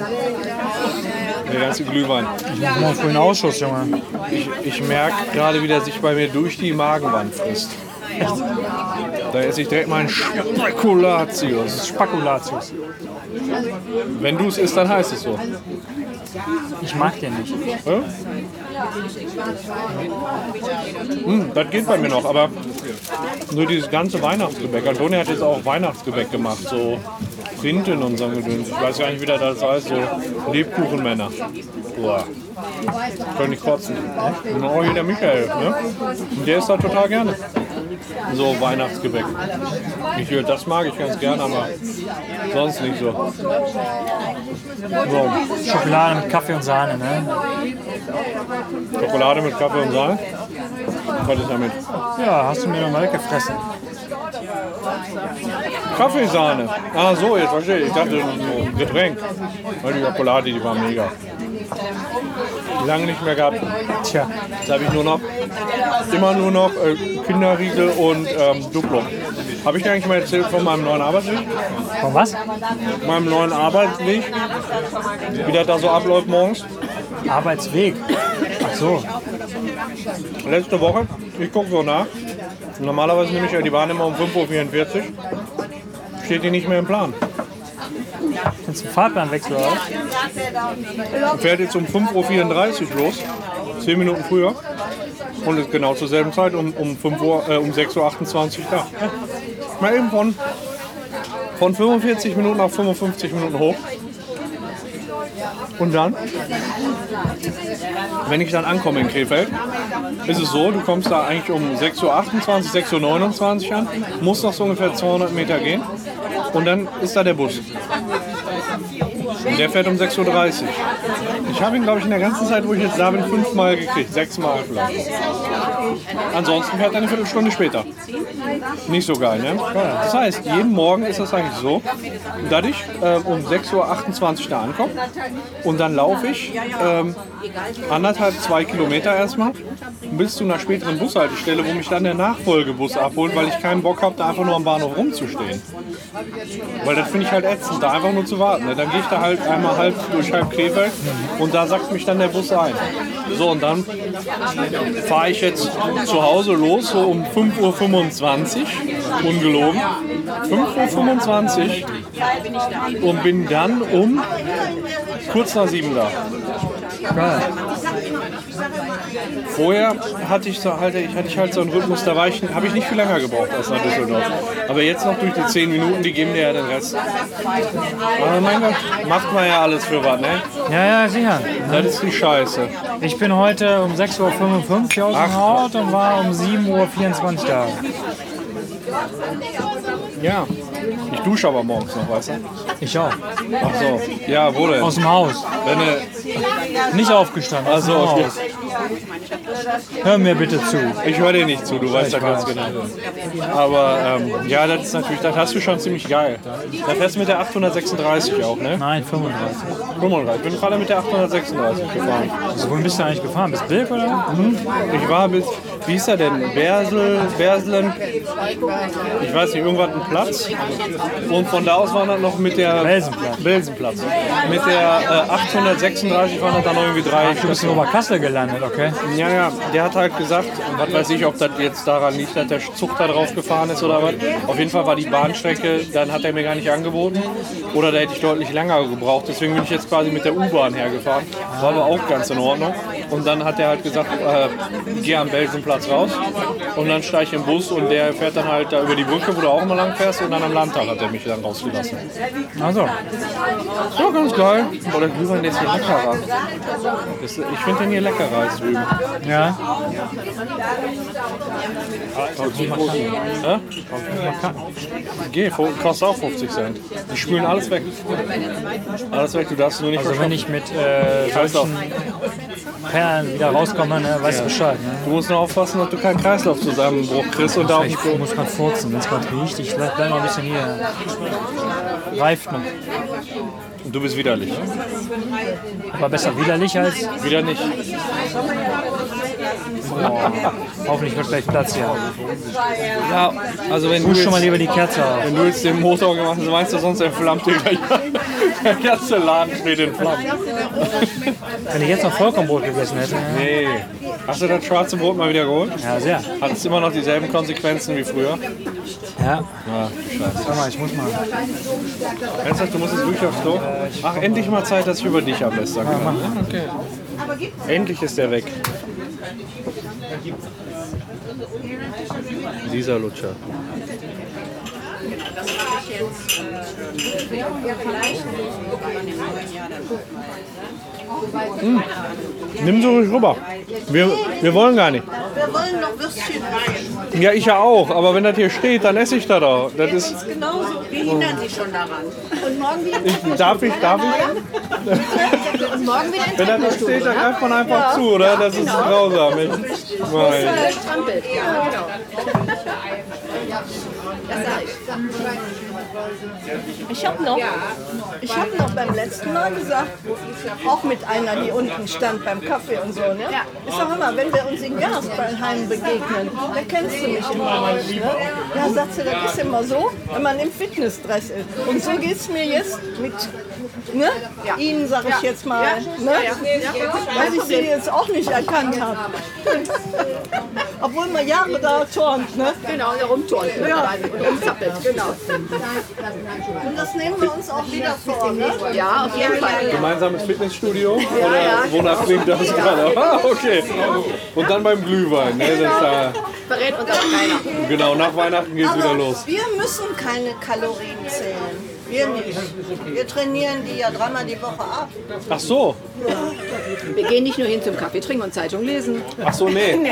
Speaker 2: Der ganze Glühwein.
Speaker 1: Ich mach mal einen coolen Ausschuss, Junge.
Speaker 2: Ich, ich merke gerade, wie der sich bei mir durch die Magenwand frisst. Da esse ich direkt mal einen Spekulatius.
Speaker 1: Spakulatius.
Speaker 2: Wenn du es isst, dann heißt es so.
Speaker 1: Ich mag den nicht.
Speaker 2: Hä? Hm, das geht bei mir noch, aber nur dieses ganze Weihnachtsgebäck. Antonia hat jetzt auch Weihnachtsgebäck gemacht, so Rinten und so ein Gedöns. Ich weiß gar nicht, wie das alles heißt, so Lebkuchenmänner. Boah. Könnte ich kotzen. Und auch hier der Michael, ne? Und der ist da total gerne. So Weihnachtsgebäck. Ich, will- das mag ich ganz gerne, aber sonst nicht so. so.
Speaker 1: Schokolade mit Kaffee und Sahne, ne?
Speaker 2: Schokolade mit Kaffee und Sahne. Was ist damit?
Speaker 1: Ja, hast du mir mal weggefressen.
Speaker 2: Kaffeesahne. Ah so, jetzt verstehe ich. Ich dachte, so ein Getränk. Weil die Schokolade, die war mega. Lange nicht mehr gehabt.
Speaker 1: Tja,
Speaker 2: Jetzt habe ich nur noch, immer nur noch äh, Kinderriegel und ähm, Duplo. Habe ich dir eigentlich mal erzählt von meinem neuen Arbeitsweg?
Speaker 1: von was?
Speaker 2: Meinem neuen Arbeitsweg? Wie das da so abläuft morgens?
Speaker 1: Arbeitsweg. Ach so.
Speaker 2: Letzte Woche, ich gucke so nach. Normalerweise nehme ich ja die Bahn immer um 5.44 Uhr. Steht die nicht mehr im Plan.
Speaker 1: Kannst du einen Fahrplanwechsel auf?
Speaker 2: fährt jetzt um 5.34 Uhr los, 10 Minuten früher. Und ist genau zur selben Zeit um, um, 5 Uhr, äh, um 6.28 Uhr da. Mal eben von, von 45 Minuten auf 55 Minuten hoch. Und dann, wenn ich dann ankomme in Krefeld, ist es so, du kommst da eigentlich um 6.28 Uhr, 6.29 Uhr an, musst noch so ungefähr 200 Meter gehen und dann ist da der Bus. Und der fährt um 6.30 Uhr. Ich habe ihn, glaube ich, in der ganzen Zeit, wo ich jetzt da bin, fünfmal gekriegt. Sechsmal vielleicht. Ansonsten fährt er eine Viertelstunde später. Nicht so geil, ne? Das heißt, jeden Morgen ist das eigentlich so, dass ich äh, um 6.28 Uhr da ankomme und dann laufe ich ähm, anderthalb, zwei Kilometer erstmal bis zu einer späteren Bushaltestelle, wo mich dann der Nachfolgebus abholt, weil ich keinen Bock habe, da einfach nur am Bahnhof rumzustehen. Weil das finde ich halt ätzend, da einfach nur zu warten. ne? Dann gehe ich da halt einmal halb durch halb Krefeld und da sackt mich dann der Bus ein. So, und dann fahre ich jetzt zu Hause los, so um 5.25 Uhr, ungelogen. 5.25 Uhr und bin dann um kurz nach sieben da. Vorher hatte ich, so, halt, ich, hatte ich halt so einen Rhythmus, da war ich, habe ich nicht viel länger gebraucht als nach Düsseldorf. Aber jetzt noch durch die zehn Minuten, die geben dir ja den Rest. Aber mein Gott, macht man ja alles für was, ne?
Speaker 1: Ja, ja, sicher.
Speaker 2: Das ist die Scheiße.
Speaker 1: Ich bin heute um 6.55 Uhr aus dem
Speaker 2: Ach.
Speaker 1: Haut und war um 7.24 Uhr da.
Speaker 2: Ja. Ich dusche aber morgens noch, weißt du?
Speaker 1: Ich auch.
Speaker 2: Ach so. Ja, wo denn?
Speaker 1: Aus dem Haus.
Speaker 2: Wenn du,
Speaker 1: Nicht aufgestanden. Aus
Speaker 2: also,
Speaker 1: dem Haus. Hör mir bitte zu.
Speaker 2: Ich höre dir nicht zu, du weißt ja ganz genau. Aber ähm, ja, das ist natürlich, das hast du schon ziemlich geil. Da fährst du mit der 836 auch, ne?
Speaker 1: Nein, 35.
Speaker 2: 35. Ich bin gerade mit der 836 gefahren.
Speaker 1: Also, wohin bist du eigentlich gefahren? Bist du Bilk oder? Mhm.
Speaker 2: Ich war bis, wie ist er denn? Bersel, Berselen, ich weiß nicht, irgendwann ein Platz. Und von da aus waren dann noch mit der
Speaker 1: Belsenplatz.
Speaker 2: Belsenplatz. Mit der äh, 836 waren das dann noch irgendwie drei
Speaker 1: Du bist in Oberkassel gelandet, okay?
Speaker 2: Ja, ja, der hat halt gesagt, was weiß ich, ob das jetzt daran liegt, dass der Zug da drauf gefahren ist oder was. Auf jeden Fall war die Bahnstrecke, dann hat er mir gar nicht angeboten. Oder da hätte ich deutlich länger gebraucht. Deswegen bin ich jetzt quasi mit der U-Bahn hergefahren. War aber auch ganz in Ordnung. Und dann hat er halt gesagt, äh, geh am Belsenplatz raus. Und dann steige ich im Bus und der fährt dann halt da über die Brücke, wo du auch immer lang fährst. Und dann am Landtag hat er mich dann rausgelassen.
Speaker 1: Also,
Speaker 2: Ja, ganz geil. Boah, der Glühwein der ist hier leckerer. Das, ich finde den hier leckerer als drüben.
Speaker 1: ja.
Speaker 2: Ja? Geh, fu- kostet auch 50 Cent. Die spülen alles weg. Alles weg, du darfst nur nicht
Speaker 1: Also, wenn
Speaker 2: verschoppen.
Speaker 1: ich mit äh,
Speaker 2: Kreislauf.
Speaker 1: solchen Perlen wieder rauskomme, ne, weißt du Bescheid. Ne?
Speaker 2: Du musst nur aufpassen, dass du keinen Kreislaufzusammenbruch kriegst und da auf dem
Speaker 1: Ich muss gerade furzen, das gerade richtig. Bleib bleib mal ein bisschen hier. Reift noch.
Speaker 2: Du bist widerlich.
Speaker 1: Aber besser widerlich als.
Speaker 2: Wieder nicht.
Speaker 1: Hoffentlich wird gleich Platz hier.
Speaker 2: Ja, also wenn du,
Speaker 1: Push schon mal
Speaker 2: jetzt,
Speaker 1: lieber die Kerze auf.
Speaker 2: wenn du jetzt den Motor gemacht hast, meinst du, sonst entflammt dir gleich der ganze Laden steht in Flammen.
Speaker 1: Wenn ich jetzt noch Vollkornbrot gegessen hätte. ne?
Speaker 2: Nee. Hast du das schwarze Brot mal wieder geholt?
Speaker 1: Ja, sehr.
Speaker 2: Hat es immer noch dieselben Konsequenzen wie früher?
Speaker 1: Ja.
Speaker 2: Ja, scheiße.
Speaker 1: Warte mal, ich muss mal.
Speaker 2: Ernsthaft, du musst jetzt wirklich aufs Klo? Ach, endlich mal Zeit, dass ich über dich ablästern kann. Okay. Endlich ist er weg.
Speaker 5: Dieser Lutscher.
Speaker 2: Hm. Nimm sie ruhig rüber. Wir, wir wollen gar nicht.
Speaker 6: Wir wollen noch Würstchen rein.
Speaker 2: Ja, ich ja auch, aber wenn das hier steht, dann esse ich das auch. Das ist,
Speaker 6: Ganz genauso. Wir hindern Sie schon daran. Und morgen wieder
Speaker 2: ich, darf ich, darf ich?
Speaker 6: Und morgen wieder
Speaker 2: Wenn das da steht, dann greift man einfach zu, oder? genau. Das ist grausam. Ich, mein.
Speaker 6: Trampelt. Ja, genau. Das sag ich.
Speaker 7: Ich habe noch, ich hab noch beim letzten Mal gesagt, auch mit einer, die unten stand beim Kaffee und so, ne? Ich sag immer, wenn wir uns in Gernsheim begegnen, da kennst du mich immer nicht. Ne? Ja, sagt sie, das ist immer so, wenn man im Fitnessdress ist. Und so geht es mir jetzt mit ne? Ihnen, sag ich jetzt mal. Ne? Weil ich sie jetzt auch nicht erkannt habe. Obwohl man Jahre da turnt, ne?
Speaker 6: Genau, da rumturnt. Ja. Und rumzappelt. Genau.
Speaker 7: Und das nehmen wir uns auch wieder vor, ne?
Speaker 6: Ja, auf jeden Fall.
Speaker 2: Gemeinsames Fitnessstudio? Oder wonach klingt das gerade? Ah, okay. Und dann beim Glühwein. Ne? Das ist da,
Speaker 6: Verrät uns auch keiner.
Speaker 2: genau, nach Weihnachten geht's wieder los.
Speaker 7: Also, wir müssen keine Kalorien zählen. Wir nicht. Wir trainieren die ja dreimal die Woche ab.
Speaker 2: Ach so.
Speaker 6: Wir gehen nicht nur hin zum Kaffee trinken und Zeitung lesen.
Speaker 2: Ach so, nee. Nee,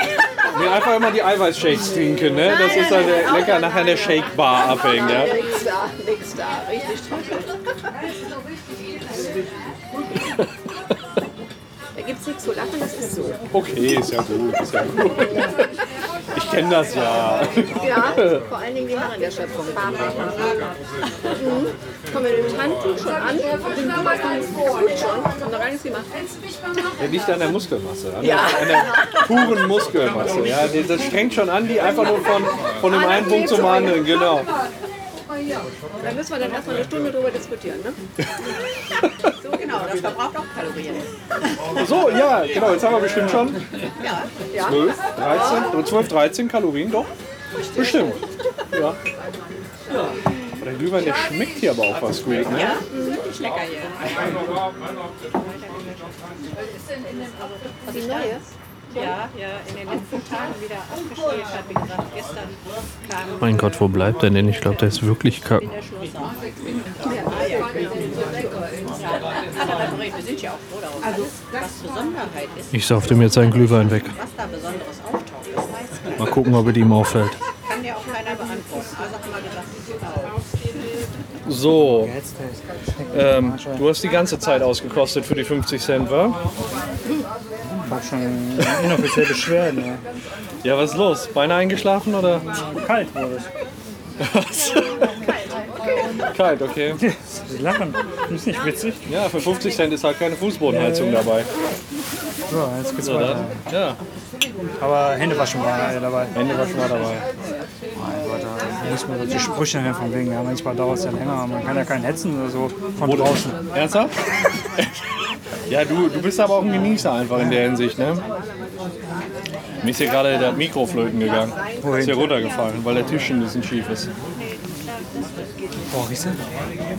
Speaker 2: einfach immer die Eiweißshakes trinken, ne? Das ist dann der- lecker nachher in der Shake-Bar abhängen, ja?
Speaker 6: Nix da, nix da. Richtig trocken. Da gibt's nichts zu lachen, das ist so.
Speaker 2: Okay, ist ja gut, ist ja gut. Ich kenne das ja.
Speaker 6: Ja, vor allen Dingen die Herren der Schöpfung. Mhm. Kommen wir mit dem Handtuch schon an, gut schon, und noch gar nichts gemacht.
Speaker 2: Ja, Nicht an der Muskelmasse, an,
Speaker 6: Ja.
Speaker 2: der, an der puren Muskelmasse. Ja, Die- das strengt schon an, die einfach nur von, von dem einen Punkt zum anderen, genau.
Speaker 6: Da müssen wir dann erstmal eine Stunde drüber diskutieren, ne? So genau, das verbraucht auch Kalorien.
Speaker 2: So, ja, genau, jetzt haben wir bestimmt schon 12, 13, oder 12, 13 Kalorien, doch? Bestimmt. Ja. Der Glühwein, der schmeckt hier aber auch was gut, ne?
Speaker 6: Lecker hier. Was ist Neues? Ja, ja, in den letzten Tagen wieder ausgestellt hat, wie gesagt, gestern kam
Speaker 5: Mein Gott, wo bleibt der denn? Ich glaube, der ist wirklich kacken.
Speaker 6: wir sind ja auch froh darüber. Also, was Besonderheit ist,
Speaker 5: Ich sauf dem jetzt seinen Glühwein weg.
Speaker 6: was da Besonderes auftaucht, das weiß man.
Speaker 5: Mal gucken, ob es ihm auffällt.
Speaker 6: Kann dir auch keiner beantworten. Also hat mal gesagt,
Speaker 2: So, ähm, du hast die ganze Zeit ausgekostet für die 50 Cent, wa?
Speaker 1: Ich hab schon inoffiziell Beschwerden. Ja.
Speaker 2: Ja, was ist los? Beinahe eingeschlafen oder?
Speaker 1: Kalt wurde es.
Speaker 2: Kalt, okay.
Speaker 1: Sie lachen. Ist nicht witzig.
Speaker 2: Ja, für 50 Cent ist halt keine Fußbodenheizung dabei.
Speaker 1: So, jetzt geht's
Speaker 2: Oder?
Speaker 1: weiter.
Speaker 2: Ja,
Speaker 1: Aber Händewaschen war alle dabei.
Speaker 2: Hände waschen war dabei.
Speaker 1: Mein Gott, da muss man solche Sprüche hören von wegen. Ja, manchmal dauert es ja länger. aber Man kann ja keinen hetzen oder so von draußen.
Speaker 2: Ernsthaft? ja, du, du bist aber auch ein Genießer einfach in der Hinsicht, ne? Mir ist hier gerade das Mikro flöten gegangen. Ist hier runtergefallen, weil der Tisch ein bisschen schief ist.
Speaker 1: Boah, riechst Oh,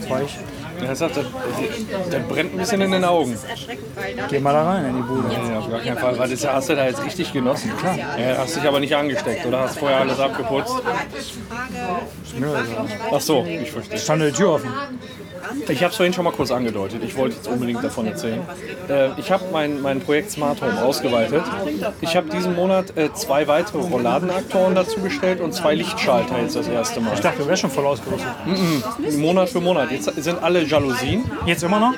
Speaker 1: du? Weich.
Speaker 2: Ja, das, hat, das, das brennt ein bisschen in den Augen.
Speaker 1: Geh mal da rein in die Bude.
Speaker 2: Nee, auf gar keinen Fall. Weil das hast du da jetzt richtig genossen. Klar. Ja, hast dich aber nicht angesteckt oder hast vorher alles abgeputzt. Ach so, ich verstehe.
Speaker 1: Stand die Tür offen.
Speaker 2: Ich habe es vorhin schon mal kurz angedeutet. Ich wollte jetzt unbedingt davon erzählen. Äh, ich habe mein, mein Projekt Smart Home ausgeweitet. Ich habe diesen Monat äh, zwei weitere Rolladenaktoren dazu bestellt und zwei Lichtschalter jetzt das erste Mal.
Speaker 1: Ich dachte, du wärst schon voll ausgerüstet.
Speaker 2: Monat für Monat. Jetzt sind alle Jalousien.
Speaker 1: Jetzt immer noch?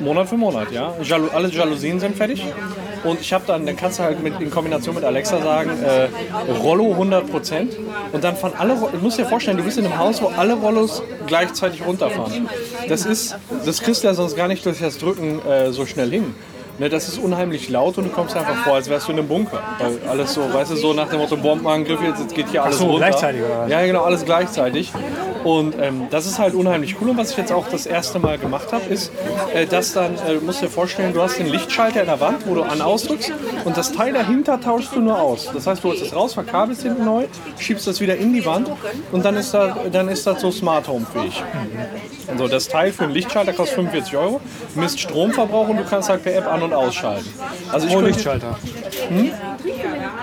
Speaker 2: Monat für Monat, ja. Jalu alle Jalousien sind fertig. Und ich habe dann, dann kannst du halt mit, in Kombination mit Alexa sagen, äh, Rollo 100%. Und dann fahren alle, Ro- du musst dir vorstellen, du bist in einem Haus, wo alle Rollos gleichzeitig runterfahren. Das ist, das kriegst du ja sonst gar nicht durch das Drücken äh, so schnell hin. Ne, das ist unheimlich laut und du kommst einfach vor, als wärst du in einem Bunker. Weil alles so, weißt du, so nach dem Motto Bombenangriff, jetzt, jetzt geht hier alles
Speaker 1: so,
Speaker 2: runter.
Speaker 1: gleichzeitig oder was?
Speaker 2: Ja, genau, alles gleichzeitig. Und ähm, das ist halt unheimlich cool. Und was ich jetzt auch das erste Mal gemacht habe, ist, äh, dass dann, äh, musst dir vorstellen, du hast den Lichtschalter in der Wand, wo du an ausdrückst und das Teil dahinter tauschst du nur aus. Das heißt, du holst es raus, verkabelst hinten neu, schiebst das wieder in die Wand und dann ist, da, dann ist das so Smart Home fähig. Also das Teil für einen Lichtschalter kostet 45 Euro, misst Stromverbrauch und du kannst halt per App an- und ausschalten. Also ich
Speaker 1: Pro
Speaker 2: könnte-
Speaker 1: Lichtschalter.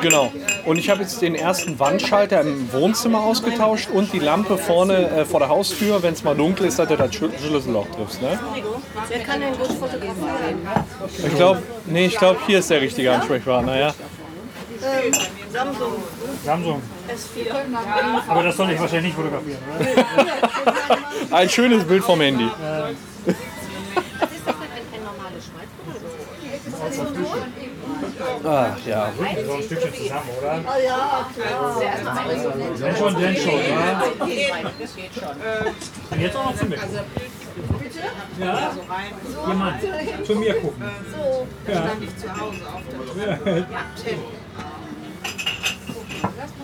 Speaker 2: Genau. Und ich habe jetzt den ersten Wandschalter im Wohnzimmer ausgetauscht und die Lampe vorne äh, vor der Haustür, wenn es mal dunkel ist, dass du das Schlü- Schlüsselloch triffst. Ne?
Speaker 6: Wer kann denn gut fotografieren?
Speaker 2: Ich glaube, nee, ich glaube, hier ist der richtige Ansprechpartner. Ja.
Speaker 7: Samsung
Speaker 1: Samsung.
Speaker 7: S4.
Speaker 1: Aber das soll ich wahrscheinlich nicht fotografieren, oder?
Speaker 2: Ein schönes Bild vom Handy. Ach ja.
Speaker 1: So ein Stückchen zusammen, oder?
Speaker 7: Ah ja, klar.
Speaker 1: Wenn schon, denn schon, ja. Und jetzt auch noch zu mir. gucken. Ja? Jemand zu mir gucken.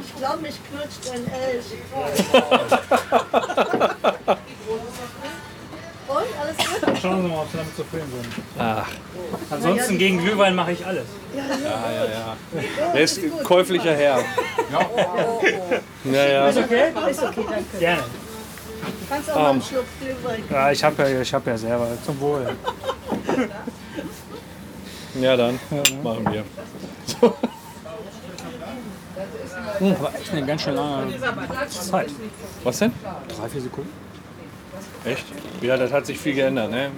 Speaker 7: Ich glaube, mich knutscht ein Elch. Und alles gut?
Speaker 1: Schauen Sie mal, ob Sie damit zufrieden sind.
Speaker 2: Ach,
Speaker 1: Ansonsten gegen Glühwein mache ich alles.
Speaker 2: er ist käuflicher Herr. Ja, ja.
Speaker 1: Okay? Gerne.
Speaker 7: Kannst auch mal einen Schluck Glühwein.
Speaker 1: Ja, ich habe ja, ich hab ja selber. Zum Wohl.
Speaker 2: Ja, dann machen wir.
Speaker 1: Hm, Aber echt eine ganz schön lange Zeit.
Speaker 2: Was denn?
Speaker 1: Drei, vier Sekunden.
Speaker 2: Echt? Ja, das hat sich viel geändert, ne?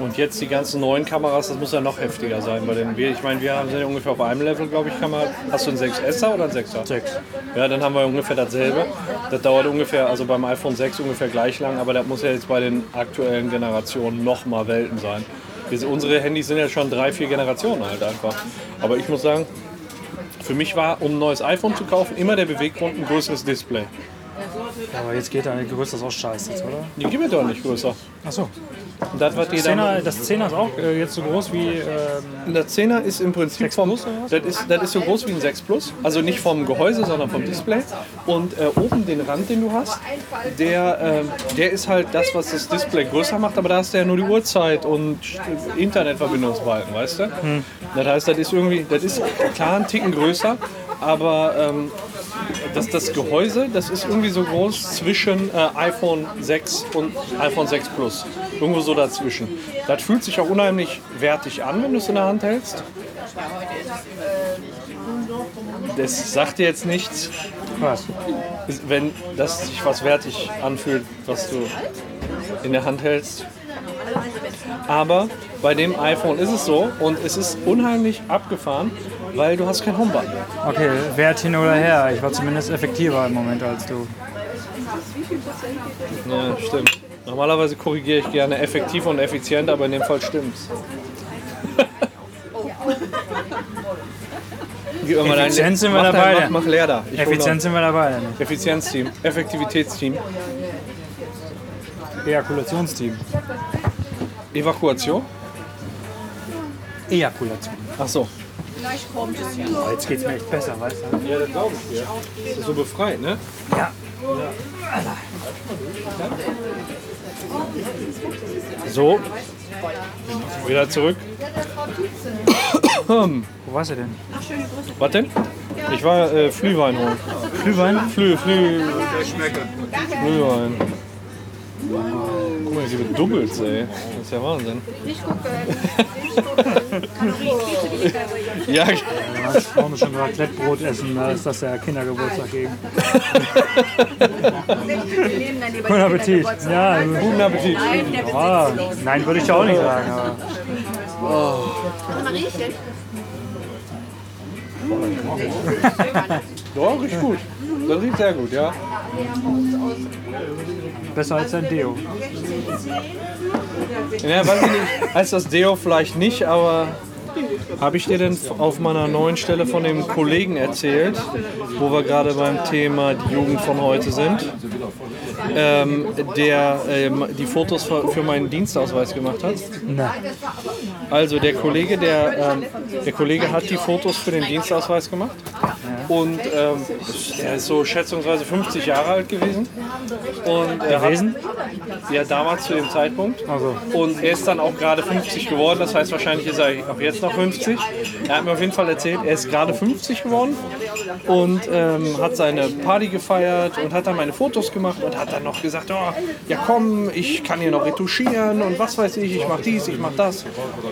Speaker 2: Und jetzt die ganzen neuen Kameras, das muss ja noch heftiger sein bei den wir. Ich meine, wir haben- sind ja ungefähr auf einem Level, glaube ich, Kamera. Hast du einen 6S oder einen 6er? 6. Ja, dann haben wir ungefähr dasselbe. Das dauert ungefähr, also beim iPhone 6 ungefähr gleich lang, aber das muss ja jetzt bei den aktuellen Generationen noch mal Welten sein. Wir, unsere Handys sind ja schon drei, vier Generationen halt einfach. Aber ich muss sagen, für mich war, um ein neues iPhone zu kaufen, immer der Beweggrund ein größeres Display.
Speaker 1: Aber jetzt geht eine Größe, das ist auch scheiße, jetzt, oder?
Speaker 2: Die gibt es doch nicht größer.
Speaker 1: Achso.
Speaker 2: Und das, was die dann
Speaker 1: Zehner, das Zehner ist auch äh, jetzt so groß wie. Ähm,
Speaker 2: Der Zehner ist im Prinzip vom, das ist, das ist so groß wie ein 6 Plus, also nicht vom Gehäuse, sondern vom Display. Und äh, oben den Rand, den du hast, der, ähm, der ist halt das, was das Display größer macht, aber da hast du ja nur die Uhrzeit und äh, Internetverbindungsbalken, weißt du? Das heißt, das ist irgendwie, das ist klar ein Ticken größer, aber ähm, das, das Gehäuse, das ist irgendwie so groß zwischen äh, iPhone 6 und iPhone 6 Plus. Irgendwo so dazwischen. Das fühlt sich auch unheimlich wertig an, wenn du es in der Hand hältst. Das sagt dir jetzt nichts,
Speaker 1: was?
Speaker 2: ist- wenn das sich was wertig anfühlt, was du in der Hand hältst. Aber bei dem iPhone ist es so und es ist unheimlich abgefahren, weil du hast kein Homebutton.
Speaker 1: Okay, Wert hin oder her. Ich war zumindest effektiver im Moment als du.
Speaker 2: Ja, stimmt. Normalerweise korrigiere ich gerne effektiv und effizient, aber in dem Fall stimmt's. Gib mir mal dein-
Speaker 1: Effizient sind wir
Speaker 2: mach dein-
Speaker 1: dabei,
Speaker 2: Mach,
Speaker 1: dann.
Speaker 2: mach leer da. Ich hol
Speaker 1: Effizient sind wir dabei. Dann.
Speaker 2: noch. Effizienzteam. Effektivitätsteam.
Speaker 1: Ejakulationsteam.
Speaker 2: Evakuation?
Speaker 1: Ejakulation.
Speaker 2: Ach so.
Speaker 1: Oh, jetzt geht's mir echt besser, weißt du?
Speaker 2: Ja, das glaube ich dir. Das ist so befreit, ne?
Speaker 1: Ja.
Speaker 2: So. Wieder zurück.
Speaker 1: Wo warst du denn?
Speaker 2: Was denn? Ich war äh, Flühwein holen.
Speaker 1: Glühwein?
Speaker 2: Flü, Flü. Glühwein. Guck mal, sie bedubbelt, ey. Das ist ja Wahnsinn. Ja,
Speaker 1: Ja, ich brauche mir schon Raclettebrot essen, da ist das ja Kindergeburtstag gegen. Guten Appetit. Ja,
Speaker 2: guten Appetit.
Speaker 1: boah. nein, würde ich ja auch nicht sagen. Aber.
Speaker 6: Mal riechen.
Speaker 2: Ja, riecht gut. Das riecht sehr gut, ja.
Speaker 1: Besser als ein Deo.
Speaker 2: Ja, weiß ich nicht. Heißt das Deo vielleicht nicht, aber Habe ich dir denn auf meiner neuen Stelle von dem Kollegen erzählt, wo wir gerade beim Thema die Jugend von heute sind, ähm, der ähm, die Fotos für für meinen Dienstausweis gemacht hat?
Speaker 1: Nein.
Speaker 2: Also der Kollege, der, ähm, der Kollege hat die Fotos für den Dienstausweis gemacht und ähm, der ist so schätzungsweise 50 Jahre alt gewesen. Und er hat-
Speaker 1: Gewesen?
Speaker 2: ja, damals zu dem Zeitpunkt.
Speaker 1: Also.
Speaker 2: Und er ist dann auch gerade 50 geworden, das heißt wahrscheinlich ist er auch jetzt noch 50. Er hat mir auf jeden Fall erzählt, er ist gerade 50 geworden und ähm, hat seine Party gefeiert und hat dann meine Fotos gemacht und hat dann noch gesagt, oh, ja komm, ich kann hier noch retuschieren und was weiß ich, ich mach dies, ich mach das.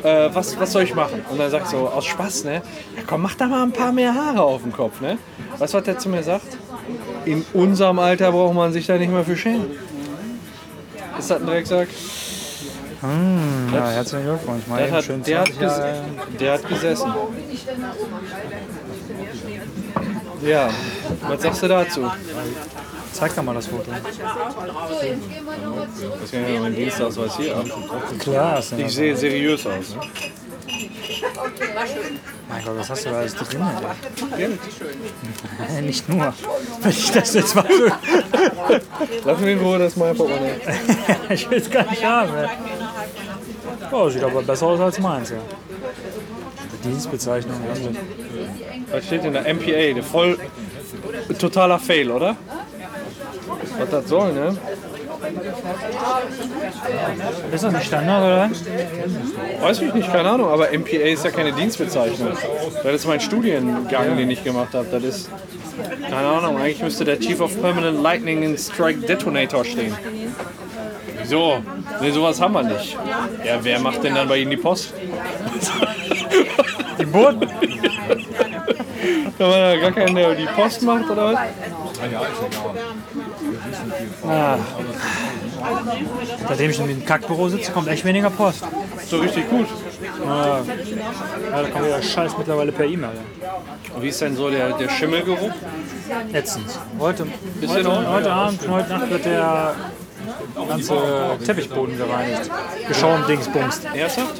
Speaker 2: Äh, was, was soll ich machen? Und dann sagt so, aus Spaß, ne? Ja komm, mach da mal ein paar mehr Haare auf dem Kopf, ne? Weißt du, was der zu mir sagt? In unserem Alter braucht man sich da nicht mehr für schämen. Ist das ein Drecksack?
Speaker 1: Ja, herzlichen Glückwunsch. Mal
Speaker 2: Der
Speaker 1: eben
Speaker 2: hat,
Speaker 1: schön
Speaker 2: der, hat
Speaker 1: 20 Jahre.
Speaker 2: ges- der hat gesessen. Ja, was sagst du dazu?
Speaker 1: Zeig doch mal das Foto.
Speaker 2: Das kann ja mein Dienstausweis hier ab.
Speaker 1: Klar, ist
Speaker 2: Ich
Speaker 1: das.
Speaker 2: sehe seriös aus. Ne?
Speaker 1: Mein Gott, was hast du da alles drin? Alter? Nicht nur. Wenn ich das jetzt mal so.
Speaker 2: Lass mich in Ruhe, das ist mein Portemonnaie.
Speaker 1: ich will es gar nicht haben. Ey. Oh, sieht aber besser aus als meins, ja. Dienstbezeichnung. ja.
Speaker 2: Was steht in der MPA? Der voll totaler Fail, oder? Was das soll, ne?
Speaker 1: Ist das nicht Standard, oder?
Speaker 2: Weiß ich nicht, keine Ahnung, aber MPA ist ja keine Dienstbezeichnung. Das ist mein Studiengang, den ich gemacht habe. Das ist, keine Ahnung, eigentlich müsste der Chief of Permanent Lightning and Strike Detonator stehen. Wieso? Nee, sowas haben wir nicht. Ja, wer macht denn dann bei Ihnen die Post?
Speaker 1: Die Boten?
Speaker 2: Wenn man da gar keinen, der die Post macht, oder was?
Speaker 1: Ah. Seitdem ich in dem Kackbüro sitze, kommt echt weniger Post.
Speaker 2: So richtig gut.
Speaker 1: Ja, da kommt ja Scheiß mittlerweile per E-Mail.
Speaker 2: Und wie ist denn so der, der Schimmelgeruch?
Speaker 1: Ätzend. Heute,
Speaker 2: Ist in
Speaker 1: heute,
Speaker 2: Ordnung,
Speaker 1: heute Abend, heute Nacht wird der ganze Teppichboden gereinigt. Geschaum, Dingsbums.
Speaker 2: Ernsthaft?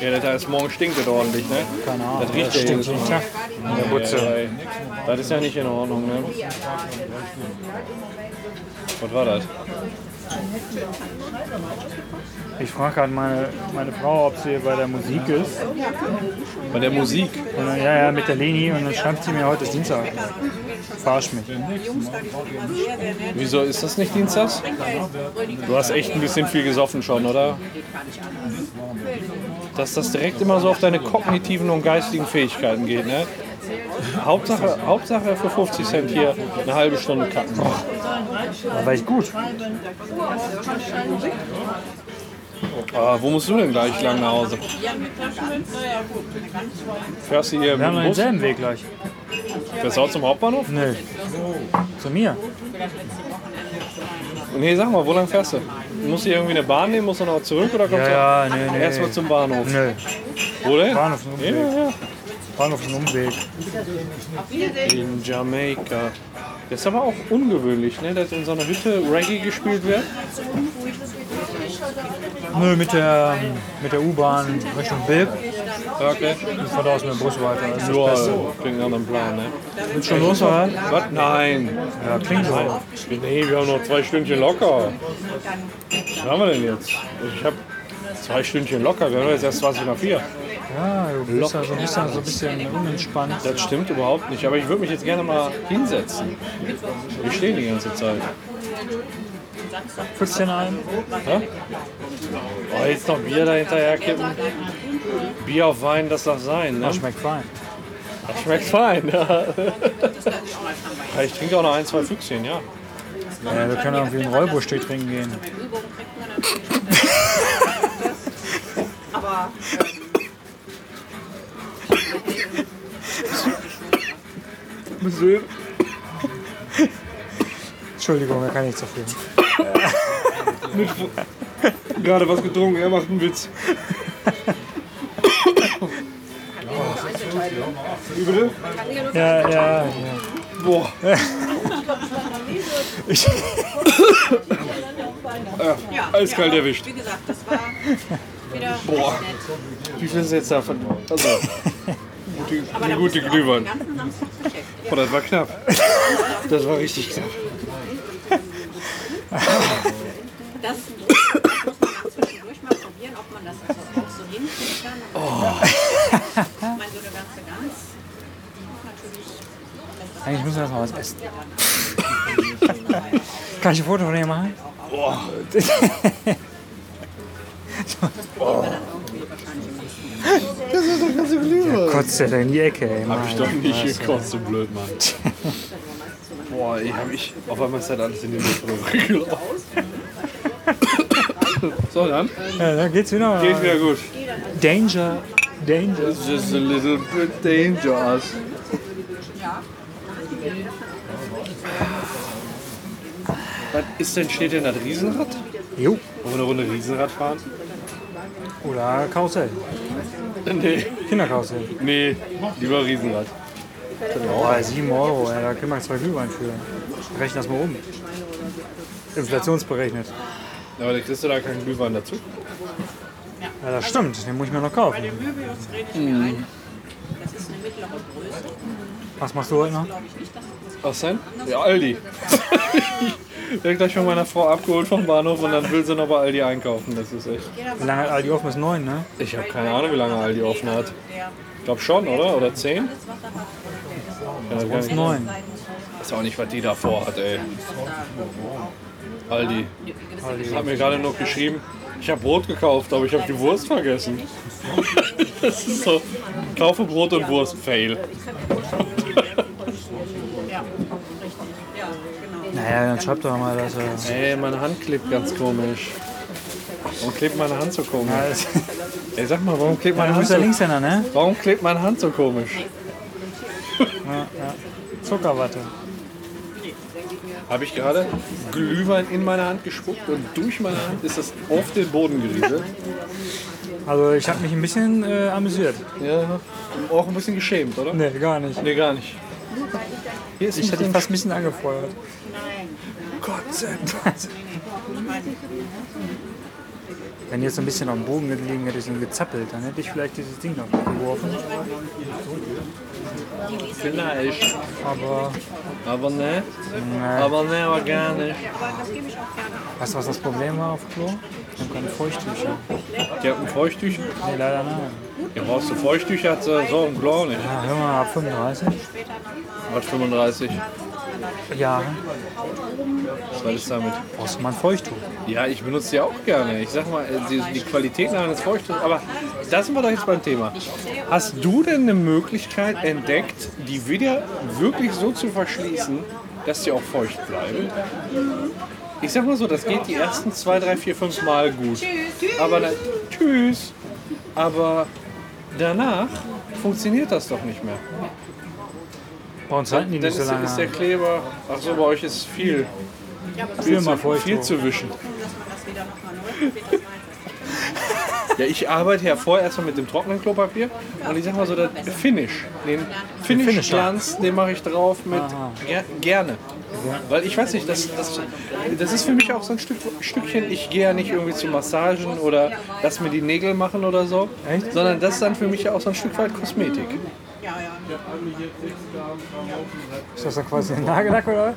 Speaker 2: Ja, das heißt, morgen stinkt das ordentlich, ne?
Speaker 1: Keine Ahnung.
Speaker 2: Das riecht ja
Speaker 1: stinkt
Speaker 2: jedes Mal.
Speaker 1: jeden Tag. In der Butze.
Speaker 2: Ey, Das ist ja nicht in Ordnung, ne? Was war das?
Speaker 1: Ich frage gerade meine, meine Frau, ob sie bei der Musik ist.
Speaker 2: Bei der Musik.
Speaker 1: Und dann, ja, ja, mit der Leni. Und dann schreibt sie mir heute ist Dienstag. Verarsch mich.
Speaker 2: Wieso ist das nicht Dienstags? Du hast echt ein bisschen viel gesoffen schon, oder? Dass das direkt immer so auf deine kognitiven und geistigen Fähigkeiten geht, ne? Hauptsache, Hauptsache für 50 Cent hier eine halbe Stunde kacken.
Speaker 1: Da war ich gut.
Speaker 2: Ah, wo musst du denn gleich lang nach Hause? Fährst du hier mit
Speaker 1: Wir haben
Speaker 2: dem
Speaker 1: den
Speaker 2: Bus?
Speaker 1: selben Weg gleich.
Speaker 2: Fährst du auch zum Hauptbahnhof?
Speaker 1: Nö. Zu mir.
Speaker 2: Nee, sag mal, wo lang fährst du? Musst du hier irgendwie eine Bahn nehmen, musst du noch zurück oder kommst
Speaker 1: Ja,
Speaker 2: du
Speaker 1: ja, nee, nee.
Speaker 2: erstmal zum Bahnhof?
Speaker 1: Nö.
Speaker 2: Wo denn?
Speaker 1: Bahnhof ist ein
Speaker 2: Ja,
Speaker 1: Umweg.
Speaker 2: ja.
Speaker 1: Bahnhof ist ein Umweg.
Speaker 2: In Jamaika. Das ist aber auch ungewöhnlich, ne? dass in so einer Hütte Reggae gespielt wird.
Speaker 1: Nö, mit der, mit der U-Bahn Richtung Bilb.
Speaker 2: Ja, okay.
Speaker 1: Und von da aus mit dem Bus weiter. Also, Das ist das
Speaker 2: Nur
Speaker 1: Beste.
Speaker 2: äh, klingt einen anderen Plan, ne?
Speaker 1: Ist schon los, oder?
Speaker 2: Was? Nein.
Speaker 1: Ja, klingt so.
Speaker 2: Nee, wir haben noch zwei Stündchen locker. Was haben wir denn jetzt? Ich habe zwei Stündchen locker. Wir haben jetzt erst 20 nach 4.
Speaker 1: Ja, Ah, du bist ja so ein bisschen, so ein bisschen unentspannt.
Speaker 2: Das stimmt überhaupt nicht. Aber ich würde mich jetzt gerne mal hinsetzen. Wir stehen die ganze Zeit.
Speaker 1: Füllst du ein?
Speaker 2: Oh, jetzt noch Bier dahinterher kippen. Bier auf Wein, das darf sein. Ne?
Speaker 1: Das schmeckt fein.
Speaker 2: Das schmeckt fein. Ja. Ich trinke auch noch ein, zwei Füchschen, ja.
Speaker 1: Ja, wir können irgendwie einen Rollbusch-Tee trinken gehen. Entschuldigung, da kann ich zu viel.
Speaker 2: Gerade was getrunken, er macht einen Witz.
Speaker 1: Ja, ja, ja.
Speaker 2: Boah. Ich ja, eiskalt erwischt.
Speaker 8: Wie gesagt, das war wieder
Speaker 2: Boah. Wie viel ist jetzt davon? Also, die, die gute Glühwein. Oh, das war knapp. Das war richtig knapp.
Speaker 6: Das muss man dann zwischendurch mal probieren, ob man das also auch so hinkriegen kann. Oh. Ich meine, so eine ganze Gans, die macht natürlich
Speaker 1: Eigentlich müssen wir erstmal was essen. Kann ich ein Foto von dir machen? Kotzt ja da in die Ecke, ey. Mann.
Speaker 2: Hab ich doch nicht gekotzt, so blöd, Mann. Boah, ey, hab ich. Auf einmal ist das alles in den Mund gelaufen. So, dann
Speaker 1: Ja, dann geht's wieder.
Speaker 2: geht's wieder gut.
Speaker 1: Danger. Danger.
Speaker 2: It's just a little bit dangerous. Was ist denn, steht denn das Riesenrad?
Speaker 1: Jo.
Speaker 2: Wollen wir eine Runde Riesenrad fahren?
Speaker 1: Oder Karussell.
Speaker 2: Nee.
Speaker 1: Kinderkarussell.
Speaker 2: Nee, lieber Riesenrad.
Speaker 1: Boah, 7 Euro, ey, da können wir zwei Glühwein für. Rechnen das mal um. Inflationsberechnet.
Speaker 2: Aber da kriegst du da keinen Glühwein dazu.
Speaker 1: Ja, das stimmt. Den muss ich mir noch kaufen. Mhm.
Speaker 6: den Möbius rede ich mir ein. Das ist eine mittlere Größe.
Speaker 1: Was machst du heute noch?
Speaker 6: Glaube ich nicht, dass das
Speaker 2: Was denn? Ja, Aldi. ich werde gleich von meiner Frau abgeholt vom Bahnhof und dann will sie noch bei Aldi einkaufen. Das ist echt.
Speaker 1: Wie lange hat Aldi offen? Bis 9, ne?
Speaker 2: Ich habe keine Ahnung, wie lange Aldi offen hat. Ich glaube schon, oder? Oder 10? Ja, das
Speaker 1: Bis
Speaker 2: kann
Speaker 1: 9.
Speaker 2: ich weiß auch nicht, was die da vorhat, ey. Aldi. Aldi. Hat mir gerade noch geschrieben, ich habe Brot gekauft, aber ich habe die Wurst vergessen. das ist so. Kaufe Brot und Wurst, fail.
Speaker 1: Naja, dann schreib doch mal, dass er.
Speaker 2: Ey, meine Hand klebt ganz komisch. Warum klebt meine Hand so komisch? Ey, sag mal, warum klebt
Speaker 1: Ja,
Speaker 2: meine
Speaker 1: du
Speaker 2: Hand
Speaker 1: bist ja
Speaker 2: so
Speaker 1: Linkshänder, ne?
Speaker 2: Warum klebt meine Hand so komisch?
Speaker 1: Zuckerwatte.
Speaker 2: Habe ich gerade Glühwein in meine Hand gespuckt und durch meine Hand ist das auf den Boden gerieselt.
Speaker 1: Also ich habe mich ein bisschen äh, amüsiert.
Speaker 2: Ja, auch ein bisschen geschämt, oder?
Speaker 1: Nee, gar nicht.
Speaker 2: Nee, gar nicht. Hier ist
Speaker 1: Also Ich hätte
Speaker 2: ein
Speaker 1: dich fast ein bisschen angefeuert.
Speaker 2: Gott sei Dank.
Speaker 1: Wenn du jetzt so ein bisschen am Boden gelegen hättest und gezappelt, dann hätte ich vielleicht dieses Ding noch geworfen.
Speaker 2: Vielleicht.
Speaker 1: Aber
Speaker 2: Aber ne,
Speaker 1: nein.
Speaker 2: aber ne, aber gar nicht.
Speaker 1: Weißt du, was das Problem war auf Klo? Ich habe keine Feuchttücher.
Speaker 2: Die hat ein Feuchttücher.
Speaker 1: Nee, leider nein.
Speaker 2: Ja, brauchst du Feuchttücher? Hat sie so ein Blau nicht.
Speaker 1: Ja, hör mal, ab 35
Speaker 2: Hat 35.
Speaker 1: Jahre
Speaker 2: Was ist damit?
Speaker 1: brauchst du mal ein Feuchttuch.
Speaker 2: Ja, ich benutze die auch gerne. Ich sag mal, äh, die, die Qualitäten eines Feuchtes. Aber da sind wir doch jetzt beim Thema. Hast du denn eine Möglichkeit entdeckt, die wieder wirklich so zu verschließen, dass sie auch feucht bleiben? Ich sag mal so, das geht die ersten zwei, drei, vier, fünf Mal gut. Aber dann, tschüss. Aber danach funktioniert das doch nicht mehr.
Speaker 1: Bei uns halten die
Speaker 2: Dann
Speaker 1: nicht so
Speaker 2: ist,
Speaker 1: lange.
Speaker 2: ist der
Speaker 1: an.
Speaker 2: Kleber. Ach so, bei euch ist viel.
Speaker 1: Spür
Speaker 2: Viel
Speaker 1: mal
Speaker 2: zu,
Speaker 1: Feuchttuch.
Speaker 2: viel zu wischen.
Speaker 6: dass man das wieder nochmal neu entwickelt.
Speaker 2: Ja, ich arbeite ja vorher erstmal mit dem trockenen Klopapier und ich sag mal so, das Finish, den Finish-Glanz, den mache ich drauf mit ger gerne. Weil ich weiß nicht, das, das, das ist für mich auch so ein Stück, Stückchen, ich gehe ja nicht irgendwie zu Massagen oder lass mir die Nägel machen oder so, sondern das ist dann für mich ja auch so ein Stück weit Kosmetik.
Speaker 1: Ist das dann quasi ein Nagellack oder?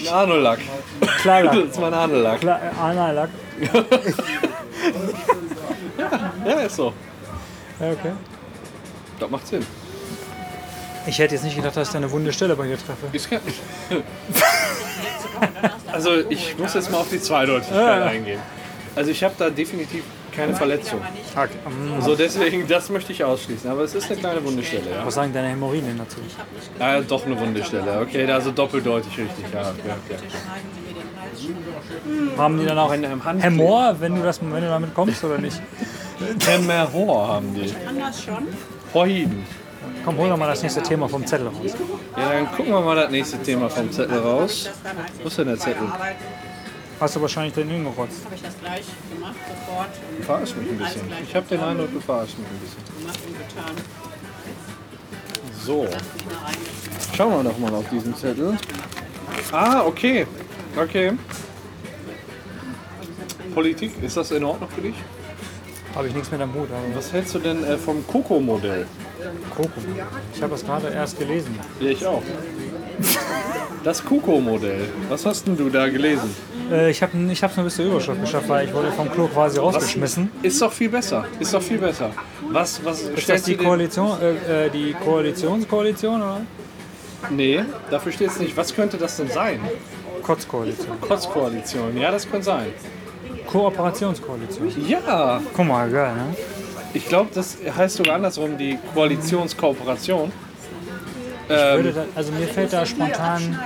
Speaker 2: Ein Anolack. Das
Speaker 1: Klarlack.
Speaker 2: ist mein Anolack.
Speaker 1: Klar, äh, Anallack.
Speaker 2: Ja, ist so.
Speaker 1: Ja, okay.
Speaker 2: Das macht Sinn.
Speaker 1: Ich hätte jetzt nicht gedacht, dass ich da eine wunde Stelle bei dir treffe.
Speaker 2: Ist kein- also ich muss jetzt mal auf die Zweideutigkeit eingehen. Also ich habe da definitiv keine Verletzung.
Speaker 1: Hack. Ähm,
Speaker 2: So deswegen, das möchte ich ausschließen. Aber es ist eine kleine Wundestelle, ja.
Speaker 1: Was sagen deine Hämorrhoiden denn dazu?
Speaker 2: Ah, doch eine Wundestelle. Okay, also doppeldeutig richtig. Ja, okay, okay.
Speaker 1: Haben die dann auch
Speaker 2: Wenn im Hand
Speaker 1: Hämor, wenn du, das, wenn du damit kommst oder nicht?
Speaker 2: Hemmerhor haben die.
Speaker 6: Anders schon.
Speaker 2: Horhiden.
Speaker 1: Komm, hol doch mal das nächste Thema vom Zettel raus.
Speaker 2: Ja, dann gucken wir mal das nächste Thema vom Zettel raus. Wo ist denn der Zettel?
Speaker 1: Hast du wahrscheinlich den hingerotzt.
Speaker 6: Habe ich das gleich gemacht, sofort
Speaker 2: Du verarschst mich ein bisschen. Ich habe den Eindruck, du verarschst mich ein bisschen.
Speaker 6: gemacht und getan.
Speaker 2: So,
Speaker 6: Nicht mehr rein.
Speaker 2: schauen wir doch mal auf diesen Zettel. Ah, okay. Okay. Politik, ist das in Ordnung für dich?
Speaker 1: Habe ich nichts mit am Hut. aber
Speaker 2: Was hältst du denn äh, vom Coco-Modell?
Speaker 1: Coco. Ich habe das gerade erst gelesen.
Speaker 2: Ja, ich auch. Das Coco-Modell. Was hast denn du da gelesen?
Speaker 1: Äh, ich habe ich hab's nur bis zur Überschrift geschafft, weil ich wurde vom Klo quasi rausgeschmissen.
Speaker 2: Ist doch viel besser. Ist doch viel besser. Was, was
Speaker 1: Ist das
Speaker 2: stellst
Speaker 1: die
Speaker 2: du dir-
Speaker 1: Koalition, äh, äh, die Koalitionskoalition oder?
Speaker 2: Nee, dafür steht es nicht. Was könnte das denn sein?
Speaker 1: Kotzkoalition.
Speaker 2: Kotzkoalition. Ja, das könnte sein.
Speaker 1: Kooperationskoalition.
Speaker 2: Ja,
Speaker 1: Guck mal, geil, ne?
Speaker 2: ich glaube, das heißt sogar andersrum die Koalitionskooperation. Ähm,
Speaker 1: Würde da, also mir fällt da spontan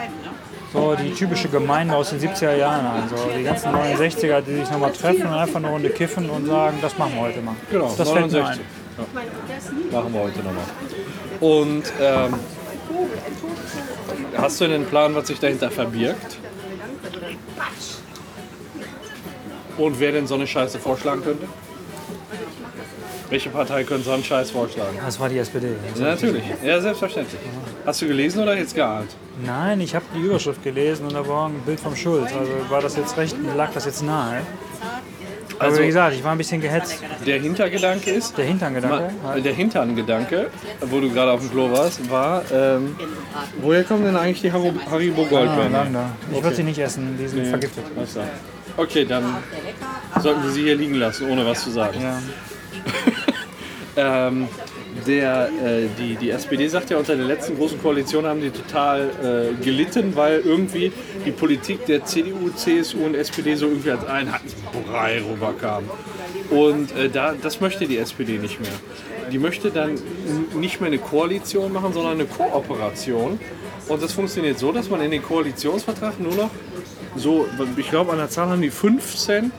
Speaker 1: so die typische Gemeinde aus den 70er Jahren an. So die ganzen 69er, die sich nochmal treffen und einfach eine Runde kiffen und sagen, das machen wir heute mal.
Speaker 2: Genau,
Speaker 1: das fällt mir ein.
Speaker 2: Ja. Machen wir heute nochmal. Und ähm, hast du einen Plan, was sich dahinter verbirgt? Und wer denn so eine Scheiße vorschlagen könnte? Welche Partei könnte so einen Scheiß vorschlagen?
Speaker 1: Das war die SPD.
Speaker 2: Ja, natürlich. Ja, selbstverständlich. Hast du gelesen oder jetzt geahnt?
Speaker 1: Nein, ich habe die Überschrift gelesen und da war ein Bild vom Schulz. Also war das jetzt recht, lag das jetzt nahe. Aber
Speaker 2: Also-
Speaker 1: wie gesagt, ich war ein bisschen gehetzt.
Speaker 2: Der Hintergedanke ist,
Speaker 1: Der Halt Hinterngedanke.
Speaker 2: Ma- Ah, Der Hintern-Gedanke, wo du gerade auf dem Klo warst, war, ähm, woher kommen denn eigentlich die Haribo, Haribo
Speaker 1: Ah,
Speaker 2: Goldbeeren?
Speaker 1: Lambda. Ich würde sie nicht essen, die sind vergiftet.
Speaker 2: Also. Okay, dann sollten wir sie hier liegen lassen, ohne was zu sagen.
Speaker 1: Ja.
Speaker 2: Ähm, der, äh, die, die SPD sagt ja, unter der letzten großen Koalition haben die total äh, gelitten, weil irgendwie die Politik der CDU, CSU und SPD so irgendwie als Einheitsbrei rüberkam. Und äh, da, das möchte die SPD nicht mehr. Die möchte dann n- nicht mehr eine Koalition machen, sondern eine Kooperation. Und das funktioniert so, dass man in den Koalitionsvertrag nur noch so, ich glaube an der Zahl haben die 15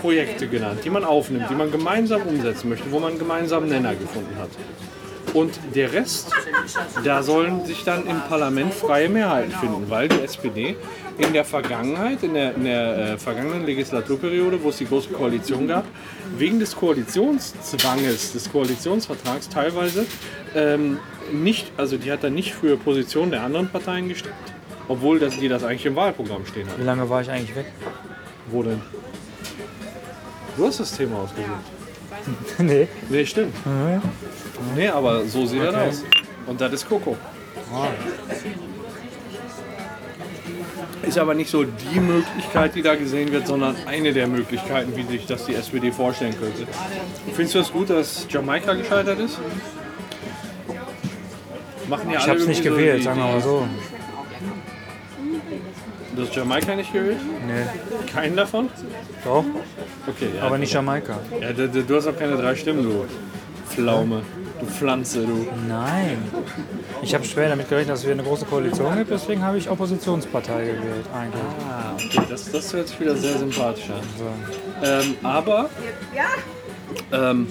Speaker 2: Projekte genannt, die man aufnimmt, die man gemeinsam umsetzen möchte, wo man einen gemeinsamen Nenner gefunden hat. Und der Rest, da sollen sich dann im Parlament freie Mehrheiten finden, weil die SPD in der Vergangenheit, in der, in der äh, vergangenen Legislaturperiode, wo es die Große Koalition gab, wegen des Koalitionszwanges, des Koalitionsvertrags teilweise ähm, nicht, also die hat dann nicht für Positionen der anderen Parteien gestimmt, obwohl das, die das eigentlich im Wahlprogramm stehen hat.
Speaker 1: Wie lange war ich eigentlich weg?
Speaker 2: Wo denn? Du hast das Thema ausgesucht.
Speaker 1: nee.
Speaker 2: Nee, stimmt. Nee, aber so sieht das aus. Und das ist Coco.
Speaker 1: Ah.
Speaker 2: Ist aber nicht so die Möglichkeit, die da gesehen wird, sondern eine der Möglichkeiten, wie sich das die SPD vorstellen könnte. Findest du das gut, dass Jamaika gescheitert ist? Machen ja
Speaker 1: Ich
Speaker 2: alle
Speaker 1: habe es nicht
Speaker 2: irgendwie so
Speaker 1: gewählt,
Speaker 2: die-
Speaker 1: sagen wir mal so.
Speaker 2: Du hast Jamaika nicht gewählt?
Speaker 1: Nee.
Speaker 2: Keinen davon?
Speaker 1: Doch,
Speaker 2: Okay, ja.
Speaker 1: aber nicht Jamaika.
Speaker 2: Ja, du, du du hast auch keine drei Stimmen, du Pflaume, du Pflanze, du.
Speaker 1: Nein. Ich habe schwer damit gerechnet, dass wir eine große Koalition gibt, deswegen habe ich Oppositionspartei gewählt eigentlich.
Speaker 2: Ah, okay, das, das hört sich wieder sehr sympathisch an. Ähm, aber, ähm,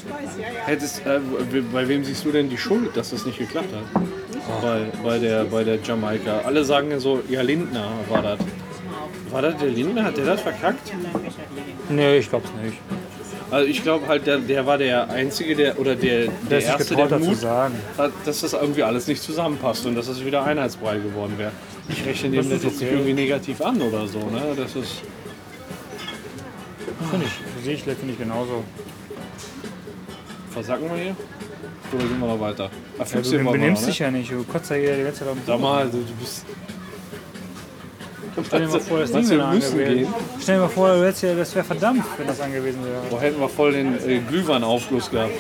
Speaker 2: hättest, äh, w- bei wem siehst du denn die Schuld, dass das nicht geklappt hat? Bei, bei, der, bei der Jamaika. Alle sagen ja so, ja, Lindner war das. War das der Lindner? Hat der das verkackt?
Speaker 1: Nee, ich glaube es nicht.
Speaker 2: Also ich glaube halt, der, der war der Einzige, der oder der, der,
Speaker 1: Der ist sich
Speaker 2: Erste,
Speaker 1: getraut,
Speaker 2: der
Speaker 1: dazu
Speaker 2: Mut
Speaker 1: sagen.
Speaker 2: hat, dass das irgendwie alles nicht zusammenpasst und dass das wieder einheitsbrei geworden wäre. Ich rechne dem
Speaker 1: Das
Speaker 2: das
Speaker 1: ist
Speaker 2: jetzt nicht
Speaker 1: okay.
Speaker 2: irgendwie negativ an oder so. Ne? Das ist,
Speaker 1: Finde ich, sehe ich letztendlich genauso.
Speaker 2: versacken wir hier? Oder gehen wir noch weiter? Ach,
Speaker 1: Ja,
Speaker 2: fünfzehn waren
Speaker 1: du
Speaker 2: wir
Speaker 1: benimmst
Speaker 2: noch,
Speaker 1: dich ja nicht, du kotzt ja hier die ganze Zeit auf den
Speaker 2: Sag mal, du, du bist...
Speaker 1: Stell dir mal vor, das Ding
Speaker 2: Meinst du,
Speaker 1: wäre
Speaker 2: wir müssen
Speaker 1: angewiesen.
Speaker 2: gehen?
Speaker 1: Stell dir mal vor, du hättest ja- das wäre verdampft, wenn das angewiesen wäre.
Speaker 2: Boah, hätten wir voll den äh, Glühweinaufguss gehabt.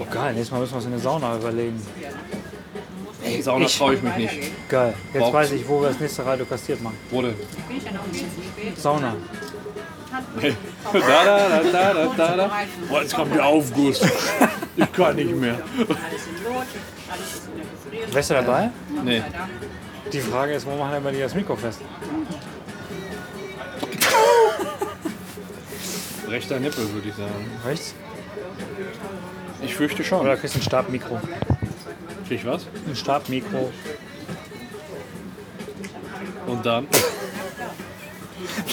Speaker 1: Oh, geil, nächstes Mal müssen wir uns in der Sauna überlegen.
Speaker 2: Sauna traue ich mich nicht.
Speaker 1: Geil, jetzt
Speaker 2: Bock.
Speaker 1: weiß ich, wo wir das nächste Radio kastiert machen.
Speaker 2: Wo denn?
Speaker 1: Sauna.
Speaker 2: da, da, da, da, da, da, da. Boah, jetzt kommt der Aufguss. Ich kann nicht mehr.
Speaker 1: Wärst du dabei?
Speaker 2: Nee.
Speaker 1: Die Frage ist, wo machen wir bei dir das Mikro fest?
Speaker 2: Rechter Nippel, würde ich sagen.
Speaker 1: Rechts?
Speaker 2: Ich fürchte schon.
Speaker 1: Oder kriegst du ein Stabmikro?
Speaker 2: Krieg ich was?
Speaker 1: Ein Stabmikro.
Speaker 2: Und dann?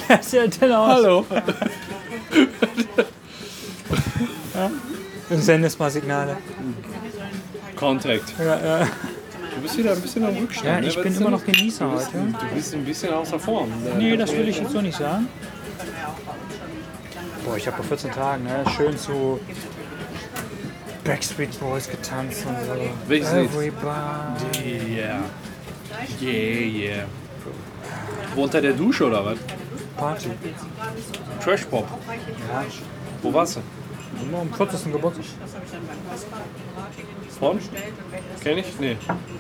Speaker 1: Das ist ja Teller aus.
Speaker 2: Hallo.
Speaker 1: Und sendest mal Signale.
Speaker 2: Contact.
Speaker 1: Ja, ja.
Speaker 2: Du bist wieder ein bisschen am Rückstand.
Speaker 1: ja
Speaker 2: ne?
Speaker 1: ich
Speaker 2: Was
Speaker 1: bin
Speaker 2: ist
Speaker 1: immer
Speaker 2: denn-
Speaker 1: noch Genießer heute.
Speaker 2: Du bist ein bisschen außer Form. ne?
Speaker 1: Nee, das will ich jetzt so nicht sagen. boah, ich habe vor 14 Tagen ne, schön zu Backstreet Boys getanzt und so.
Speaker 2: Welches Lied?
Speaker 1: Everybody.
Speaker 2: Yeah. Yeah, yeah. Wo unter der Dusche oder was?
Speaker 1: Party.
Speaker 2: Trash Pop.
Speaker 1: Ja,
Speaker 2: Wo warst du?
Speaker 1: nur am kürzesten um Geburtstag.
Speaker 2: Von? Kenn ich? Nee.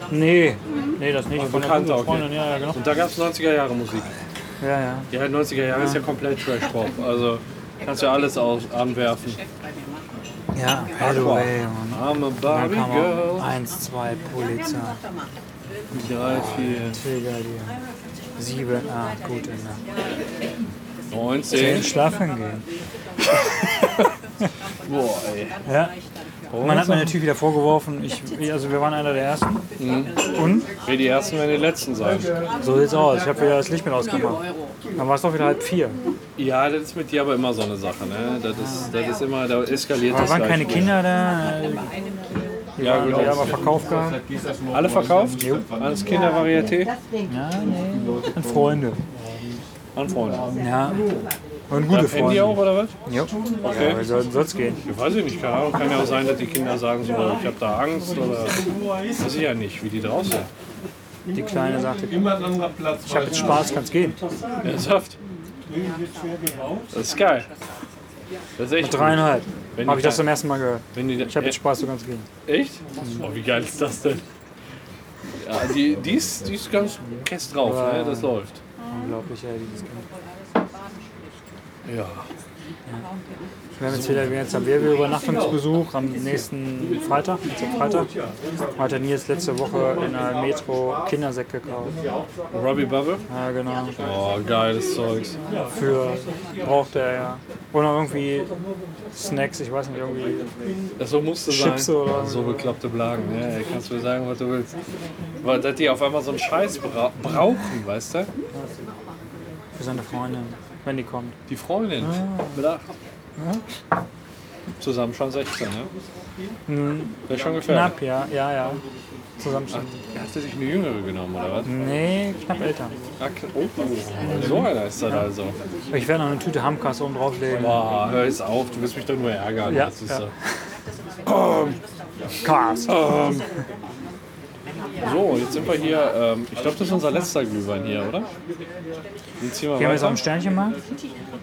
Speaker 1: Nee, Mhm. nee, das nicht. Von der
Speaker 2: Bekannter,
Speaker 1: guten Freundin, ja, ja, genau.
Speaker 2: Und da gab es 90er Jahre Musik.
Speaker 1: Ja, ja.
Speaker 2: Ja, 90er Jahre ist ja komplett Trash Pop. Also kannst du ja alles aus anwerfen.
Speaker 1: Ja, Hathaway und
Speaker 2: I'm a
Speaker 1: dann
Speaker 2: Barbie
Speaker 1: kam auch
Speaker 2: Girl.
Speaker 1: 1, 2, Polizei,
Speaker 2: Drei, vier,
Speaker 1: Trigger, die 7, ah, gute Nacht.
Speaker 2: 19.
Speaker 1: Schlafen gehen.
Speaker 2: Boah, ey.
Speaker 1: Ja. Man hat mir natürlich wieder vorgeworfen, ich, ich- also wir waren einer der Ersten.
Speaker 2: Mhm.
Speaker 1: Und?
Speaker 2: Wer die Ersten werden die Letzten sein.
Speaker 1: So sieht's aus. Ich habe wieder das Licht mit ausgemacht. Dann war es doch wieder halb vier.
Speaker 2: Ja, das ist mit dir aber immer so eine Sache. Ne? Das, ist, das ist immer, da eskaliert
Speaker 1: Da
Speaker 2: das
Speaker 1: waren
Speaker 2: gleich
Speaker 1: keine
Speaker 2: wieder.
Speaker 1: Kinder da. Die
Speaker 2: Ja,
Speaker 1: waren
Speaker 2: gut,
Speaker 1: die
Speaker 2: das-
Speaker 1: aber verkauft gehabt.
Speaker 2: Alle verkauft? Alles Kindervarieté?
Speaker 1: Und Freunde.
Speaker 2: An Freunde.
Speaker 1: Ja. Und gute
Speaker 2: Handy auch
Speaker 1: Freunde.
Speaker 2: oder was?
Speaker 1: Ja. Ja, wie soll denn sonst gehen?
Speaker 2: Ich weiß ich nicht, keine Ahnung. Kann ja auch sein, dass die Kinder sagen, so, ich habe da Angst oder. Weiß ich ja nicht, wie die drauf sind.
Speaker 1: Die Kleine sagte, ich
Speaker 2: Immer ein anderer Platz.
Speaker 1: habe jetzt Spaß, kann's gehen.
Speaker 2: Ernsthaft? Das ist geil. Das ist echt. gut.
Speaker 1: Dreieinhalb.
Speaker 2: Wenn die
Speaker 1: Habe ich das
Speaker 2: da-
Speaker 1: zum ersten Mal gehört.
Speaker 2: Wenn die da,
Speaker 1: Ich habe jetzt Spaß, du kannst gehen.
Speaker 2: Echt? Oh, wie geil ist das denn? Ja, die, die, ist, die ist ganz kess drauf, ne? das läuft.
Speaker 1: Unglaublich, ey, dieses Kind.
Speaker 2: Ja.
Speaker 1: Wir haben jetzt wieder, wir jetzt haben wir wieder Übernachtungsbesuch am nächsten Freitag, zum Freitag. Hat der Nils letzte Woche in der Metro Kindersäcke gekauft.
Speaker 2: Robbie Bubble?
Speaker 1: Ja, genau.
Speaker 2: Oh, geiles Zeugs.
Speaker 1: Für braucht er ja. Und noch irgendwie Snacks, ich weiß nicht, irgendwie.
Speaker 2: So musste sein.
Speaker 1: Chips oder-
Speaker 2: so bekloppte Blagen. Ja, ey, kannst du mir sagen, was du willst. Weil dass die auf einmal so einen Scheiß bra brauchen, weißt du?
Speaker 1: Für seine Freundin, wenn die kommt.
Speaker 2: Die Freundin.
Speaker 1: Ah.
Speaker 2: Mit acht. Zusammen schon 16, ne?
Speaker 1: Mhm.
Speaker 2: Wäre schon gefährlich.
Speaker 1: Knapp, ja, ja, ja. Zusammenstand.
Speaker 2: Hat er sich eine Jüngere genommen, oder was?
Speaker 1: Mhm. Nee, knapp älter.
Speaker 2: Ah, kn- Oh, so einer ist das also.
Speaker 1: Ich werde noch eine Tüte Hamkas oben drauflegen.
Speaker 2: Boah, hör jetzt auf, du wirst mich doch nur ärgern.
Speaker 1: Ja,
Speaker 2: das ist
Speaker 1: ja.
Speaker 2: ja.
Speaker 1: Cars.
Speaker 2: Ähm, so, jetzt sind wir hier. Ähm, ich glaube, das ist unser letzter Glühwein hier, oder? Jetzt ziehen wir
Speaker 1: Gehen wir jetzt auf
Speaker 2: weiter.
Speaker 1: den Sternchenmarkt?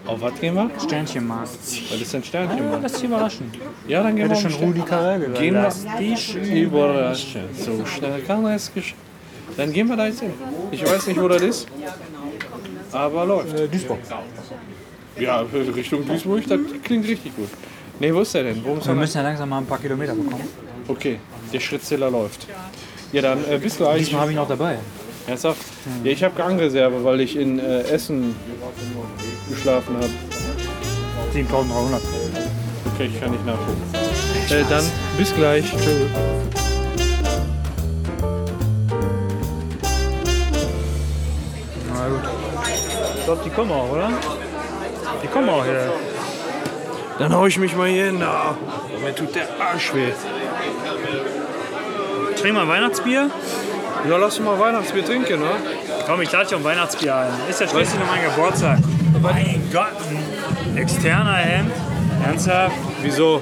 Speaker 2: Auf was gehen wir?
Speaker 1: Sternchenmarkt.
Speaker 2: Was ist denn Sternchen?
Speaker 1: Ja, lass dich überraschen.
Speaker 2: Ja, dann gehen
Speaker 1: Hätte
Speaker 2: wir
Speaker 1: schon
Speaker 2: auf den
Speaker 1: Rudi Carell gesagt.
Speaker 2: Gehen
Speaker 1: Lass
Speaker 2: wir überraschen. So schnell kann es geschehen. Dann gehen wir da jetzt hin. Ich weiß nicht, wo das ist, aber läuft.
Speaker 1: Äh, Duisburg.
Speaker 2: Ja, äh, Richtung Duisburg, das klingt richtig gut. Nee, wo ist der denn? Wo muss
Speaker 1: Wir
Speaker 2: er
Speaker 1: müssen ja langsam mal ein paar Kilometer bekommen.
Speaker 2: Okay, der Schrittzähler läuft. Ja, dann äh, bis gleich.
Speaker 1: Diesmal habe ich noch dabei.
Speaker 2: Ernsthaft? Ja, ich habe Gangreserve, weil ich in äh, Essen geschlafen habe.
Speaker 1: 7300.
Speaker 2: Okay, ich kann nicht nachgucken. Äh, dann bis gleich. Tschüss.
Speaker 1: Na gut. Ich glaube, die kommen auch, oder? Die kommen auch hier.
Speaker 2: Dann hau ich mich mal hier hin. Na, mir tut der Arsch weh.
Speaker 1: Trink mal Weihnachtsbier.
Speaker 2: Ja, lass uns mal Weihnachtsbier trinken, ne?
Speaker 1: Komm, ich lade dich um Weihnachtsbier ein. Ist ja schließlich noch mein Geburtstag. Mein Gott, ein externer Hemd. Ernsthaft?
Speaker 2: Wieso?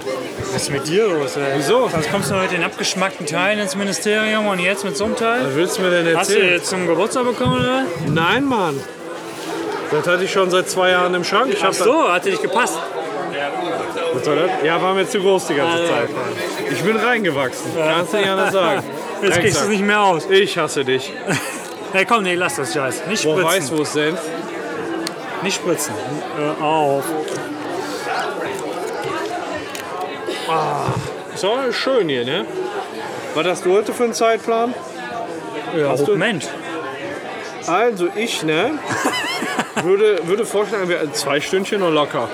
Speaker 1: Was ist mit dir los, ey?
Speaker 2: Wieso?
Speaker 1: Sonst kommst du heute in abgeschmackten Teilen ins Ministerium und jetzt mit so einem Teil?
Speaker 2: Was willst du mir denn
Speaker 1: Hast du
Speaker 2: erzählen?
Speaker 1: jetzt zum Geburtstag bekommen, oder?
Speaker 2: Nein, Mann. Das hatte ich schon seit zwei Jahren im Schrank. Ich
Speaker 1: Ach
Speaker 2: hab
Speaker 1: so, hat dir nicht gepasst.
Speaker 2: das- Was war das? Ja, war mir zu groß die ganze
Speaker 1: Also.
Speaker 2: Zeit. Ich bin reingewachsen. Kannst du nicht anders sagen.
Speaker 1: Jetzt kriegst du es nicht mehr aus.
Speaker 2: Ich hasse dich.
Speaker 1: Hey, komm, nee, lass das Scheiß. Nicht
Speaker 2: Wo
Speaker 1: spritzen.
Speaker 2: weiß, wo es denn?
Speaker 1: Nicht spritzen. Äh, auf.
Speaker 2: So, ist schön hier, ne? Was hast du heute für einen Zeitplan?
Speaker 1: Ja,
Speaker 2: Hast du-
Speaker 1: Mensch.
Speaker 2: Also ich, ne? würde, würde vorschlagen, wir zwei Stündchen noch locker.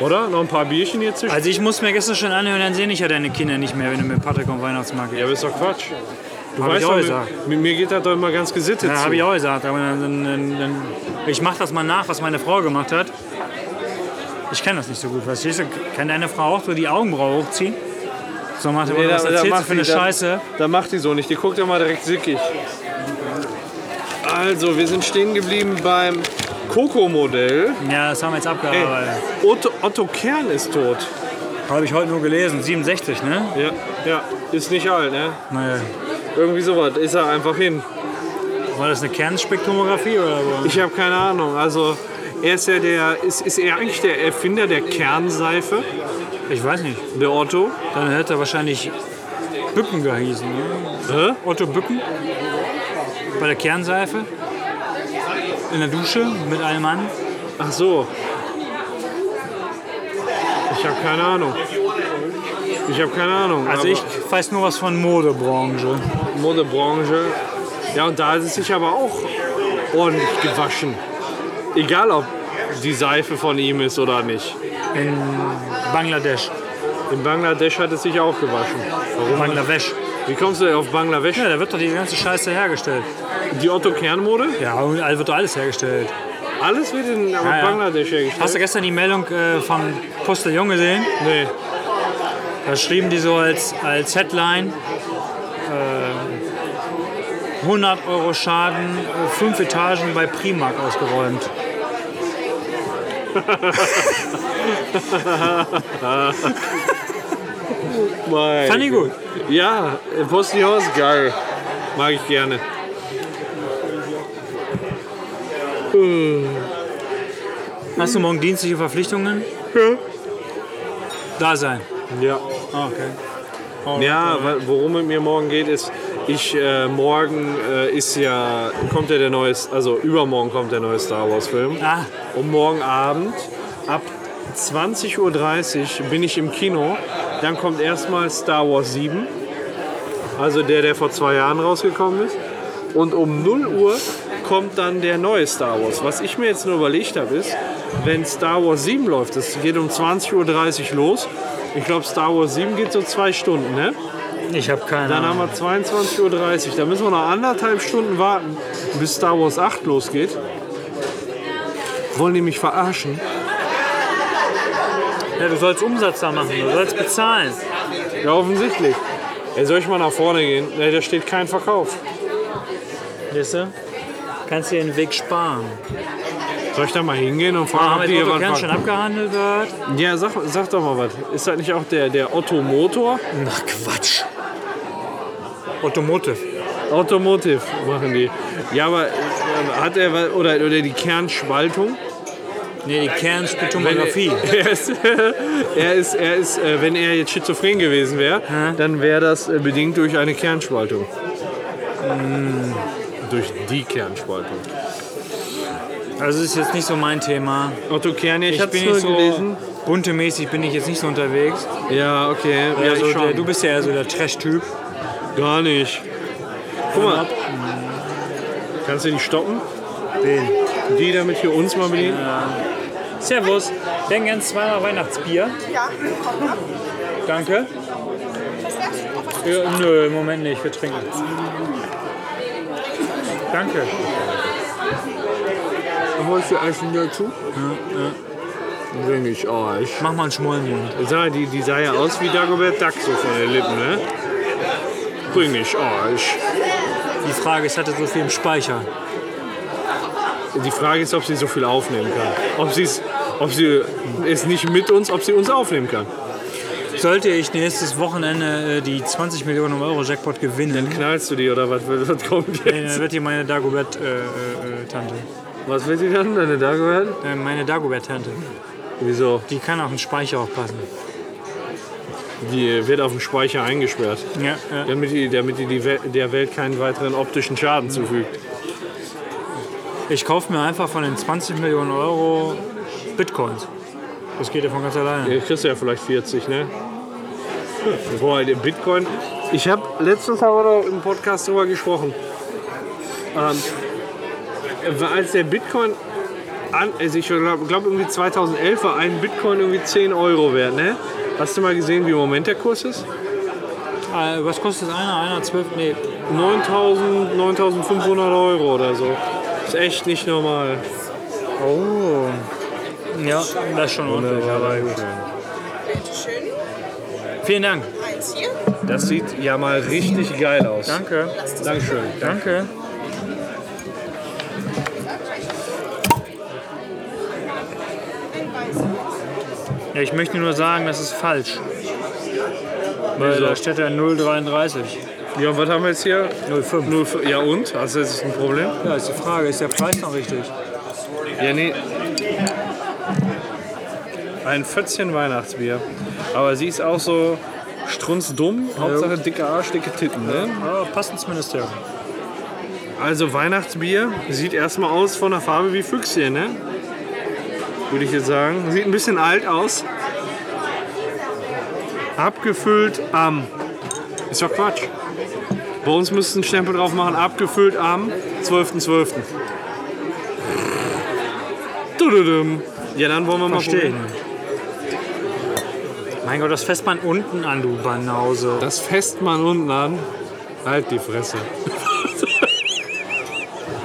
Speaker 2: Oder? Noch ein paar Bierchen hier zwischen.
Speaker 1: Also ich muss mir gestern schon anhören, dann sehe ich ja deine Kinder nicht mehr, wenn du mit Patrick auf den Weihnachtsmarkt
Speaker 2: Ja,
Speaker 1: gehst.
Speaker 2: aber ist doch Quatsch. Du
Speaker 1: Hab ich auch
Speaker 2: doch,
Speaker 1: gesagt.
Speaker 2: mit, mit mir geht das doch immer ganz gesittet
Speaker 1: Ja,
Speaker 2: zu.
Speaker 1: habe ich auch gesagt. Aber dann, dann, dann, dann, ich mache das mal nach, was meine Frau gemacht hat. Ich kann das nicht so gut. Verstehst du? Kann deine Frau auch so die Augenbraue hochziehen? So macht
Speaker 2: Nee,
Speaker 1: nee, was
Speaker 2: da- da
Speaker 1: erzählst du
Speaker 2: macht
Speaker 1: für eine
Speaker 2: die- da-
Speaker 1: Scheiße?
Speaker 2: Da macht die so nicht. Die guckt immer direkt sickig. Also, wir sind stehen geblieben beim Coco-Modell.
Speaker 1: Ja, das haben wir jetzt
Speaker 2: Ey,
Speaker 1: abgearbeitet.
Speaker 2: Otto, Otto Kern ist tot.
Speaker 1: Habe ich heute nur gelesen. 67, ne?
Speaker 2: Ja, ja. Ist nicht alt, ne?
Speaker 1: Naja.
Speaker 2: Irgendwie sowas. Ist er einfach hin.
Speaker 1: War das eine Kernspektromographie oder was?
Speaker 2: Ich habe keine Ahnung. Also er ist ja der, ist, ist er eigentlich der Erfinder der Kernseife,
Speaker 1: Ich weiß nicht.
Speaker 2: der Otto.
Speaker 1: Dann hätte er wahrscheinlich Bücken geheißen. Ne?
Speaker 2: Hä?
Speaker 1: Otto Bücken. Bei der Kernseife. In der Dusche mit einem Mann.
Speaker 2: Ach so. Ich habe keine Ahnung. Ich habe keine Ahnung.
Speaker 1: Also
Speaker 2: aber
Speaker 1: ich weiß nur was von Modebranche.
Speaker 2: Modebranche. Ja, und da hat es sich aber auch ordentlich gewaschen. Egal, ob die Seife von ihm ist oder nicht.
Speaker 1: In Bangladesch.
Speaker 2: In Bangladesch hat es sich auch gewaschen. Warum?
Speaker 1: Bangladesch.
Speaker 2: Wie kommst du denn auf Bangladesch?
Speaker 1: Ja, da wird doch die ganze Scheiße hergestellt.
Speaker 2: Die Otto-Kernmode?
Speaker 1: Ja, und da wird doch alles hergestellt.
Speaker 2: Alles wird in
Speaker 1: ja.
Speaker 2: Bangladesch hergestellt.
Speaker 1: Hast du gestern die Meldung äh, von Postillon gesehen?
Speaker 2: Nee.
Speaker 1: Da schrieben die so als, als Headline äh, 100 Euro Schaden, äh, fünf Etagen bei Primark ausgeräumt.
Speaker 2: Mein
Speaker 1: Fand ich gut.
Speaker 2: Ja, Postillon ist geil. Mag ich gerne.
Speaker 1: Hast du morgen dienstliche Verpflichtungen? Ja. Da sein.
Speaker 2: Ja.
Speaker 1: Ah, okay.
Speaker 2: Ja, wa- worum es mir morgen geht, ist, ich äh, morgen äh, ist ja, kommt ja der neue, also übermorgen kommt der neue Star Wars Film.
Speaker 1: Ah.
Speaker 2: Und um morgen Abend ab 20.30 Uhr bin ich im Kino. Dann kommt erstmal Star Wars 7. Also der, der vor zwei Jahren rausgekommen ist. Und um 0 Uhr kommt dann der neue Star Wars. Was ich mir jetzt nur überlegt habe, ist, wenn Star Wars 7 läuft, das geht um 20.30 Uhr los. Ich glaube, Star Wars 7 geht so zwei Stunden, ne?
Speaker 1: Ich habe keine
Speaker 2: Dann haben
Speaker 1: Ahnung.
Speaker 2: wir 22.30 Uhr. Da müssen wir noch anderthalb Stunden warten, bis Star Wars 8 losgeht. Wollen die mich verarschen?
Speaker 1: Ja, du sollst Umsatz da machen, du sollst bezahlen.
Speaker 2: Ja, offensichtlich. Ey, soll ich mal nach vorne gehen? Ne, da steht kein Verkauf.
Speaker 1: Weißt du? Kannst dir den Weg sparen.
Speaker 2: Soll ich da mal hingehen und
Speaker 1: Ah,
Speaker 2: fragen,
Speaker 1: haben
Speaker 2: ob die hier
Speaker 1: wir das Otto Kern
Speaker 2: was
Speaker 1: schon
Speaker 2: machen?
Speaker 1: abgehandelt wird?
Speaker 2: Ja, sag, sag doch mal was. Ist das nicht auch der, der Otto Motor?
Speaker 1: Ach Quatsch. Automotive.
Speaker 2: Automotive machen die. Ja, aber äh, hat er was, oder, oder die Kernspaltung?
Speaker 1: Nee, die Kernspektromographie.
Speaker 2: Er ist, er ist, er ist äh, wenn er jetzt schizophren gewesen wäre, dann wäre das äh, bedingt durch eine Kernspaltung. Hm. Durch die Kernspaltung.
Speaker 1: Also ist jetzt nicht so mein Thema.
Speaker 2: Otto Kern, ja, ich,
Speaker 1: Ich
Speaker 2: hab's
Speaker 1: bin
Speaker 2: nur
Speaker 1: nicht so
Speaker 2: gelesen.
Speaker 1: buntemäßig bin ich jetzt nicht so unterwegs.
Speaker 2: Ja, okay. Ja,
Speaker 1: also
Speaker 2: ich
Speaker 1: der,
Speaker 2: schon.
Speaker 1: du bist ja eher so der Trash-Typ.
Speaker 2: Gar nicht. Guck mal. Kannst du die stoppen? Die damit hier uns mal bedienen?
Speaker 1: Servus, denk an zweimal Weihnachtsbier.
Speaker 7: Ja,
Speaker 1: Danke. Ja, nö, im Moment nicht, wir trinken. Danke.
Speaker 2: Holst du Essen dazu? Ja, ja. Bring ich euch.
Speaker 1: Mach mal einen Schmollenmund.
Speaker 2: Sag mal, die, die sah ja aus wie Dagobert Duck so von den Lippen, ne? Bring oh, ich euch.
Speaker 1: Die Frage ist, hatte so viel im Speicher?
Speaker 2: Die Frage ist, ob sie so viel aufnehmen kann. Ob, sie's, ob sie es nicht mit uns, ob sie uns aufnehmen kann.
Speaker 1: Sollte ich nächstes Wochenende äh, die 20 Millionen Euro Jackpot gewinnen,
Speaker 2: Knallst du die oder was, was kommt
Speaker 1: äh,
Speaker 2: jetzt?
Speaker 1: wird hier meine Dagobert-Tante. Äh, äh, Tante.
Speaker 2: Was will sie dann, deine Dagobert?
Speaker 1: äh, meine Dagobert-Tante.
Speaker 2: Wieso?
Speaker 1: Die kann auf den Speicher aufpassen.
Speaker 2: Die wird auf dem Speicher eingesperrt,
Speaker 1: Ja, ja.
Speaker 2: damit die, damit die, die Wel der Welt keinen weiteren optischen Schaden zufügt.
Speaker 1: Ich kaufe mir einfach von den 20 Millionen Euro Bitcoins. Das geht ja von ganz alleine.
Speaker 2: Jetzt kriegst du ja vielleicht 40, ne? Boah, der Bitcoin. Ich habe letztens haben wir doch im Podcast drüber gesprochen. Ähm, als der Bitcoin an, also ich glaube glaub irgendwie 2011 war ein Bitcoin irgendwie 10 Euro wert, ne? Hast du mal gesehen, wie im Moment der Kurs ist?
Speaker 1: Äh, was kostet einer? Einer 12? Nee.
Speaker 2: 9000, 9500 Euro oder so. Ist echt nicht normal.
Speaker 1: Oh. Ja, das ist schon ordentlich. Aber gut. Vielen Dank.
Speaker 2: Das sieht ja mal richtig geil aus.
Speaker 1: Danke.
Speaker 2: Dankeschön.
Speaker 1: Danke. Ja, ich möchte nur sagen, das ist falsch. Weil da steht ja 0,33.
Speaker 2: Ja, und was haben wir jetzt hier?
Speaker 1: 0,5.
Speaker 2: Nur für, ja und? Also das ist ein Problem?
Speaker 1: Ja, ist die Frage, ist der Preis noch richtig?
Speaker 2: Ja, nee. Ein Fötzchen Weihnachtsbier. Aber sie ist auch so strunzdumm. Hauptsache dicker Arsch, dicke Titten. Ne?
Speaker 1: Ja, passt ins Ministerium.
Speaker 2: Also Weihnachtsbier sieht erstmal aus von der Farbe wie Füchschen, ne? Würde ich jetzt sagen. Sieht ein bisschen alt aus. Abgefüllt am. Ist doch Quatsch. Bei uns müssten Stempel drauf machen, abgefüllt am 12.12. Dududum. Ja, dann wollen wir mal
Speaker 1: Verstehe ich
Speaker 2: probieren.
Speaker 1: nicht. Mein Gott, das fässt man unten an, du Banause.
Speaker 2: Das Festmann unten an. Halt die Fresse.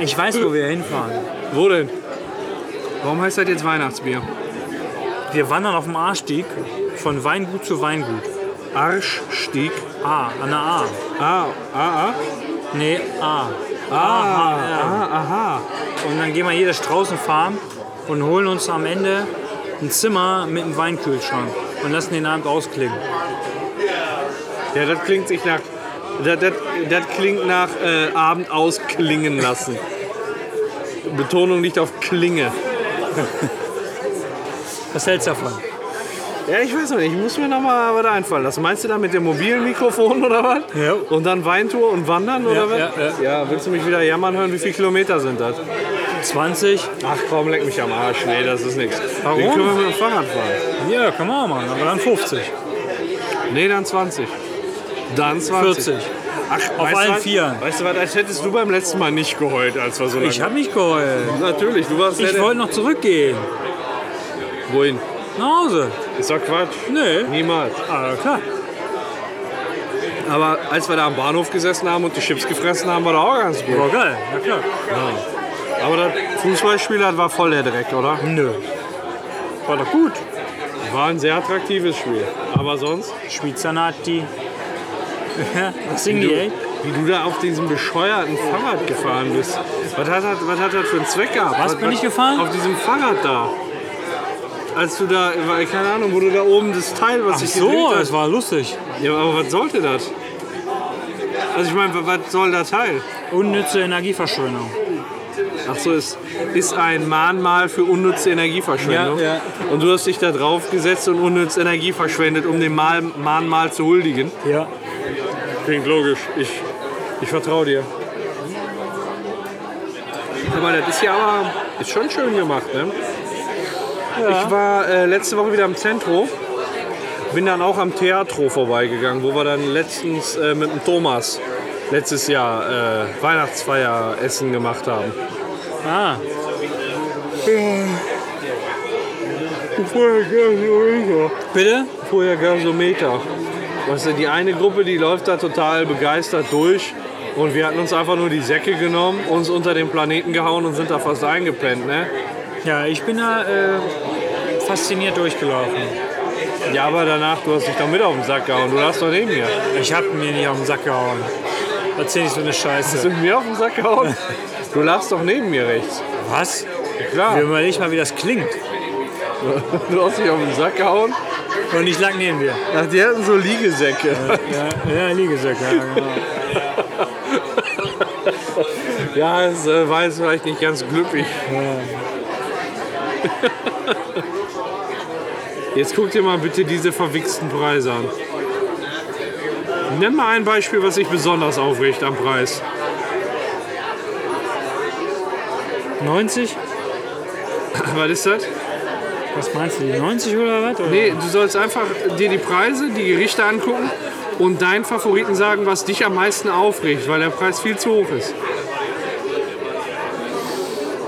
Speaker 1: Ich weiß, wo wir hinfahren.
Speaker 2: Wo denn? Warum heißt das jetzt Weihnachtsbier?
Speaker 1: Wir wandern auf dem Arschstieg von Weingut zu Weingut.
Speaker 2: Arschstieg.
Speaker 1: A, an der A.
Speaker 2: Ah, ah, ah.
Speaker 1: Nee, A.
Speaker 2: Ah,
Speaker 1: ja.
Speaker 2: ah, aha.
Speaker 1: Und dann gehen wir jede Straußenfarm und holen uns am Ende ein Zimmer mit einem Weinkühlschrank und lassen den Abend ausklingen.
Speaker 2: Ja, das klingt sich nach. Das, das, das klingt nach äh, Abend ausklingen lassen. Betonung liegt auf Klinge.
Speaker 1: Was hältst du davon?
Speaker 2: Ja, ich weiß noch nicht. Ich muss mir noch mal was einfallen lassen. Meinst du da mit dem mobilen Mikrofon oder was?
Speaker 1: Ja.
Speaker 2: Und dann Weintour und Wandern oder was?
Speaker 1: ja,
Speaker 2: ja, willst du mich wieder jammern hören? Wie viele Kilometer sind das?
Speaker 1: 20?
Speaker 2: Ach komm, leck mich am Arsch. Nee, das ist nichts.
Speaker 1: Warum?
Speaker 2: Den können wir mit dem Fahrrad fahren.
Speaker 1: Ja, kann man auch machen, aber dann 50.
Speaker 2: Nee, dann 20. Dann 20.
Speaker 1: 40.
Speaker 2: Ach, weißt du
Speaker 1: allen
Speaker 2: was?
Speaker 1: Vieren.
Speaker 2: Weißt du was, als hättest du beim letzten Mal nicht geheult, als wir so lange...
Speaker 1: Ich habe nicht geheult.
Speaker 2: Natürlich, du warst
Speaker 1: Ich
Speaker 2: der-
Speaker 1: wollte noch zurückgehen.
Speaker 2: Wohin?
Speaker 1: Nach Hause.
Speaker 2: Ist doch Quatsch.
Speaker 1: Nee.
Speaker 2: Niemals.
Speaker 1: Ah, klar.
Speaker 2: Aber als wir da am Bahnhof gesessen haben und die Chips gefressen haben, war das auch ganz gut.
Speaker 1: War geil. Ja, klar.
Speaker 2: Aber das Fußballspiel das war voll der Dreck, oder?
Speaker 1: Nö. War doch gut.
Speaker 2: War ein sehr attraktives Spiel. Aber sonst,
Speaker 1: Schweizernati. Was singen die, ey?
Speaker 2: wie du da auf diesem bescheuerten Fahrrad gefahren bist. Was hat das, was hat das für einen Zweck gehabt?
Speaker 1: Was, bin ich gefahren?
Speaker 2: Auf diesem Fahrrad da. Als du da, keine Ahnung, wo du da oben das Teil, was
Speaker 1: Ach
Speaker 2: ich
Speaker 1: so,
Speaker 2: gedreht
Speaker 1: es war lustig.
Speaker 2: hab- Ja, aber was sollte das? Also ich meine, was soll der Teil?
Speaker 1: Unnütze Energieverschwendung.
Speaker 2: Ach so, es ist ein Mahnmal für unnütze Energieverschwendung.
Speaker 1: Ja, ja.
Speaker 2: Und du hast dich da drauf gesetzt und unnütz Energie verschwendet, um dem Mal Mahnmal zu huldigen.
Speaker 1: Ja.
Speaker 2: Klingt logisch. Ich, ich vertraue dir. Aber das ist ja aber ist schon schön gemacht, ne? Ich war äh, letzte Woche wieder im Zentrum. Bin dann auch am Theatro vorbeigegangen, wo wir dann letztens äh, mit dem Thomas letztes Jahr äh, Weihnachtsfeieressen gemacht haben.
Speaker 1: Ah,
Speaker 2: Vorher Gasometer.
Speaker 1: bitte?
Speaker 2: Vorher Gasometer. Weißt du, die eine Gruppe, die läuft da total begeistert durch. Und wir hatten uns einfach nur die Säcke genommen, uns unter den Planeten gehauen und sind da fast eingepennt, ne?
Speaker 1: Ja, ich bin da äh, fasziniert durchgelaufen.
Speaker 2: Ja, aber danach, du hast dich doch mit auf den Sack gehauen. Du lagst doch neben mir.
Speaker 1: Ich hab mir nicht auf den Sack gehauen. Erzähl nicht so eine
Speaker 2: Hast du
Speaker 1: Scheiße.
Speaker 2: mir auf den Sack gehauen? Du lagst doch neben mir rechts.
Speaker 1: Was?
Speaker 2: Klar.
Speaker 1: Wir überlegen mal, wie das klingt.
Speaker 2: Du hast dich auf den Sack gehauen.
Speaker 1: Und ich lag neben dir.
Speaker 2: Ach, die hatten so Liegesäcke.
Speaker 1: Ja, ja Liegesäcke. Ja, genau.
Speaker 2: Ja, es äh, war jetzt vielleicht nicht ganz glücklich. Jetzt guck dir mal bitte diese verwichsten Preise an. Nenn mal ein Beispiel, was dich besonders aufregt am Preis.
Speaker 1: 90?
Speaker 2: Was ist das?
Speaker 1: Was meinst du, die 90 oder was? Oder?
Speaker 2: Nee, du sollst einfach dir die Preise, die Gerichte angucken und deinen Favoriten sagen, was dich am meisten aufregt, weil der Preis viel zu hoch ist.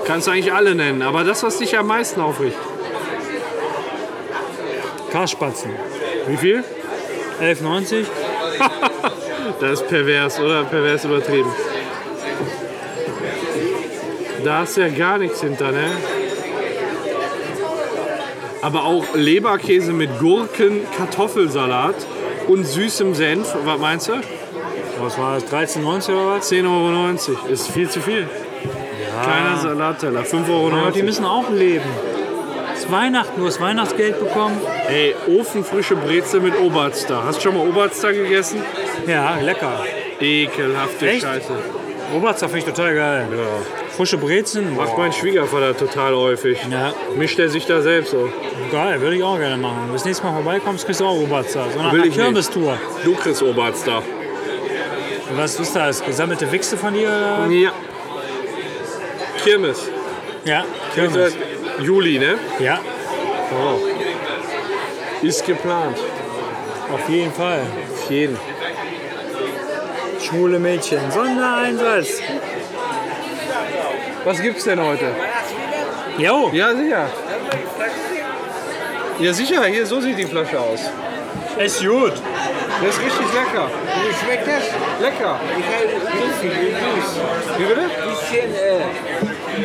Speaker 2: Kannst du eigentlich alle nennen, aber das, was dich am meisten aufregt.
Speaker 1: Karspatzen.
Speaker 2: Wie viel?
Speaker 1: 11,90?
Speaker 2: Das ist pervers, oder? Pervers übertrieben. Da hast du ja gar nichts hinter, ne? Aber auch Leberkäse mit Gurken, Kartoffelsalat und süßem Senf, was meinst du?
Speaker 1: Was war das? 13,90 oder was?
Speaker 2: 10,90 Euro. Ist viel zu viel. Kleiner Salatteller, 5,90 Euro.
Speaker 1: Aber die müssen auch leben. Ist Weihnachten, du hast Weihnachtsgeld bekommen.
Speaker 2: Ey, ofenfrische Brezel mit Oberster. Hast du schon mal Oberster gegessen?
Speaker 1: Ja, lecker.
Speaker 2: Ekelhafte
Speaker 1: Echt?
Speaker 2: Scheiße.
Speaker 1: Oberster finde ich total geil. Frische Brezen,
Speaker 2: Macht mein Schwiegervater total häufig.
Speaker 1: Ja.
Speaker 2: Mischt er sich da selbst auf.
Speaker 1: geil, würde ich auch gerne machen. Wenn du das nächste Mal vorbeikommst, kriegst du auch Oberster. So nach
Speaker 2: Will
Speaker 1: einer
Speaker 2: ich nicht.
Speaker 1: Kirmestour.
Speaker 2: Du kriegst Oberster.
Speaker 1: Was ist das? Gesammelte Wichse von dir? Oder?
Speaker 2: Ja. Kirmes.
Speaker 1: Ja,
Speaker 2: Kirmes.
Speaker 1: Kirmes.
Speaker 2: Äh, Juli, ne?
Speaker 1: Ja,
Speaker 2: Oh. Ist geplant.
Speaker 1: auf jeden Fall.
Speaker 2: Auf jeden.
Speaker 1: Schwule Mädchen, Sondereinsatz.
Speaker 2: Was gibt's denn heute?
Speaker 1: Jo,
Speaker 2: Ja, sicher. Ja, sicher. Hier, so sieht die Flasche aus.
Speaker 1: ist gut.
Speaker 2: Das ist richtig lecker. Wie schmeckt das? Lecker. Wie äh, bitte?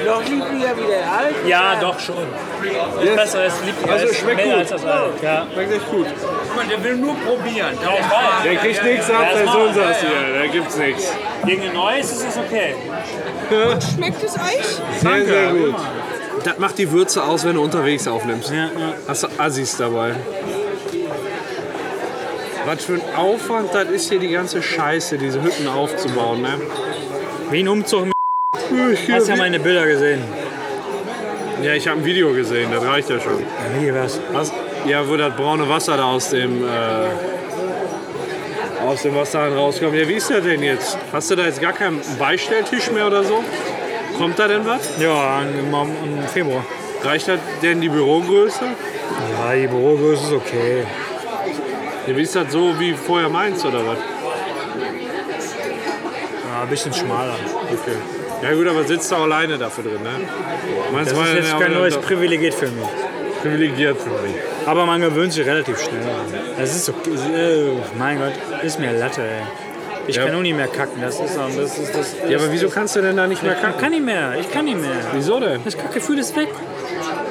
Speaker 9: Noch liegt wieder wieder alt.
Speaker 1: Ja, doch schon. Ist besser, es liegt
Speaker 2: Also,
Speaker 1: es
Speaker 2: schmeckt
Speaker 1: mehr
Speaker 2: gut.
Speaker 1: als das alte. Ja.
Speaker 2: Schmeckt echt gut.
Speaker 9: Der will nur probieren.
Speaker 2: Der kriegt nichts ab,
Speaker 1: Ja,
Speaker 2: der
Speaker 1: das
Speaker 2: Sohn
Speaker 1: machen wir,
Speaker 2: saß
Speaker 1: ja,
Speaker 2: hier. Da gibt's nichts.
Speaker 1: Gegen ein neues ist es okay.
Speaker 7: Schmeckt es euch?
Speaker 2: Sehr, sehr gut. Das macht die Würze aus, wenn du unterwegs aufnimmst.
Speaker 1: Ja, ja.
Speaker 2: Hast du Assis dabei? Was für ein Aufwand das ist hier die ganze Scheiße, diese Hütten aufzubauen, ne?
Speaker 1: Wie ein Umzug mit. Hast ja meine Bilder gesehen.
Speaker 2: Ja, ich habe ein Video gesehen, das reicht ja schon.
Speaker 1: Wie was?
Speaker 2: Hast, ja, wo das braune Wasser da aus dem äh, aus dem Wasserhahn rauskommt. Ja, wie ist das denn jetzt? Hast du da jetzt gar keinen Beistelltisch mehr oder so? Kommt da denn was?
Speaker 1: Ja, im im Februar.
Speaker 2: Reicht das denn die Bürogröße?
Speaker 1: Ja, die Bürogröße ist okay.
Speaker 2: Ja, wie ist das so wie vorher meins oder was?
Speaker 1: Ja, ein bisschen schmaler.
Speaker 2: Okay. Ja gut, aber sitzt du auch alleine dafür drin, ne? Meins
Speaker 1: Das
Speaker 2: war
Speaker 1: ist
Speaker 2: ja
Speaker 1: jetzt
Speaker 2: auch
Speaker 1: kein
Speaker 2: wieder
Speaker 1: neues
Speaker 2: doch
Speaker 1: Privilegiert für mich.
Speaker 2: privilegiert für mich.
Speaker 1: Aber man gewöhnt sich relativ schnell an. Das ist okay. äh, Mein Gott, ist mir Latte, ey. Ich
Speaker 2: Ja.
Speaker 1: kann auch nicht mehr kacken. Das ist, das ist, das ist
Speaker 2: Ja, aber wieso kannst du denn da nicht mehr
Speaker 1: Ich
Speaker 2: kacken?
Speaker 1: kann nicht mehr. Ich kann nicht mehr.
Speaker 2: Wieso denn?
Speaker 1: Das Kackgefühl ist weg.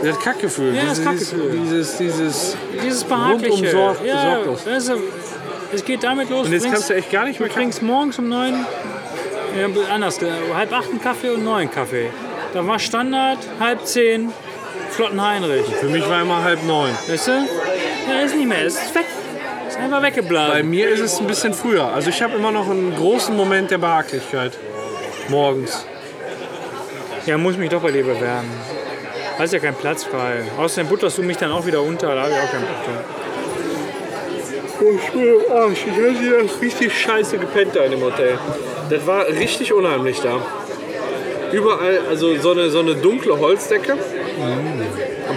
Speaker 2: Das Kackgefühl.
Speaker 1: Ja, das
Speaker 2: dieses,
Speaker 1: Kackgefühl.
Speaker 2: Dieses, dieses.
Speaker 1: Dieses Behagliche.
Speaker 2: Rundum sorg-
Speaker 1: ja,
Speaker 2: sorglos.
Speaker 1: also, es geht damit los.
Speaker 2: Und jetzt
Speaker 1: trinkst-
Speaker 2: kannst du echt gar nicht mehr
Speaker 1: Du trinkst morgens um neun, ja, anders, äh, halb acht einen Kaffee und neun Kaffee. Dann war Standard, halb zehn, Flotten Heinrich.
Speaker 2: Für mich war immer halb neun.
Speaker 1: Weißt du? Ja, ist nicht mehr, ist weg. Ist einfach
Speaker 2: Bei
Speaker 1: weggeblasen.
Speaker 2: mir ist es ein bisschen früher. Also ich habe immer noch einen großen Moment der Behaglichkeit. Morgens.
Speaker 1: Ja, muss mich doch bei dir bewerben. Da ist ja kein Platz frei. Außerdem butterst du mich dann auch wieder unter, da habe ich auch keinen Bock drauf.
Speaker 2: Ich bin im Arsch. Ich habe hier richtig scheiße gepennt da in dem Hotel. Das war richtig unheimlich da. Überall, also so eine, so eine dunkle Holzdecke,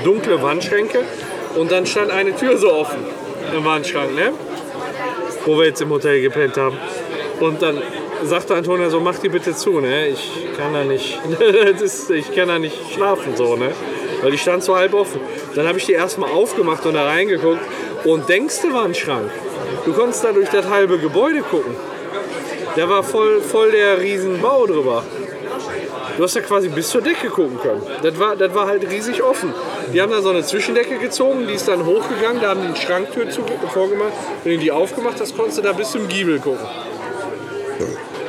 Speaker 2: dunkle Wandschränke und dann stand eine Tür so offen im Wandschrank, ne? Wo wir jetzt im Hotel gepennt haben. Und dann sagte Antonia so, mach die bitte zu, ne? Ich kann da nicht, das ist, ich kann da nicht schlafen, so, ne? Weil die stand so halb offen. Dann habe ich die erstmal aufgemacht und da reingeguckt und denkste Wandschrank. Du konntest da durch das halbe Gebäude gucken. Da war voll, voll der riesen Bau drüber. Du hast ja quasi bis zur Decke gucken können. Das war, das war halt riesig offen. Die haben da so eine Zwischendecke gezogen, die ist dann hochgegangen, da haben die eine Schranktür zu, vorgemacht. Wenn du die aufgemacht hast, konntest du da bis zum Giebel gucken.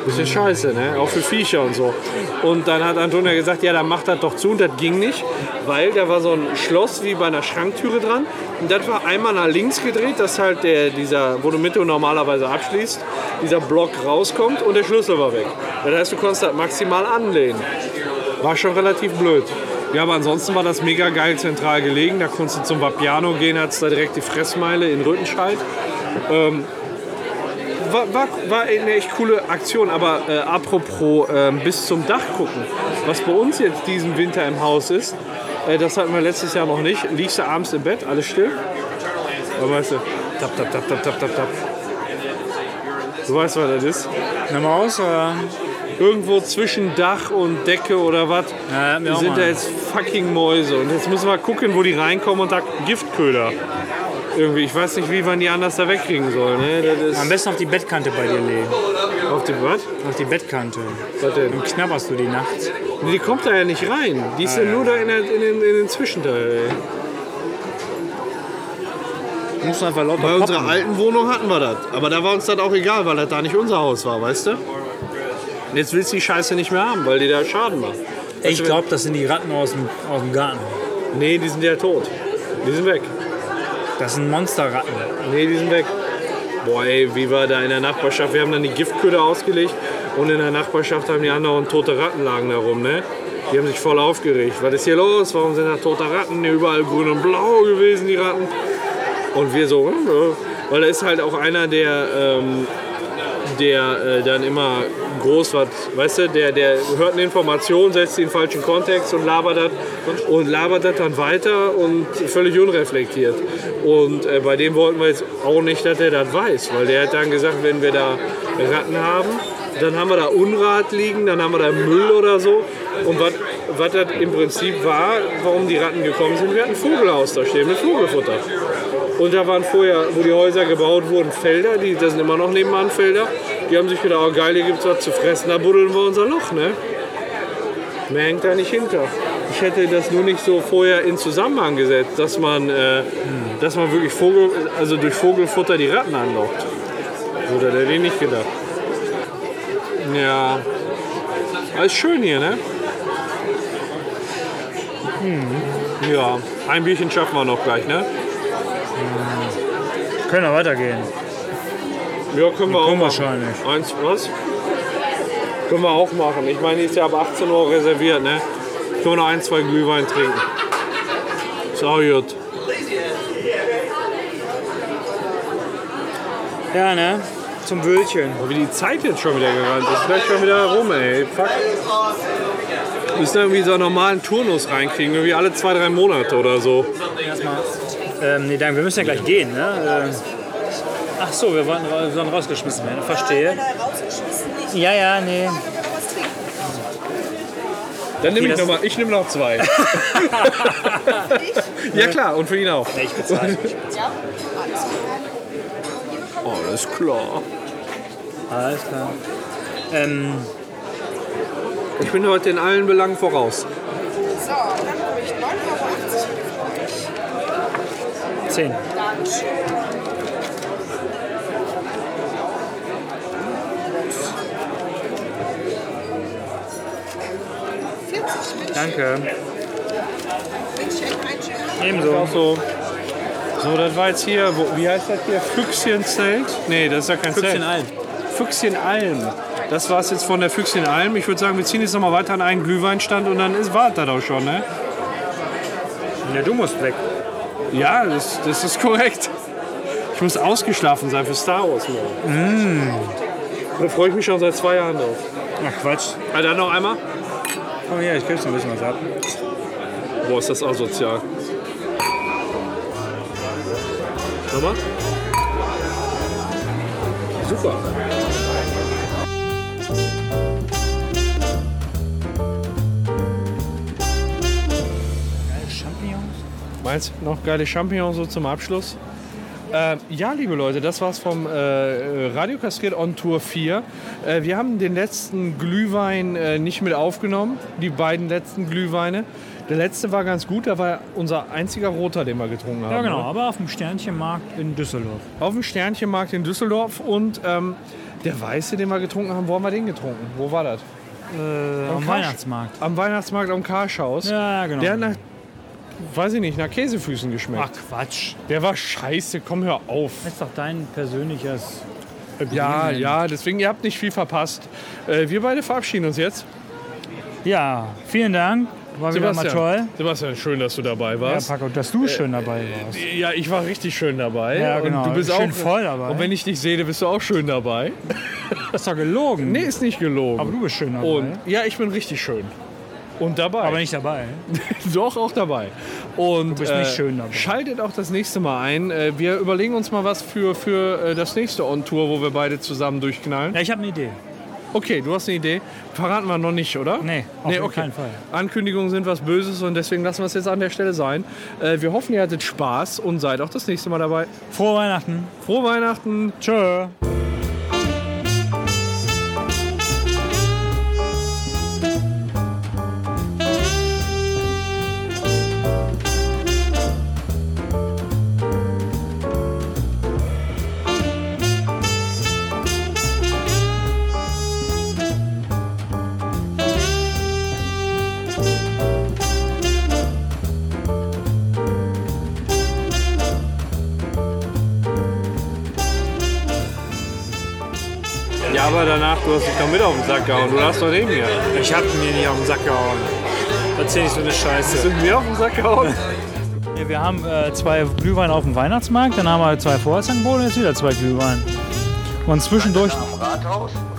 Speaker 2: Bisschen scheiße, ne? Auch für Viecher und so. Und dann hat Antonia gesagt, ja, dann macht das doch zu. Und das ging nicht, weil da war so ein Schloss wie bei einer Schranktüre dran. Und das war einmal nach links gedreht, dass halt der, dieser, wo du Mitte normalerweise abschließt, dieser Block rauskommt und der Schlüssel war weg. Das heißt, du konntest das maximal anlehnen. War schon relativ blöd. Ja, aber ansonsten war das mega geil zentral gelegen. Da konntest du zum Vapiano gehen, hattest da direkt die Fressmeile in Rüttenscheid. War, war, war eine echt coole Aktion, aber äh, apropos ähm, bis zum Dach gucken, was bei uns jetzt diesen Winter im Haus ist, äh, das hatten wir letztes Jahr noch nicht. Liegst du abends im Bett, alles still? Da weißt du, tap, tap, tap, tap, tap, tap, tap. Du weißt, was das ist?
Speaker 1: Eine Maus oder?
Speaker 2: Irgendwo zwischen Dach und Decke oder was
Speaker 1: Ja, hatten wir auch
Speaker 2: sind
Speaker 1: mal.
Speaker 2: da jetzt fucking Mäuse. Und jetzt müssen wir gucken, wo die reinkommen und da Giftköder. Irgendwie, ich weiß nicht, wie man die anders da wegkriegen soll. Ne? Das
Speaker 1: Am
Speaker 2: ist
Speaker 1: besten auf die Bettkante bei dir legen.
Speaker 2: auf dem was?
Speaker 1: Auf die Bettkante.
Speaker 2: Was denn?
Speaker 1: Dann knabberst du die nachts.
Speaker 2: Nee, Die kommt da ja nicht rein. Die
Speaker 1: Ah,
Speaker 2: ist ja, nur da in, der, in, den, in den Zwischenteil. Ey.
Speaker 1: Musst du einfach lauter
Speaker 2: Bei unserer
Speaker 1: poppen.
Speaker 2: alten Wohnung hatten wir das. Aber da war uns das auch egal, weil das da nicht unser Haus war, weißt du? Und Jetzt willst du die Scheiße nicht mehr haben, weil die da Schaden macht.
Speaker 1: Ich glaube, das sind die Ratten aus dem, aus dem Garten.
Speaker 2: Nee, die sind ja tot. Die sind weg.
Speaker 1: Das sind Monsterratten.
Speaker 2: Nee, die sind weg. Boah, ey, wie war da in der Nachbarschaft? Wir haben dann die Giftköder ausgelegt und in der Nachbarschaft haben die anderen tote Ratten lagen da rum, ne? Die haben sich voll aufgeregt. Was ist hier los? Warum sind da tote Ratten? Überall grün und blau gewesen, die Ratten. Und wir so, hm, äh. weil da ist halt auch einer, der, ähm, der äh, dann immer groß was, weißt du, der, der hört eine Information, setzt sie in den falschen Kontext und labert das und labert das dann weiter und völlig unreflektiert. Und äh, bei dem wollten wir jetzt auch nicht, dass der das weiß, weil der hat dann gesagt, wenn wir da Ratten haben, dann haben wir da Unrat liegen, dann haben wir da Müll oder so. Und was was das im Prinzip war, warum die Ratten gekommen sind, wir hatten ein Vogelhaus da stehen mit Vogelfutter. Und da waren vorher, wo die Häuser gebaut wurden, Felder, die, das sind immer noch nebenan Felder. Die haben sich gedacht, oh geil, hier gibt's was zu fressen, da buddeln wir unser Loch, ne? Mehr hängt da nicht hinter. Ich hätte das nur nicht so vorher in Zusammenhang gesetzt, dass man, äh, dass man wirklich Vogel, also durch Vogelfutter die Ratten anlockt. So hätte er den nicht gedacht. Ja. Alles schön hier, ne? Hm. Ja, ein Bierchen schaffen wir noch gleich, ne?
Speaker 1: Können wir weitergehen.
Speaker 2: Ja, können wir auch machen.
Speaker 1: Kommen wahrscheinlich.
Speaker 2: Eins, was? Können wir auch machen. Ich meine, die ist ja ab 18 Uhr reserviert, ne? Können wir noch ein, zwei Glühwein trinken. Ist auch gut.
Speaker 1: Ja, ne? Zum Wölkchen.
Speaker 2: Aber wie die Zeit jetzt schon wieder gerannt ist. Vielleicht schon wieder rum, ey. Fuck. Wir müssen irgendwie so einen normalen Turnus reinkriegen. Irgendwie alle zwei, drei Monate oder so.
Speaker 1: Ähm, nee, danke, wir müssen ja gleich gehen, ne? Ähm, ach so, wir wollen, ra- sollen rausgeschmissen werden, verstehe. Ja, ja, nee.
Speaker 2: Dann nehme
Speaker 1: Okay,
Speaker 2: ich
Speaker 1: das-
Speaker 2: nochmal. Ich nehme noch zwei. ja klar, und für ihn auch.
Speaker 1: Nee, ich bezahle nicht.
Speaker 2: Alles klar.
Speaker 1: Alles klar. Ähm,
Speaker 2: Ich bin heute in allen Belangen voraus.
Speaker 1: 10. Danke. Ebenso.
Speaker 2: So. So, das war jetzt hier, wo, wie heißt das hier? Füchschenzelt? Nee, das ist ja kein Zelt.
Speaker 1: ein.
Speaker 2: Füchschenalm. Das war es jetzt von der Füchschenalm. Ich würde sagen, wir ziehen jetzt nochmal weiter an einen Glühweinstand und dann ist war das auch schon, ne?
Speaker 1: Ja, du musst weg.
Speaker 2: Ja, das, das ist korrekt. Ich muss ausgeschlafen sein für Star Wars morgen. Da freue ich mich schon seit zwei Jahren drauf.
Speaker 1: Mm. Ach Quatsch.
Speaker 2: Ah, dann noch einmal?
Speaker 1: Komm her, Oh ich krieg's ein bisschen was ab.
Speaker 2: Boah, ist das asozial. Nochmal? Super.
Speaker 1: Champignons?
Speaker 2: Meinst du noch geile Champignons so zum Abschluss? Ähm, ja, liebe Leute, das war's vom äh, Radio Kastriert on Tour 4. Äh, wir haben den letzten Glühwein äh, nicht mit aufgenommen, die beiden letzten Glühweine. Der letzte war ganz gut, da war unser einziger roter, den wir getrunken haben.
Speaker 1: Ja,
Speaker 2: ne?
Speaker 1: genau, aber auf dem Sternchenmarkt in Düsseldorf.
Speaker 2: Auf dem Sternchenmarkt in Düsseldorf und ähm, der weiße, den wir getrunken haben, wo haben wir den getrunken? Wo war das?
Speaker 1: Äh, am
Speaker 2: Karsch-
Speaker 1: Weihnachtsmarkt.
Speaker 2: Am Weihnachtsmarkt am Karschhaus.
Speaker 1: Ja, genau.
Speaker 2: Der hat nach, weiß ich nicht, nach Käseflüssen geschmeckt.
Speaker 1: Ach Quatsch.
Speaker 2: Der war scheiße, komm, hör auf.
Speaker 1: Das ist doch dein persönliches. Äh,
Speaker 2: Ja,
Speaker 1: Nein.
Speaker 2: ja, deswegen, ihr habt nicht viel verpasst. Äh, wir beide verabschieden uns jetzt.
Speaker 1: Ja, vielen Dank. War wieder mal toll. Äh,
Speaker 2: Sebastian, schön, dass du dabei
Speaker 1: Ja,
Speaker 2: warst.
Speaker 1: Paco, dass du schön dabei warst.
Speaker 2: Ja, ich war richtig schön dabei.
Speaker 1: Ja, genau.
Speaker 2: Und du bist
Speaker 1: Schön
Speaker 2: auch
Speaker 1: voll dabei.
Speaker 2: Und wenn ich dich sehe, bist du auch schön dabei.
Speaker 1: Das ist doch gelogen.
Speaker 2: Nee, ist nicht gelogen.
Speaker 1: Aber du bist schön dabei.
Speaker 2: Und ja, ich bin richtig schön. Und dabei.
Speaker 1: aber nicht dabei.
Speaker 2: Doch, auch dabei. Und äh,
Speaker 1: bist nicht schön dabei.
Speaker 2: Schaltet auch das nächste Mal ein. Äh, Wir überlegen uns mal was für, für äh, das nächste On-Tour, wo wir beide zusammen durchknallen.
Speaker 1: Ja, ich habe eine Idee.
Speaker 2: Okay, du hast eine Idee. Verraten wir noch nicht, oder?
Speaker 1: Nee, auf jeden keinen Fall.
Speaker 2: Ankündigungen sind was Böses und deswegen lassen wir es jetzt an der Stelle sein. Äh, Wir hoffen, ihr hattet Spaß und seid auch das nächste Mal dabei.
Speaker 1: Frohe Weihnachten.
Speaker 2: Frohe Weihnachten!
Speaker 1: Tschö.
Speaker 10: danach, du hast dich doch mit auf den Sack gehauen. Du hast doch neben mir.
Speaker 2: Ich hab mir nicht auf den Sack gehauen. Erzähl nicht so eine Scheiße.
Speaker 10: Sind wir auf den Sack gehauen?
Speaker 1: Ja, wir haben äh, zwei Glühwein auf dem Weihnachtsmarkt, dann haben wir zwei Vorratsangebote und jetzt wieder zwei Glühwein. Und zwischendurch.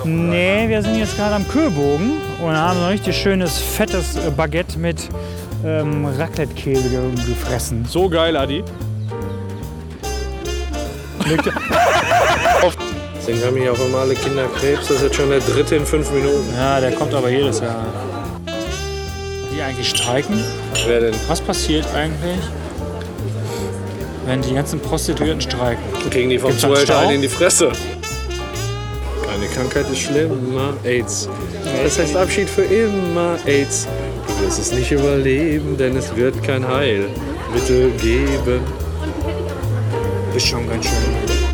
Speaker 1: Nee, wir sind jetzt gerade am Kühlbogen und haben ein richtig schönes, fettes äh, Baguette mit ähm, Raclette-Käse ge- gefressen.
Speaker 10: So geil, Adi.
Speaker 2: Deswegen haben hier auch immer alle Kinder Krebs. Das ist jetzt schon der dritte in fünf Minuten.
Speaker 1: Ja, der kommt aber jedes Jahr. Die eigentlich streiken?
Speaker 2: Wer denn?
Speaker 1: Was passiert eigentlich, wenn die ganzen Prostituierten streiken?
Speaker 2: Kriegen die vom
Speaker 1: Gibt's da
Speaker 2: Zuhälter
Speaker 1: Stau?
Speaker 2: einen in die Fresse. Keine Krankheit ist schlimmer. AIDS. Das heißt Abschied für immer. AIDS. Du wirst es nicht überleben, denn es wird kein Heil. Bitte geben.
Speaker 1: Ist schon ganz schön.